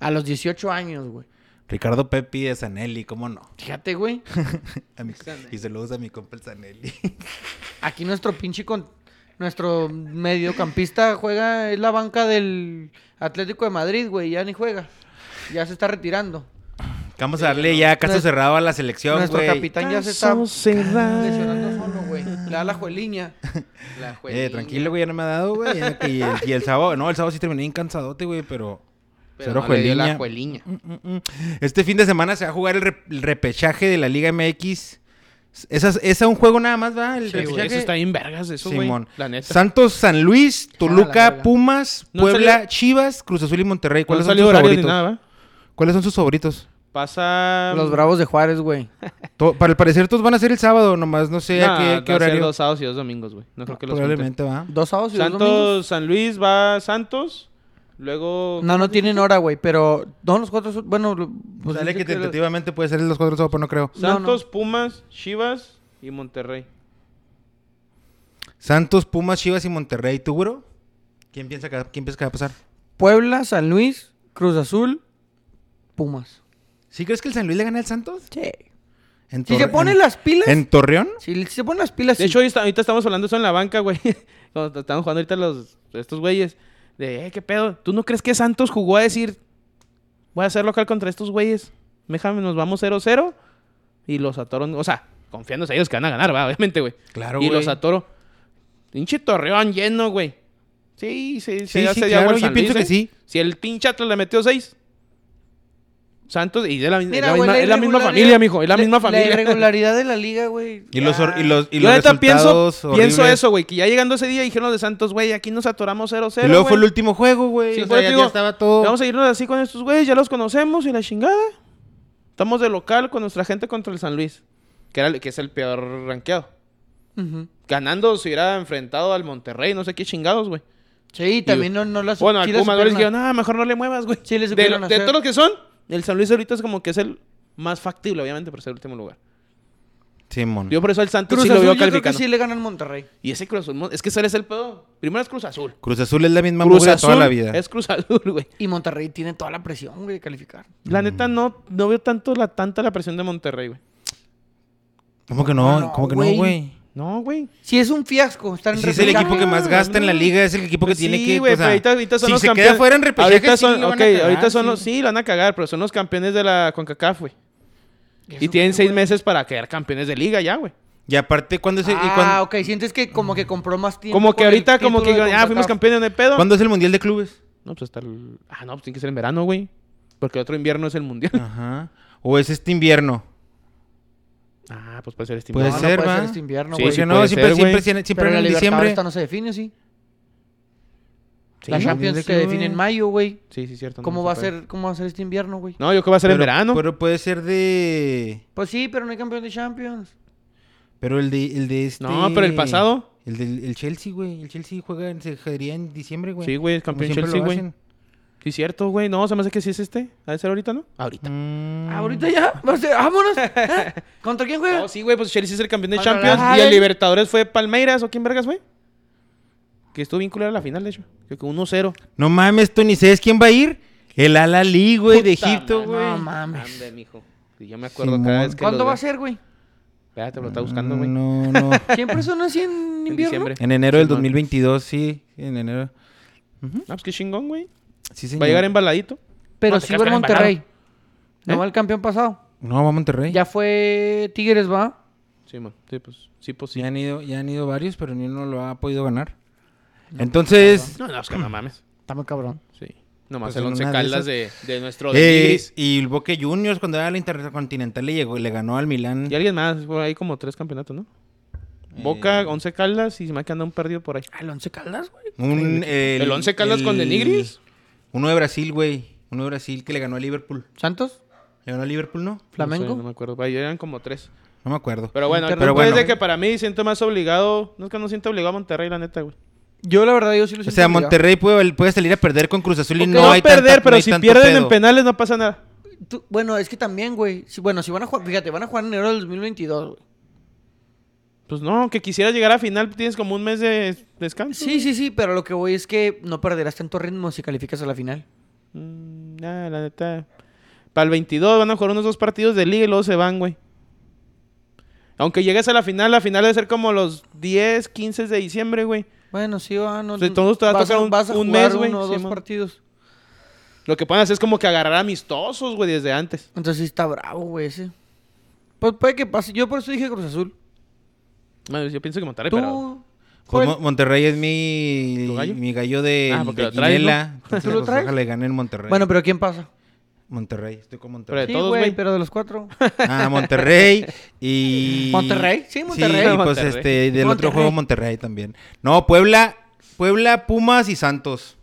Speaker 1: A los 18 años, güey.
Speaker 2: Ricardo Pepi de Sanelli, ¿cómo no?
Speaker 1: Fíjate, güey.
Speaker 2: A mi- y se lo usa mi compa el Sanelli. *laughs*
Speaker 1: Aquí nuestro pinche con- Nuestro mediocampista juega en la banca del Atlético de Madrid, güey. Ya ni juega. Ya se está retirando.
Speaker 2: Vamos a darle ya caso
Speaker 1: Nuestro-
Speaker 2: cerrado a la selección,
Speaker 1: Nuestro
Speaker 2: güey.
Speaker 1: capitán ya se está lesionando
Speaker 3: Lesionando.
Speaker 1: solo, güey. Le da la jueliña.
Speaker 3: *laughs* La
Speaker 2: Eh,
Speaker 3: juelilla.
Speaker 2: tranquilo, güey, ya no me ha dado, güey. ya que- Y el, y el sábado, no, el sábado sí terminé bien cansadote, güey, pero...
Speaker 3: Pero
Speaker 2: cero
Speaker 3: no le dio la
Speaker 2: jueliña.
Speaker 3: jueliña.
Speaker 2: Mm, mm. Este fin de semana se va a jugar el, re- el repechaje de la Liga MX. Esas- es a un juego nada más, ¿va? El
Speaker 3: Sí, güey,
Speaker 2: repechaje.
Speaker 3: eso está bien vergas, eso, güey.
Speaker 2: Simón.
Speaker 3: La neta.
Speaker 2: Santos, San Luis, Toluca,
Speaker 1: verga.
Speaker 2: Pumas,
Speaker 3: No
Speaker 2: Puebla,
Speaker 3: salió-
Speaker 2: Chivas, Cruz Azul y Monterrey.
Speaker 3: ¿Cuál
Speaker 2: ¿Cuáles
Speaker 3: es
Speaker 2: son sus
Speaker 3: salido horario ni
Speaker 2: favoritos?
Speaker 3: nada, ¿va?
Speaker 2: ¿Cuáles son sus favoritos?
Speaker 3: Pasa...
Speaker 1: Los bravos de Juárez, güey.
Speaker 2: To- para el parecer todos van a ser el sábado, nomás no sé a
Speaker 3: Nah,
Speaker 2: qué-
Speaker 3: va
Speaker 2: qué,
Speaker 3: a ser
Speaker 2: horario.
Speaker 3: Dos sábados y dos domingos, güey. No creo que los junten.
Speaker 2: Probablemente va.
Speaker 1: Dos sábados y dos domingos.
Speaker 3: Santos, San Luis va Santos. Luego.
Speaker 1: No, no tienen hora, güey. Pero no los cuatro. son- Bueno, lo- pues
Speaker 2: Sale
Speaker 1: dice
Speaker 2: que
Speaker 1: que lo-
Speaker 2: tentativamente puede ser los cuatro sábados, pero no creo.
Speaker 3: Santos,
Speaker 1: no,
Speaker 3: Pumas, Chivas y Monterrey.
Speaker 2: Santos, Pumas, Chivas y Monterrey. ¿Tú, güero? ¿Quién piensa que, quién piensa que va a pasar?
Speaker 1: Puebla, San Luis, Cruz Azul, Pumas.
Speaker 2: ¿Sí crees que el San Luis le gana al Santos?
Speaker 1: Sí.
Speaker 2: En
Speaker 1: Si
Speaker 2: Torre-
Speaker 1: se ponen
Speaker 2: en-
Speaker 1: las pilas.
Speaker 2: ¿En Torreón?
Speaker 1: Si si se ponen las pilas.
Speaker 3: De
Speaker 1: sí.
Speaker 3: hecho, hoy está- ahorita estamos hablando eso en la banca, güey. *laughs* Cuando estamos jugando ahorita los, estos güeyes. De, eh, qué pedo. ¿Tú no crees que Santos jugó a decir, voy a ser local contra estos güeyes? Déjame, nos vamos 0-0. Y los atoron. O sea, confiándose ellos que van a ganar, va, obviamente, güey.
Speaker 2: Claro,
Speaker 3: y
Speaker 2: güey.
Speaker 3: los atoro. Pinche Torreón lleno, güey. Sí, sí,
Speaker 2: Sí, sí,
Speaker 3: se dio
Speaker 2: claro,
Speaker 3: agua al
Speaker 2: yo
Speaker 3: San
Speaker 2: pienso
Speaker 3: Luis,
Speaker 2: que
Speaker 3: ¿eh?
Speaker 2: sí.
Speaker 3: Si el pinche Atlas le metió seis. Santos, y de la, misma-
Speaker 1: Mira,
Speaker 3: es la
Speaker 1: güey,
Speaker 3: misma, es la misma
Speaker 1: irregularidad-
Speaker 3: familia, mijo. Es la
Speaker 1: la-
Speaker 3: misma familia.
Speaker 1: La
Speaker 3: *laughs*
Speaker 1: irregularidad de la liga, güey.
Speaker 2: Y los, or- y los, y
Speaker 3: Yo
Speaker 2: los
Speaker 3: la neta pienso,
Speaker 2: resultados
Speaker 3: pienso
Speaker 2: horribles.
Speaker 3: eso, güey. Que ya llegando ese día dijeron los de Santos, güey, aquí nos atoramos 0-0.
Speaker 2: y luego
Speaker 3: güey.
Speaker 2: fue el último juego, güey.
Speaker 3: Sí,
Speaker 2: o
Speaker 3: fue
Speaker 2: sea,
Speaker 3: el
Speaker 2: ya,
Speaker 3: último.
Speaker 2: ya estaba todo.
Speaker 3: Vamos a irnos así con estos güeyes, ya los conocemos y la chingada. Estamos de local con nuestra gente contra el San Luis, que, era, el- que es el peor rankeado.
Speaker 1: Ujú.
Speaker 3: Ganando se hubiera enfrentado al Monterrey, no sé qué chingados, güey.
Speaker 1: Sí, también no, no las
Speaker 3: Bueno, al
Speaker 1: sí las
Speaker 3: Pumas no les dijeron,
Speaker 1: supieron
Speaker 3: nada, mejor no le muevas, güey.
Speaker 1: Sí, le
Speaker 3: de,
Speaker 1: supieron
Speaker 3: lo- de
Speaker 1: hacer.
Speaker 3: todos los que son, el San Luis ahorita es como que es el más factible, obviamente, por ser el último lugar.
Speaker 2: Simón.
Speaker 3: Yo por eso el Santos
Speaker 1: Cruz
Speaker 3: sí lo
Speaker 1: Azul,
Speaker 3: veo
Speaker 1: yo creo que
Speaker 3: calificando.
Speaker 1: sí le ganan Monterrey.
Speaker 3: Y ese Cruz Azul, mo- es que ese es el pedo. Primero es Cruz Azul.
Speaker 2: Cruz Azul es la misma
Speaker 3: Cruz
Speaker 2: mugre de
Speaker 3: Azul
Speaker 2: toda la vida.
Speaker 3: es Cruz Azul, güey.
Speaker 1: Y Monterrey tiene toda la presión, güey, de calificar.
Speaker 2: Mm.
Speaker 3: La neta no, no veo tanto la, tanta la presión de Monterrey, güey.
Speaker 2: ¿Cómo que no?
Speaker 1: No,
Speaker 2: ¿Cómo que
Speaker 1: güey.
Speaker 2: no, güey?
Speaker 3: No, güey.
Speaker 1: Si es un fiasco estar en
Speaker 2: Si es el
Speaker 1: repechaje.
Speaker 2: equipo que más gasta en la liga, es el equipo que
Speaker 3: Pues
Speaker 2: tiene
Speaker 3: sí,
Speaker 2: que.
Speaker 3: güey,
Speaker 2: o sea,
Speaker 3: pero ahorita, ahorita son
Speaker 2: si
Speaker 3: los
Speaker 2: se
Speaker 3: campeones.
Speaker 2: queda fuera en repechaje,
Speaker 3: ahorita
Speaker 2: sí lo
Speaker 3: son,
Speaker 2: van a
Speaker 3: ok,
Speaker 2: cagar,
Speaker 3: ahorita son
Speaker 2: sí.
Speaker 3: los, sí, lo van a cagar, pero son los campeones de la CONCACAF, güey.
Speaker 1: Eso,
Speaker 3: Y tienen
Speaker 1: güey.
Speaker 3: seis meses para quedar campeones de liga ya, güey.
Speaker 2: Y aparte, ¿cuándo es el, y
Speaker 1: Ah,
Speaker 2: cuándo-
Speaker 1: ok. Sientes que como que compró más tiempo.
Speaker 3: Como que
Speaker 1: con el
Speaker 3: ahorita, como que,
Speaker 1: título de
Speaker 3: ah, fuimos
Speaker 1: CONCACAF.
Speaker 3: campeones de pedo.
Speaker 2: cuándo es el Mundial de Clubes?
Speaker 3: No, pues hasta el... Ah, no, pues tiene que ser en verano, güey. Porque el otro invierno es el mundial.
Speaker 2: Ajá. ¿O es este invierno?
Speaker 3: *laughs* Ah, pues puede ser este
Speaker 2: Puede
Speaker 3: invierno.
Speaker 1: No, no
Speaker 2: ser,
Speaker 1: puede
Speaker 2: ¿va?
Speaker 1: ser este invierno,
Speaker 3: Sí,
Speaker 1: güey.
Speaker 2: Pues
Speaker 3: sí
Speaker 2: que no,
Speaker 3: puede
Speaker 2: siempre,
Speaker 3: ser,
Speaker 2: siempre,
Speaker 3: güey.
Speaker 2: siempre,
Speaker 1: Pero
Speaker 2: en
Speaker 1: la
Speaker 2: diciembre.
Speaker 1: Libertadores esta no se define, ¿sí?
Speaker 3: Sí,
Speaker 1: la
Speaker 3: ¿no?
Speaker 1: Champions
Speaker 2: Mundial
Speaker 1: se
Speaker 2: de
Speaker 1: define
Speaker 2: Clubes.
Speaker 1: en mayo, güey.
Speaker 3: Sí, sí, cierto. no,
Speaker 1: ¿Cómo
Speaker 3: no
Speaker 1: va a
Speaker 3: se puede.
Speaker 1: ser, cómo va a ser este invierno, güey?
Speaker 3: No, yo creo que va a ser en
Speaker 2: Pero-
Speaker 3: verano.
Speaker 2: Pero puede ser de.
Speaker 1: Pues sí, pero no hay campeón de Champions.
Speaker 2: Pero el de, el de este.
Speaker 3: No, pero el pasado.
Speaker 2: El del el Chelsea, güey. El Chelsea juega en, se jugaría en diciembre, güey.
Speaker 3: Sí, güey, es
Speaker 2: Como
Speaker 3: campeón
Speaker 2: siempre
Speaker 3: Chelsea,
Speaker 2: lo
Speaker 3: güey.
Speaker 2: hacen.
Speaker 3: Sí, cierto, güey. No, se me hace que sí es este. Ha de ser ahorita, ¿no? Ahorita.
Speaker 2: Mm.
Speaker 1: Ahorita ya, va a ser-
Speaker 3: *laughs*
Speaker 1: vámonos. ¿Eh? ¿Contra quién
Speaker 2: Ah.
Speaker 1: juega?
Speaker 3: No, sí, güey, pues Chelsea es el campeón de
Speaker 1: Ah,
Speaker 3: Champions.
Speaker 1: caray.
Speaker 3: Y el Libertadores fue Palmeiras o quién vergas, güey. Que estuvo vinculado a la final, de hecho. Creo que 1-0.
Speaker 2: No mames, Tony, ¿sabes quién va a ir? El Al-Ali, güey, de
Speaker 3: Puta
Speaker 2: Egipto,
Speaker 3: madre,
Speaker 2: güey.
Speaker 1: No mames.
Speaker 3: Ande, mijo. Sí, yo me acuerdo
Speaker 2: Simón.
Speaker 3: cada vez que.
Speaker 1: ¿Cuándo
Speaker 3: los
Speaker 1: va
Speaker 3: veo.
Speaker 1: a ser, güey?
Speaker 3: Espérate, lo está buscando, güey.
Speaker 2: Mm, No,
Speaker 3: *laughs*
Speaker 2: no.
Speaker 1: ¿Siempre son así en
Speaker 3: En
Speaker 1: invierno?
Speaker 3: diciembre.
Speaker 2: En enero del
Speaker 3: Simón.
Speaker 2: 2022, sí. En enero.
Speaker 3: Ah, pues qué chingón, güey.
Speaker 2: Sí, señor.
Speaker 3: Va a llegar embaladito.
Speaker 1: Pero
Speaker 3: No, te
Speaker 1: sí
Speaker 3: quedas
Speaker 1: va el
Speaker 3: con el
Speaker 1: Monterrey. No
Speaker 3: ¿Eh?
Speaker 1: va el campeón pasado.
Speaker 2: No, va a Monterrey.
Speaker 1: Ya fue Tigres, ¿va?
Speaker 3: Sí, man. Sí, pues. Sí, pues sí.
Speaker 2: Ya han ido, ya han ido varios, pero ni uno lo ha podido ganar. Entonces,
Speaker 3: No, no, es que no mames.
Speaker 1: Está muy cabrón.
Speaker 3: Sí. Nomás
Speaker 2: Pues
Speaker 3: el
Speaker 2: en
Speaker 3: 11
Speaker 2: una de
Speaker 3: caldas de, de nuestro
Speaker 2: eh,
Speaker 3: Tigris.
Speaker 2: y el Boque Juniors cuando era la Intercontinental le llegó, le ganó al Milán.
Speaker 3: Y alguien más, por ahí como tres campeonatos, ¿no?
Speaker 2: Eh.
Speaker 3: Boca, 11 caldas y se me ha quedado un perdido por ahí.
Speaker 1: ¿Al Ah, Once Caldas, güey?
Speaker 2: Un,
Speaker 3: El, 11 caldas con
Speaker 2: el-
Speaker 3: Denigris.
Speaker 2: Uno de Brasil, güey. Uno de Brasil que le ganó a Liverpool.
Speaker 1: ¿Santos?
Speaker 2: ¿Le ganó a Liverpool, no?
Speaker 1: ¿Flamengo?
Speaker 3: No, sé, no me acuerdo. Ahí eran como tres.
Speaker 2: No me acuerdo.
Speaker 3: Pero bueno, el
Speaker 1: Pero
Speaker 3: punto es
Speaker 2: bueno.
Speaker 3: de que para mí siento más obligado. No es que no siento obligado a Monterrey, la neta, güey.
Speaker 1: Yo, la verdad, yo sí lo
Speaker 2: o
Speaker 1: siento
Speaker 2: sea,
Speaker 1: obligado.
Speaker 2: Monterrey puede, puede salir a perder con Cruz Azul y
Speaker 3: Ok,
Speaker 2: no,
Speaker 3: no
Speaker 2: hay
Speaker 3: perder,
Speaker 2: tanta-
Speaker 3: pero
Speaker 2: no hay
Speaker 3: si
Speaker 2: tanto
Speaker 3: pierden en
Speaker 2: pedo.
Speaker 3: penales no pasa nada.
Speaker 1: Tú- bueno, es que también, güey. Si, bueno, si van a jugar, fíjate, van a jugar en enero del 2022, güey.
Speaker 3: Pues no, que quisieras llegar a final, tienes como un mes de descanso.
Speaker 1: Sí, sí, sí, pero lo que voy es que no perderás tanto ritmo si calificas a la final.
Speaker 3: Mm, nah, la neta. Para el 22 van a jugar unos dos partidos de liga y luego se van, güey. Aunque llegues a la final, la final debe ser como los 10, 15 de diciembre, güey.
Speaker 1: Bueno, sí, va, no.
Speaker 3: O sea, todos te va a
Speaker 1: vas
Speaker 3: tocar un-
Speaker 1: vas a
Speaker 3: un
Speaker 1: jugar
Speaker 3: mes, güey,
Speaker 1: uno o
Speaker 3: sí,
Speaker 1: dos
Speaker 3: man.
Speaker 1: partidos.
Speaker 3: Lo que pueden hacer es como que agarrar amistosos, güey, desde antes.
Speaker 1: Entonces sí está bravo, güey, ese. Pues puede que pase. Yo por eso dije Cruz Azul.
Speaker 3: Bueno, yo pienso que Monterrey, pero...
Speaker 1: Tú.
Speaker 2: Pues
Speaker 1: Joel,
Speaker 2: Mon- Monterrey es mi,
Speaker 3: ¿Tu gallo?
Speaker 2: mi gallo de,
Speaker 3: Ah, porque
Speaker 2: de
Speaker 3: lo traes,
Speaker 2: quinela.
Speaker 3: ¿no?
Speaker 2: Entonces,
Speaker 1: ¿Tú lo
Speaker 2: pues,
Speaker 1: traes?
Speaker 2: ojalá le gane el Monterrey.
Speaker 1: Bueno, pero ¿quién pasa?
Speaker 2: Monterrey, estoy con
Speaker 3: De
Speaker 2: Monterrey.
Speaker 1: sí,
Speaker 3: todos,
Speaker 1: güey,
Speaker 3: güey.
Speaker 1: pero de los cuatro.
Speaker 2: Ah, Monterrey y...
Speaker 1: Monterrey, sí, Monterrey.
Speaker 2: y pues
Speaker 3: Monterrey.
Speaker 2: este, y del otro
Speaker 1: Monterrey.
Speaker 2: juego Monterrey también. No, Puebla, Puebla, Pumas y Santos.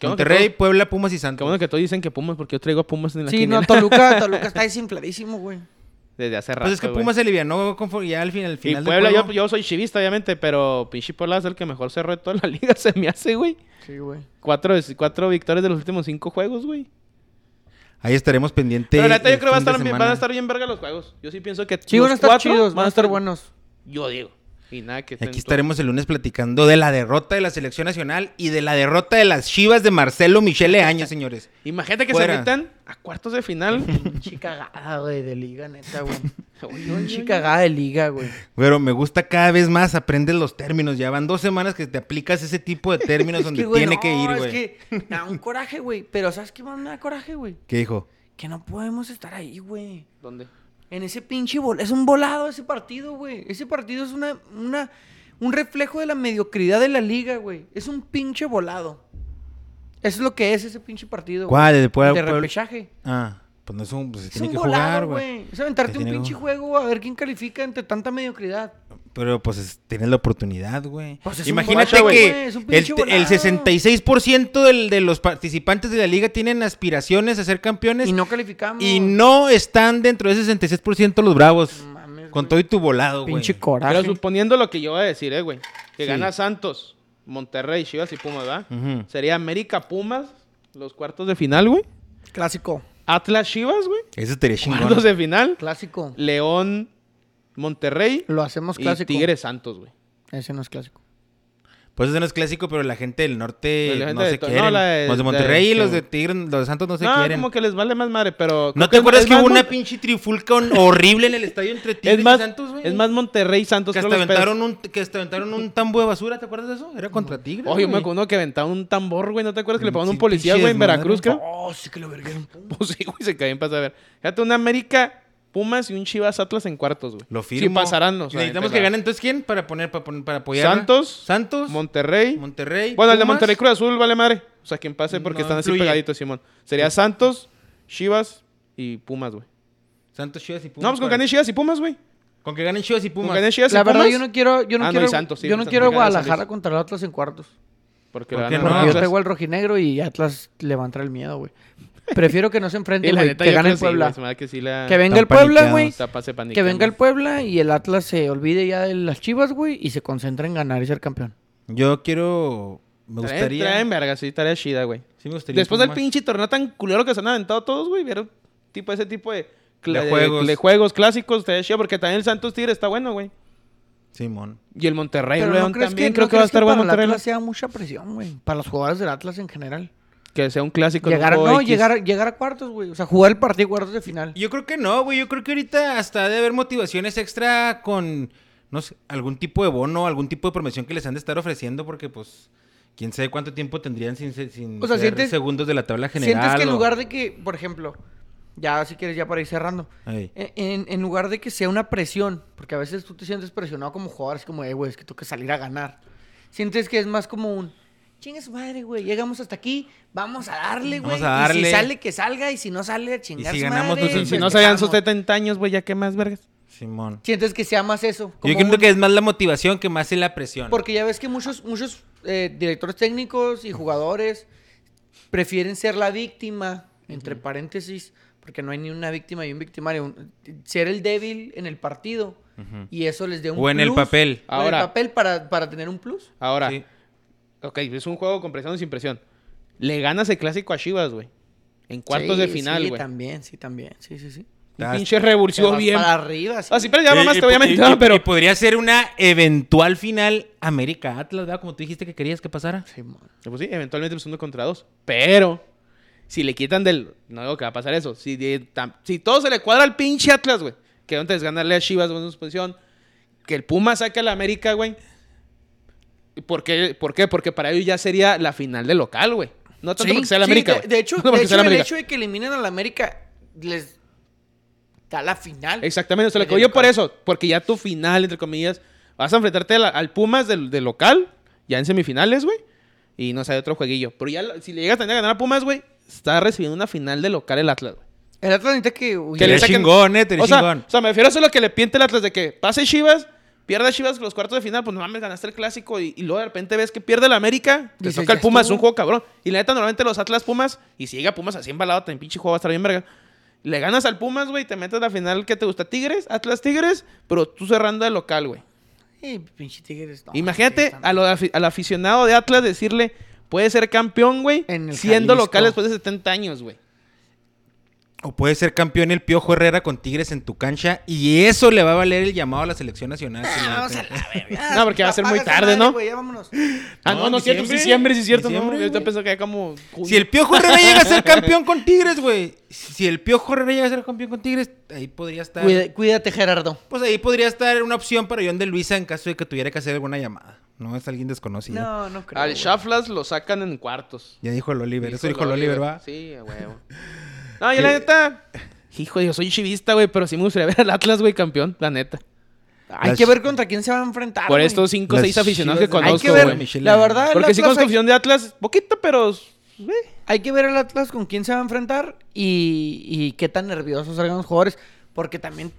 Speaker 3: Qué bueno que
Speaker 2: Monterrey,
Speaker 3: todos-
Speaker 2: Puebla, Pumas y
Speaker 3: Qué
Speaker 2: Santos. Pues
Speaker 3: bueno que todos dicen que Pumas, porque yo traigo a Pumas en la
Speaker 1: Sí,
Speaker 3: quiniela
Speaker 1: no, Toluca, Toluca está desinfladísimo, güey.
Speaker 3: *laughs* desde hace rato,
Speaker 2: Pues es que
Speaker 3: güey.
Speaker 2: Pumas se alivianó conforme- ya al final, al
Speaker 3: Y
Speaker 2: final del
Speaker 3: Puebla, yo,
Speaker 2: juego.
Speaker 3: yo soy chivista, obviamente, pero pinche Puebla es el que mejor cerró de toda la *laughs* liga, se me hace, güey.
Speaker 1: Sí, güey.
Speaker 3: Cuatro, cuatro victorias de los últimos cinco juegos, güey.
Speaker 2: Ahí estaremos pendientes.
Speaker 3: Pero la neta, yo creo que van a estar bien- van a estar
Speaker 2: bien.
Speaker 3: bien verga los juegos. Yo sí pienso que.
Speaker 1: Sí,
Speaker 3: los
Speaker 1: van a estar
Speaker 3: cuatro
Speaker 1: chidos, van a estar *laughs* buenos.
Speaker 3: Yo digo. Y nada que estén
Speaker 2: Aquí
Speaker 3: todos-
Speaker 2: estaremos el lunes platicando de la derrota de la selección nacional y de la derrota de las Chivas de Marcelo Michele Años, señores.
Speaker 3: Imagínate que
Speaker 2: Fuera.
Speaker 3: se metan a cuartos de
Speaker 2: *laughs*
Speaker 3: final.
Speaker 1: Chicagada, güey, de liga, neta, *laughs* güey.
Speaker 3: Oye, oye, oye.
Speaker 1: Chicagada de liga, güey.
Speaker 2: Pero me gusta cada vez más, aprendes los términos. Ya van dos semanas que te aplicas ese tipo de
Speaker 3: *laughs*
Speaker 2: términos donde
Speaker 1: que, güey,
Speaker 2: tiene
Speaker 1: no,
Speaker 2: que ir,
Speaker 1: es
Speaker 2: güey.
Speaker 1: que da un coraje, güey. Pero ¿sabes qué más me da coraje, güey?
Speaker 2: ¿Qué dijo?
Speaker 1: Que no podemos estar ahí, güey.
Speaker 3: ¿Dónde?
Speaker 1: En ese pinche bol. Es un volado ese partido, güey. Ese partido es una, una, un reflejo de la mediocridad de la liga, güey. Es un pinche volado. Eso es lo que es ese pinche partido. güey.
Speaker 2: ¿Cuál? ¿El de Puebla-
Speaker 1: De
Speaker 2: Puebla?
Speaker 1: repechaje.
Speaker 2: Ah, pues no es un. Pues se
Speaker 1: Es
Speaker 2: tiene
Speaker 1: un
Speaker 2: que
Speaker 1: volado,
Speaker 2: jugar, güey.
Speaker 1: güey. Es aventarte
Speaker 2: Se
Speaker 1: un
Speaker 2: tiene que
Speaker 1: pinche
Speaker 2: jugar.
Speaker 1: juego a ver quién califica entre tanta mediocridad.
Speaker 2: Pero pues es- tienes la oportunidad, güey.
Speaker 1: Pues es un
Speaker 2: Imagínate
Speaker 3: borracho, güey.
Speaker 2: que
Speaker 1: Es un
Speaker 2: el,
Speaker 1: pinche
Speaker 2: el
Speaker 1: volado.
Speaker 2: 66% del- de los participantes de la liga tienen aspiraciones a ser campeones
Speaker 1: Y no calificamos.
Speaker 2: y no están dentro de ese 66% los bravos.
Speaker 1: Mames,
Speaker 2: Con
Speaker 1: güey.
Speaker 2: todo y tu volado, güey.
Speaker 1: Pinche coraje.
Speaker 3: Pero suponiendo lo que yo voy a decir, eh, güey. Que
Speaker 2: Sí.
Speaker 3: gana Santos, Monterrey, Chivas y Pumas, ¿verdad?
Speaker 2: Ujú.
Speaker 3: Sería América Pumas, los cuartos de final, güey.
Speaker 1: Clásico.
Speaker 3: Atlas Chivas, güey.
Speaker 1: *laughs*
Speaker 2: Eso estaría chingón.
Speaker 3: Cuartos de final.
Speaker 1: Clásico.
Speaker 3: León, Monterrey.
Speaker 1: Lo hacemos
Speaker 3: Y
Speaker 1: clásico.
Speaker 3: Tigres Santos, güey.
Speaker 1: Ese no es clásico.
Speaker 2: Pues eso no es clásico, pero la gente del norte
Speaker 1: Pues,
Speaker 3: Pero la gente
Speaker 2: no
Speaker 3: de
Speaker 2: se
Speaker 3: to-
Speaker 2: quiere.
Speaker 3: no, la de-
Speaker 2: los de
Speaker 3: la de-
Speaker 2: Monterrey y
Speaker 3: sí,
Speaker 1: este,
Speaker 2: los de
Speaker 3: güey.
Speaker 2: Tigres, los de Santos no se
Speaker 3: no,
Speaker 2: quieren.
Speaker 3: como que les vale más madre, pero... creo
Speaker 2: ¿No te acuerdas
Speaker 3: es
Speaker 2: que
Speaker 3: más
Speaker 2: hubo una
Speaker 3: mon-
Speaker 2: pinche trifulca hon- horrible en el estadio entre Tigres
Speaker 3: Es más,
Speaker 2: y Santos, güey?
Speaker 3: es más Monterrey Santos.
Speaker 2: Que
Speaker 3: creo,
Speaker 2: hasta,
Speaker 3: los pedos.
Speaker 2: aventaron un, que hasta aventaron un tambo de basura, ¿te acuerdas de eso? Era contra Tigres.
Speaker 3: Oye, yo me
Speaker 2: güey.
Speaker 3: acuerdo uno que aventaba un tambor, güey. ¿No te acuerdas que le pagaron a un
Speaker 2: Sí,
Speaker 3: policía,
Speaker 2: pinche
Speaker 3: güey, en
Speaker 2: desmadre.
Speaker 3: Veracruz, creo?
Speaker 1: Oh, sí que lo vergué.
Speaker 3: *laughs* Pues sí, güey, se caen para saber. Fíjate, un América, Pumas y un Chivas Atlas en cuartos, güey.
Speaker 2: Lo
Speaker 3: Sí
Speaker 2: firmo.
Speaker 3: pasarán los.
Speaker 2: Necesitamos que gane entonces quién para poner, para, poner, para apoyar.
Speaker 3: Santos,
Speaker 2: Santos,
Speaker 3: Monterrey.
Speaker 2: Monterrey.
Speaker 3: bueno, el de
Speaker 2: Pumas.
Speaker 3: Monterrey Cruz Azul, vale madre. O sea, quien pase porque
Speaker 2: No
Speaker 3: están así
Speaker 2: influye.
Speaker 3: pegaditos, Simón. Sería Santos, Chivas y Pumas, güey.
Speaker 2: Santos, Chivas y Pumas.
Speaker 3: No, pues con que
Speaker 2: para-
Speaker 3: ganen Chivas y Pumas, güey.
Speaker 2: Con que ganen Chivas y
Speaker 3: Con
Speaker 2: Pumas.
Speaker 3: que ganen Chivas
Speaker 1: La
Speaker 3: y Pumas.
Speaker 1: verdad, yo no quiero. Yo no
Speaker 3: Ah, no, y
Speaker 1: quiero,
Speaker 3: Santos, sí,
Speaker 1: yo no
Speaker 3: Santos
Speaker 1: quiero
Speaker 3: me cae de
Speaker 1: Guadalajara
Speaker 3: Santos.
Speaker 1: contra el Atlas en cuartos.
Speaker 3: Porque
Speaker 2: ¿Por
Speaker 3: le
Speaker 2: qué
Speaker 3: ganan
Speaker 2: no?
Speaker 3: a
Speaker 1: Porque yo
Speaker 3: Atlas.
Speaker 1: traigo al rojinegro y Atlas levanta el miedo, güey. Prefiero que no se
Speaker 3: *laughs* Y
Speaker 1: enfrenten,
Speaker 3: la
Speaker 1: güey.
Speaker 3: neta,
Speaker 1: Que
Speaker 3: yo
Speaker 1: gane
Speaker 3: creo
Speaker 1: el
Speaker 3: sí, güey,
Speaker 1: Puebla.
Speaker 3: se me da que sí la-
Speaker 1: Que venga
Speaker 2: Están
Speaker 1: el Puebla,
Speaker 2: paniqueados.
Speaker 1: güey.
Speaker 3: la pase
Speaker 1: Que
Speaker 3: paniqueando.
Speaker 1: venga el Puebla y el Atlas se olvide ya de las chivas, güey. Y se concentra en ganar y ser campeón.
Speaker 2: Yo quiero. Me
Speaker 3: Traen-
Speaker 2: gustaría.
Speaker 3: Traen verga, sí, estaría chida, güey.
Speaker 2: Sí, me gustaría
Speaker 3: Después del
Speaker 2: Pumas.
Speaker 3: pinche torneo tan culero que se han aventado todos, güey, vieron tipo ese tipo de,
Speaker 2: De juegos.
Speaker 3: de juegos clásicos, estaría chido, porque también el Santos Tigre está bueno, güey.
Speaker 2: Simón.
Speaker 3: Y el Monterrey,
Speaker 1: Pero
Speaker 3: León
Speaker 1: no crees
Speaker 3: también
Speaker 1: que,
Speaker 3: creo
Speaker 1: no
Speaker 3: que va a
Speaker 1: crees
Speaker 3: estar bueno
Speaker 1: para el
Speaker 3: Monterrey.
Speaker 1: Atlas sea mucha presión, güey. Para los jugadores del Atlas en general.
Speaker 3: Que sea un clásico.
Speaker 1: Llegar,
Speaker 3: un
Speaker 1: no,
Speaker 3: juego X.
Speaker 1: llegar, llegar a cuartos, güey. O sea, jugar el partido de cuartos de final.
Speaker 2: Yo creo que no, güey. Yo creo que ahorita hasta ha de haber motivaciones extra con, no sé, algún tipo de bono, algún tipo de promoción que les han de estar ofreciendo, porque pues, quién sabe cuánto tiempo tendrían sin, se- sin
Speaker 1: O sea,
Speaker 2: ser
Speaker 1: sientes-
Speaker 2: segundos de la tabla general.
Speaker 1: Sientes que en
Speaker 2: o-
Speaker 1: lugar de que, por ejemplo, ya si quieres, ya para ir cerrando,
Speaker 2: Ey.
Speaker 1: en, E, en- en lugar de que sea una presión, porque a veces tú te sientes presionado como jugador, es como, eh, güey, es que tengo que salir a ganar. Sientes que es más como un, chinga su madre, güey, llegamos hasta aquí, vamos a darle, güey.
Speaker 2: Vamos a
Speaker 1: Y si
Speaker 2: darle.
Speaker 1: sale, que salga, y si no sale, a chingar
Speaker 2: si
Speaker 1: su
Speaker 2: ganamos,
Speaker 1: madre,
Speaker 2: nos-
Speaker 1: y
Speaker 3: Si, si
Speaker 2: Pues
Speaker 3: no
Speaker 1: festejamos.
Speaker 3: se dan sus 70 años, güey, ya qué más, vergas.
Speaker 2: Simón.
Speaker 1: Sientes que sea más eso.
Speaker 2: Yo
Speaker 1: como
Speaker 2: creo
Speaker 1: un-
Speaker 2: que es más la motivación que más es la presión.
Speaker 1: Porque ya ves que muchos, muchos eh, directores técnicos y jugadores prefieren ser la víctima, entre paréntesis, porque no hay ni una víctima y un victimario. un- ser el débil en el partido.
Speaker 2: Ujú.
Speaker 1: Y eso les dé un
Speaker 2: O en el
Speaker 1: plus,
Speaker 2: papel.
Speaker 1: o en el
Speaker 3: Ahora.
Speaker 1: papel para, para tener un plus.
Speaker 3: Ahora,
Speaker 2: Sí.
Speaker 3: ok, es un juego con presión o sin presión. Le ganas el clásico a Chivas, güey. En cuartos
Speaker 1: Sí,
Speaker 3: de final,
Speaker 1: Sí,
Speaker 3: güey.
Speaker 1: también, sí, también. Sí, sí, sí.
Speaker 3: Un pinche
Speaker 2: Pues
Speaker 3: revulsivo
Speaker 1: Vas
Speaker 3: bien.
Speaker 1: Para arriba, sí.
Speaker 3: Ah, sí, pero ya
Speaker 2: Eh,
Speaker 3: mamás,
Speaker 2: y
Speaker 3: te
Speaker 2: po-
Speaker 3: obviamente,
Speaker 2: y- y-
Speaker 3: no, pero...
Speaker 2: y podría ser una eventual final América Atlas, ¿verdad? Como tú dijiste que querías que pasara.
Speaker 1: Simón.
Speaker 3: Pues sí, eventualmente es uno contra dos. Pero, si le quitan del. No digo que va a pasar eso. Si, de- tam- si todo se le cuadra al pinche Atlas, güey. Que antes ganarle a Chivas en su posición. Que el Puma saque a la América, güey. ¿Y ¿Por qué? ¿Por qué? Porque para ellos ya sería la final de local, güey. No tanto
Speaker 1: Sí,
Speaker 3: porque sea la
Speaker 1: sí,
Speaker 3: América.
Speaker 1: de-
Speaker 3: güey.
Speaker 1: de, hecho,
Speaker 3: No
Speaker 1: de
Speaker 3: porque
Speaker 1: hecho,
Speaker 3: sea la
Speaker 1: el
Speaker 3: América.
Speaker 1: hecho de que eliminen a la América les da la final.
Speaker 3: Exactamente, o sea, lo
Speaker 1: Y
Speaker 3: que
Speaker 1: de
Speaker 3: yo por
Speaker 1: local.
Speaker 3: eso, porque ya tu final, entre comillas, vas a enfrentarte a la- al Pumas del, del local, ya en semifinales, güey, y no sale otro jueguillo. Pero ya, la- si le llegas a tener que ganar a Pumas, güey, está recibiendo una final de local el Atlas, güey.
Speaker 1: El Atlanta que... uy,
Speaker 3: Que le
Speaker 2: Sería
Speaker 3: saquen-
Speaker 2: chingón, eh, sería
Speaker 3: O sea,
Speaker 2: chingón.
Speaker 3: o sea, me refiero a eso a lo que le piente el Atlas de que pase Chivas, pierda Chivas los cuartos de final, pues no mames, ganaste el clásico y, y luego de repente ves que pierde el América, te
Speaker 1: Dices,
Speaker 3: toca el
Speaker 1: "Ya
Speaker 3: Pumas, es
Speaker 1: estuvo".
Speaker 3: un juego cabrón. Y la neta, normalmente los Atlas Pumas, y si llega Pumas así embalado, también pinche juego va a estar bien verga. Le ganas al Pumas, güey, te metes a la final que te gusta Tigres, Atlas Tigres, pero tú cerrando el local, güey.
Speaker 1: eh, pinche Tigres, no, sí,
Speaker 3: Imagínate
Speaker 1: están-
Speaker 3: a lo afi- al aficionado de Atlas decirle, puede ser campeón, güey,
Speaker 1: En el
Speaker 3: siendo
Speaker 1: Jalisco.
Speaker 3: local después de 70 años, güey.
Speaker 2: O puede ser campeón el Piojo Herrera con Tigres en tu cancha y eso le va a valer el llamado a la selección nacional.
Speaker 3: Ah,
Speaker 2: señor.
Speaker 1: Ah, Vamos a la verga.
Speaker 3: No, porque va a ser muy
Speaker 1: Apaga esa
Speaker 3: tarde,
Speaker 1: Ah, madre,
Speaker 3: ¿no?
Speaker 1: güey, ya vámonos.
Speaker 3: Ah, no,
Speaker 2: No,
Speaker 3: no, es cierto,
Speaker 2: diciembre.
Speaker 3: diciembre, sí, es cierto,
Speaker 2: Diciembre,
Speaker 3: no. Yo
Speaker 2: güey.
Speaker 3: pensé que era como. junio.
Speaker 2: Si el
Speaker 1: *laughs*
Speaker 2: Piojo Herrera llega a ser campeón con Tigres, güey. Si el Piojo Herrera llega a ser campeón con Tigres, ahí podría estar.
Speaker 1: Cuida- cuídate, Gerardo.
Speaker 2: Pues ahí podría estar una opción para John de Luisa en caso de que tuviera que hacer alguna llamada. No es alguien desconocido.
Speaker 1: No, no creo.
Speaker 3: Al
Speaker 1: güey.
Speaker 3: Shaflas lo sacan en cuartos.
Speaker 2: Ya dijo el Oliver. Eso dijo el Oliver, ¿va?
Speaker 3: Sí,
Speaker 1: *laughs*
Speaker 3: a huevo. No, yo la neta. Hijo, yo soy chivista, güey, pero sí me gustaría *laughs* ver al Atlas, güey, campeón, la neta.
Speaker 1: Hay
Speaker 2: Las-
Speaker 1: que ver contra quién se va a enfrentar. Ah,
Speaker 3: Por
Speaker 1: güey.
Speaker 3: estos cinco o
Speaker 2: Las
Speaker 3: 6 aficionados que
Speaker 2: Chivas de-
Speaker 1: Hay que
Speaker 3: conozco,
Speaker 2: Conozco,
Speaker 1: ver,
Speaker 3: güey.
Speaker 2: Michela.
Speaker 1: la verdad, el
Speaker 3: Porque sí
Speaker 1: Atlas
Speaker 3: conozco
Speaker 1: hay-
Speaker 3: afición de Atlas, poquito, pero. eh.
Speaker 1: Hay que ver el Atlas con quién se va a enfrentar y, y qué tan nerviosos salgan los jugadores. Porque también,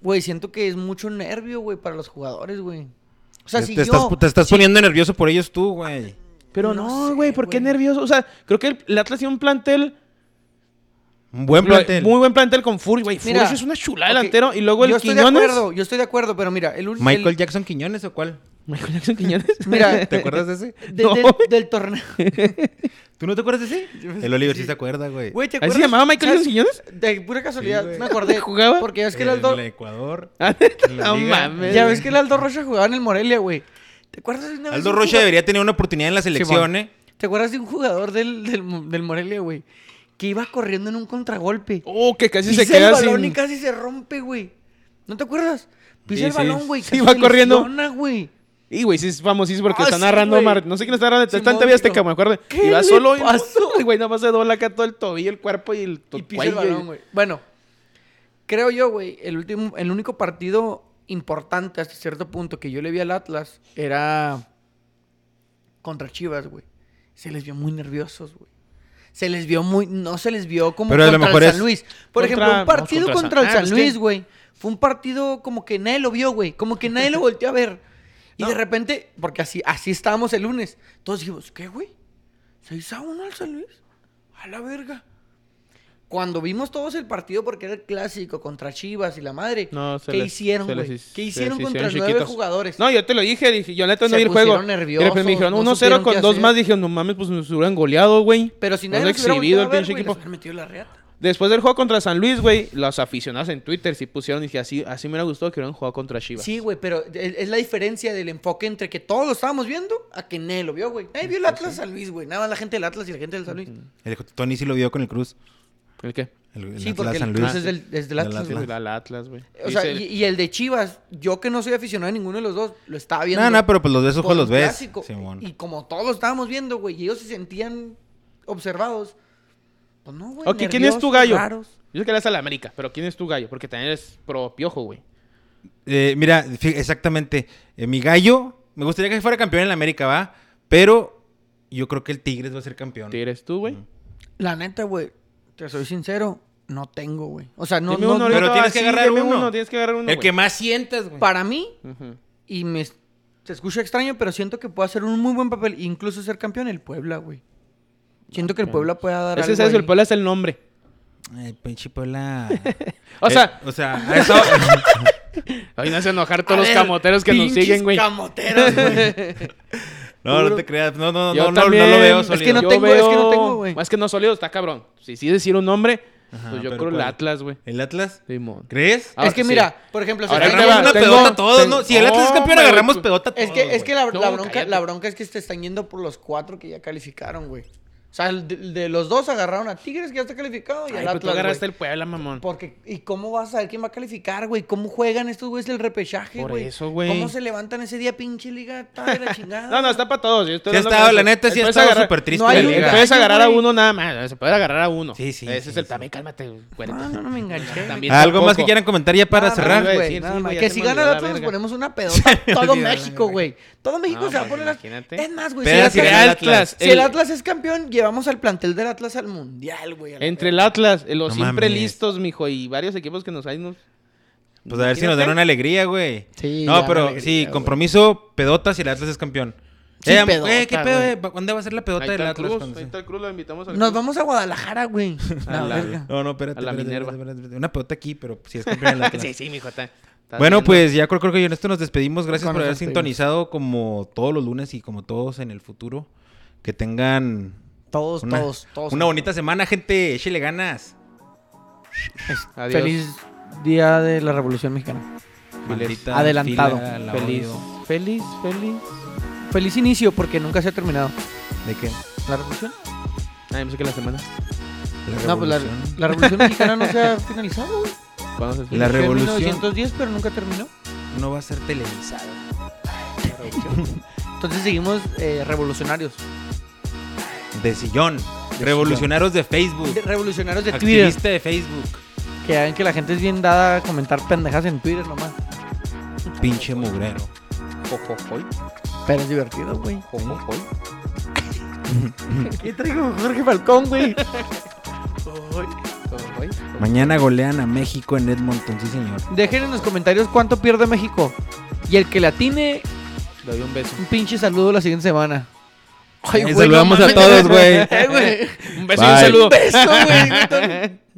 Speaker 1: güey, siento que es mucho nervio, güey, para los jugadores, güey. O sea,
Speaker 2: te,
Speaker 1: si
Speaker 2: te
Speaker 1: yo...
Speaker 2: estás, te estás
Speaker 1: si-
Speaker 2: poniendo nervioso por ellos tú, güey.
Speaker 3: Pero
Speaker 1: No
Speaker 3: no,
Speaker 1: sé,
Speaker 3: güey, ¿por qué
Speaker 1: güey.
Speaker 3: nervioso? O sea, creo que el, el Atlas tiene un plantel.
Speaker 2: Un buen
Speaker 3: lo-
Speaker 2: plantel.
Speaker 3: Muy buen plantel con Fury, güey. Fury
Speaker 1: Mira,
Speaker 3: es una chula
Speaker 1: ok,
Speaker 3: delantero. Y luego el
Speaker 1: yo Estoy de
Speaker 3: Quiñones.
Speaker 1: acuerdo, yo estoy de acuerdo, pero mira, el único...
Speaker 2: ¿Michael Jackson Quiñones o cuál?
Speaker 3: *laughs* Michael Jackson Quiñones. *laughs*
Speaker 1: Mira,
Speaker 2: ¿Te acuerdas de ese?
Speaker 1: de-
Speaker 3: No.
Speaker 1: del, del torneo.
Speaker 2: ¿Tú no te acuerdas de
Speaker 1: *laughs*
Speaker 2: ese? El Oliver sí, se acuerda, güey.
Speaker 1: Güey, ¿te
Speaker 3: ¿Ahí
Speaker 1: acuerdas?
Speaker 3: Eh, se llamaba Michael Jackson
Speaker 1: ¿Sabes?
Speaker 3: Quiñones?
Speaker 1: De pura casualidad,
Speaker 2: Sí, güey.
Speaker 1: me acordé.
Speaker 3: *laughs* ¿Jugaba?
Speaker 1: Porque ya ves que el
Speaker 2: el
Speaker 1: Aldo...
Speaker 2: Ecuador.
Speaker 1: *laughs*
Speaker 3: Ah, *laughs*
Speaker 2: En la
Speaker 3: no
Speaker 2: liga.
Speaker 3: mames.
Speaker 1: Ya ves que el Aldo Rocha jugaba en el Morelia, güey. ¿Te acuerdas de una vez
Speaker 2: Aldo
Speaker 1: un
Speaker 2: Rocha
Speaker 1: jugador-
Speaker 2: debería tener una oportunidad en la selección, ¿eh?
Speaker 1: ¿Te acuerdas de un jugador del, del, del Morelia, güey? Que iba corriendo en un contragolpe.
Speaker 3: Oh, que casi
Speaker 1: Pisa
Speaker 3: se queda
Speaker 1: el balón
Speaker 3: sin...
Speaker 1: y casi se rompe, güey. ¿No te acuerdas? Pisa
Speaker 3: Sí,
Speaker 1: el
Speaker 3: sí.
Speaker 1: balón,
Speaker 3: *laughs*
Speaker 1: güey.
Speaker 3: Sí,
Speaker 1: casi
Speaker 3: va
Speaker 1: se
Speaker 3: corriendo.
Speaker 1: lesiona, güey.
Speaker 3: Y, güey, sí es famosísimo porque
Speaker 1: Ah,
Speaker 3: está
Speaker 1: sí,
Speaker 3: narrando
Speaker 1: güey.
Speaker 3: Mar- No sé quién está narrando. Está en
Speaker 1: Simón,
Speaker 3: TV Azteca,
Speaker 1: pero-
Speaker 3: me acuerdo.
Speaker 1: ¿qué
Speaker 3: Y va
Speaker 1: le
Speaker 3: solo. *laughs* y-
Speaker 1: pasó?
Speaker 3: Ay, güey, nada más se dobla acá todo el tobillo, el cuerpo y el to-
Speaker 1: Y pisa el
Speaker 3: cuello y-
Speaker 1: balón, güey. Bueno, creo yo, güey, el, último, el único partido importante hasta cierto punto que yo le vi al Atlas era contra Chivas, güey. Se les vio muy nerviosos, güey. Se les vio muy... No se les vio como
Speaker 2: Pero a lo
Speaker 1: contra
Speaker 2: mejor
Speaker 1: el
Speaker 2: es-
Speaker 1: San Luis. Por
Speaker 3: Contra-
Speaker 1: ejemplo, un
Speaker 3: no,
Speaker 1: partido
Speaker 3: contra San-
Speaker 1: contra, el
Speaker 3: ah,
Speaker 1: San
Speaker 3: es que-
Speaker 1: Luis, güey. Fue un partido como que nadie lo vio, güey. Como que nadie lo volteó a ver. Y de repente... Porque así, así estábamos el lunes. Todos dijimos, ¿qué, güey? ¿6 a 1 al San Luis? A la verga cuando vimos todos el partido porque era el clásico contra Chivas y la madre,
Speaker 3: No, se
Speaker 1: ¿qué
Speaker 3: les-
Speaker 1: hicieron,
Speaker 3: se les
Speaker 1: güey?
Speaker 3: his-
Speaker 1: ¿Qué
Speaker 3: se
Speaker 1: hicieron
Speaker 3: les
Speaker 1: contra
Speaker 3: hicieron
Speaker 1: nueve
Speaker 3: chiquitos.
Speaker 1: jugadores?
Speaker 3: No, yo te lo dije, dije, yo neta no
Speaker 1: Se
Speaker 3: vi el juego.
Speaker 1: pusieron
Speaker 3: Y de repente me dijeron
Speaker 1: nerviosos, no
Speaker 3: 1-0 con
Speaker 1: supieron qué
Speaker 3: 2 más.
Speaker 1: hacer.
Speaker 3: Dije, no mames, pues nos hubieran goleado, güey.
Speaker 1: Pero si
Speaker 3: Nos
Speaker 1: nadie
Speaker 3: hubieran
Speaker 1: los hubiera
Speaker 3: pues exhibido
Speaker 1: volteado a
Speaker 3: el
Speaker 1: ver,
Speaker 3: pinche
Speaker 1: güey,
Speaker 3: equipo.
Speaker 1: les hubieran metido la reata.
Speaker 3: Después del juego contra San Luis, güey, los aficionados en Twitter sí pusieron y dije, así, así me hubiera gustado que hubieran jugado contra Chivas.
Speaker 1: Sí, güey, pero es es la diferencia del enfoque entre que todos lo estábamos viendo a que nadie lo vio, güey. Nadie vio el Atlas San Luis, güey. Nada más la gente del Atlas y la gente del San Luis.
Speaker 2: El Tony sí lo vio con el Cruz.
Speaker 3: ¿El qué?
Speaker 2: El, el
Speaker 1: Sí,
Speaker 2: Atlas
Speaker 1: porque
Speaker 2: San
Speaker 1: el
Speaker 2: Luis.
Speaker 1: Cruz es del, es del
Speaker 2: Del
Speaker 1: Atlas,
Speaker 2: Atlas.
Speaker 1: güey.
Speaker 3: El Atlas, güey.
Speaker 1: O sea,
Speaker 3: Dice-
Speaker 1: y, y el de Chivas, yo que no soy aficionado a ninguno de los dos, lo estaba viendo.
Speaker 2: No, no, pero pues los de esos
Speaker 1: por
Speaker 2: ojos los
Speaker 1: un
Speaker 2: ves.
Speaker 1: clásico.
Speaker 2: Simón.
Speaker 1: Y como todos lo estábamos viendo, güey, y ellos se sentían observados. Pues no, güey.
Speaker 3: Ok, ¿quién es
Speaker 1: nerviosos,
Speaker 3: tu gallo?
Speaker 1: raros.
Speaker 3: Yo sé que le das a la América, pero ¿quién es tu gallo? Porque también eres pro piojo, güey.
Speaker 2: Eh, mira, fí- exactamente. Eh, mi gallo, me gustaría que fuera campeón en la América, ¿va? Pero yo creo que el Tigres va a ser campeón.
Speaker 3: eres tú, güey?
Speaker 2: Mm.
Speaker 1: La neta, güey, te soy sincero, no tengo, güey. O sea, no,
Speaker 3: Dime
Speaker 1: no-
Speaker 3: uno
Speaker 1: no-
Speaker 2: Pero
Speaker 3: ahorita,
Speaker 2: tienes que
Speaker 3: así,
Speaker 2: agarrar
Speaker 3: dime
Speaker 2: uno.
Speaker 3: Tienes que agarrar uno,
Speaker 2: el
Speaker 3: güey.
Speaker 2: que más sientas, güey.
Speaker 1: para mí,
Speaker 3: Ujú.
Speaker 1: y me se escucha extraño, pero siento que puede hacer un muy buen papel, incluso ser campeón el Puebla, güey. Siento que el Puebla pueda dar
Speaker 3: Es que
Speaker 1: algo
Speaker 3: sabes,
Speaker 1: ahí.
Speaker 3: el Puebla es el nombre.
Speaker 2: Ay,
Speaker 1: *laughs*
Speaker 2: pinche Puebla.
Speaker 3: O sea-
Speaker 2: Eh, o sea, a esa-
Speaker 3: Ahí nos hace enojar
Speaker 1: A
Speaker 3: todos los
Speaker 1: ver,
Speaker 3: camoteros que nos
Speaker 1: pinches
Speaker 3: siguen, güey.
Speaker 1: Camoteros, *laughs* güey.
Speaker 2: no, no
Speaker 3: Puro-
Speaker 2: te creas. No, no,
Speaker 3: Yo
Speaker 2: no, no, no
Speaker 3: también,
Speaker 2: lo veo
Speaker 3: es
Speaker 2: sólido.
Speaker 1: que no
Speaker 3: Yo
Speaker 1: tengo, es que no tengo, güey.
Speaker 3: Es que no sólido, está cabrón. Si sí decir un nombre,
Speaker 2: Ajá,
Speaker 3: pues yo
Speaker 2: pero
Speaker 3: creo el
Speaker 2: ¿cuál?
Speaker 3: Atlas, güey.
Speaker 2: ¿El Atlas?
Speaker 3: Simón.
Speaker 2: ¿Crees?
Speaker 3: Ahora
Speaker 1: es que
Speaker 3: sí.
Speaker 1: mira, por ejemplo, si
Speaker 3: Ahora
Speaker 1: estás
Speaker 3: ahí te va,
Speaker 2: Agarramos una
Speaker 3: tengo-
Speaker 2: pelota todos, ¿no?
Speaker 3: tengo-
Speaker 2: Si el Atlas es
Speaker 3: No,
Speaker 2: campeón,
Speaker 3: güey,
Speaker 2: agarramos
Speaker 3: tú-
Speaker 2: pelota
Speaker 1: Es
Speaker 2: todos,
Speaker 1: que, es
Speaker 2: güey.
Speaker 1: que la,
Speaker 3: No,
Speaker 1: la bronca,
Speaker 3: cállate.
Speaker 1: la bronca es que te están yendo por los cuatro que ya calificaron, güey. O sea, el de, de los dos agarraron a Tigres, que ya está calificado, y
Speaker 3: Ay,
Speaker 1: al
Speaker 3: pero tú
Speaker 1: Atlas,
Speaker 3: agarraste
Speaker 1: güey.
Speaker 3: el Puebla, mamón.
Speaker 1: Porque, ¿y cómo vas a saber quién va a calificar, güey? ¿Cómo juegan estos güeyes el repechaje,
Speaker 3: Por
Speaker 1: güey?
Speaker 3: eso, güey.
Speaker 1: ¿Cómo se levantan ese día, pinche liga? Está de
Speaker 3: *laughs*
Speaker 1: la chingada.
Speaker 3: No, no, está para todos. Yo estoy
Speaker 2: Sí ha
Speaker 3: hablando con
Speaker 2: estado,
Speaker 3: eso.
Speaker 2: la neta, sí ha
Speaker 3: Puedes
Speaker 2: estado
Speaker 3: agarrar-
Speaker 2: súper triste
Speaker 1: no hay
Speaker 2: la
Speaker 1: un-
Speaker 2: liga.
Speaker 1: Pues-
Speaker 3: Puedes agarrar a
Speaker 1: güey.
Speaker 3: uno nada más. Se puede agarrar a uno.
Speaker 2: Sí, sí,
Speaker 3: Ese
Speaker 2: sí,
Speaker 3: es el
Speaker 2: sí.
Speaker 3: también. Cálmate, güey.
Speaker 1: Ah, no, no me enganché.
Speaker 3: También.
Speaker 2: ¿Algo
Speaker 3: tampoco.
Speaker 2: más que quieran comentar ya para
Speaker 1: Nada más,
Speaker 2: cerrar?
Speaker 3: güey.
Speaker 1: güey,
Speaker 3: Sí,
Speaker 1: nada
Speaker 3: sí,
Speaker 1: más.
Speaker 3: güey, ya
Speaker 1: Que
Speaker 3: se
Speaker 1: si
Speaker 3: me
Speaker 1: gana el
Speaker 3: olvidó la
Speaker 1: Atlas nos
Speaker 3: verga.
Speaker 1: ponemos *laughs* una pedota. Todo
Speaker 2: olvidó la
Speaker 1: México, güey. Todo México
Speaker 3: No,
Speaker 1: se va a
Speaker 3: pues,
Speaker 1: poner... las-
Speaker 3: imagínate.
Speaker 1: Es más, güey. Si, el
Speaker 2: Pedas y
Speaker 1: Atlas-
Speaker 2: gana el Atlas.
Speaker 1: si el
Speaker 3: El-
Speaker 1: Atlas es campeón, llevamos al plantel del Atlas al Mundial, güey. a la
Speaker 3: Entre el Atlas, eh, los
Speaker 2: No
Speaker 3: siempre
Speaker 2: mames.
Speaker 3: listos, mijo, y varios equipos que nos hay. Nos...
Speaker 2: Pues a ver si nos dan una alegría, güey.
Speaker 1: Sí, ya
Speaker 2: No,
Speaker 1: una
Speaker 2: pero
Speaker 1: alegría,
Speaker 2: sí,
Speaker 1: güey.
Speaker 2: compromiso, pedotas y el Atlas es campeón.
Speaker 1: Sí,
Speaker 2: eh,
Speaker 1: pedota,
Speaker 2: güey, ¿qué pedo,
Speaker 1: güey.
Speaker 2: eh? ¿Dónde va a ser la
Speaker 3: Ahí
Speaker 2: pedota del
Speaker 3: está el
Speaker 2: Atlas?
Speaker 3: Cruz,
Speaker 2: cuando
Speaker 3: ahí
Speaker 2: se-
Speaker 3: está el Cruz, lo invitamos al
Speaker 1: Nos
Speaker 3: Cruz.
Speaker 1: vamos a Guadalajara, güey.
Speaker 3: A
Speaker 1: La
Speaker 3: la-
Speaker 1: verga.
Speaker 2: No, no, espérate.
Speaker 3: A la
Speaker 2: espérate,
Speaker 3: Minerva.
Speaker 2: espérate, espérate. Una pelota aquí, pero si es campeón
Speaker 1: *laughs*
Speaker 2: del Atlas.
Speaker 3: Sí, sí, mijo, está. está
Speaker 2: Bueno,
Speaker 3: viendo.
Speaker 2: pues ya creo, creo que con esto nos despedimos. Gracias
Speaker 1: Con
Speaker 2: por
Speaker 1: nos
Speaker 2: haber
Speaker 1: despedimos.
Speaker 2: sintonizado como todos los lunes y como todos en el futuro. Que tengan
Speaker 1: Todos,
Speaker 2: una,
Speaker 1: todos, todos.
Speaker 2: una bonita semana, gente. Échele ganas.
Speaker 3: Adiós.
Speaker 1: Feliz día de la Revolución Mexicana.
Speaker 2: Maldita
Speaker 1: Adelantado.
Speaker 2: fila, la
Speaker 3: Feliz,
Speaker 2: odio.
Speaker 3: feliz, feliz.
Speaker 1: Feliz inicio porque nunca se ha terminado.
Speaker 2: ¿De qué?
Speaker 1: ¿La revolución?
Speaker 3: Ay, pensé que la semana.
Speaker 2: La
Speaker 1: No, pues la,
Speaker 2: revolución.
Speaker 1: la revolución mexicana no se *laughs* ha finalizado. güey.
Speaker 3: Vamos a
Speaker 2: La
Speaker 1: Fue en
Speaker 2: revolución.
Speaker 1: 1910, pero nunca terminó.
Speaker 2: no va a ser televisada.
Speaker 1: Entonces seguimos eh, revolucionarios.
Speaker 2: De sillón. Revolucionarios de Facebook.
Speaker 1: De- Revolucionarios de Twitter.
Speaker 2: Activista de Facebook.
Speaker 1: Que hagan que la gente es bien dada a comentar pendejas en Twitter nomás.
Speaker 2: Pinche mugrero.
Speaker 3: Jojojoy,
Speaker 1: Pero es divertido, güey.
Speaker 3: jojojoy.
Speaker 1: ¿Qué traigo Jorge Falcón, güey?
Speaker 3: Jojojoy.
Speaker 2: Mañana golean a México en Edmonton, sí señor.
Speaker 1: Dejen en los comentarios cuánto pierde México. Y el que le atine,
Speaker 3: Le doy un beso.
Speaker 1: un pinche saludo la siguiente semana.
Speaker 2: Ahí
Speaker 1: no
Speaker 2: saludamos a
Speaker 1: mames. *laughs*
Speaker 2: todos, güey.
Speaker 1: Eh, güey.
Speaker 3: Un beso
Speaker 2: Bye.
Speaker 3: y un saludo.
Speaker 1: Un beso, güey.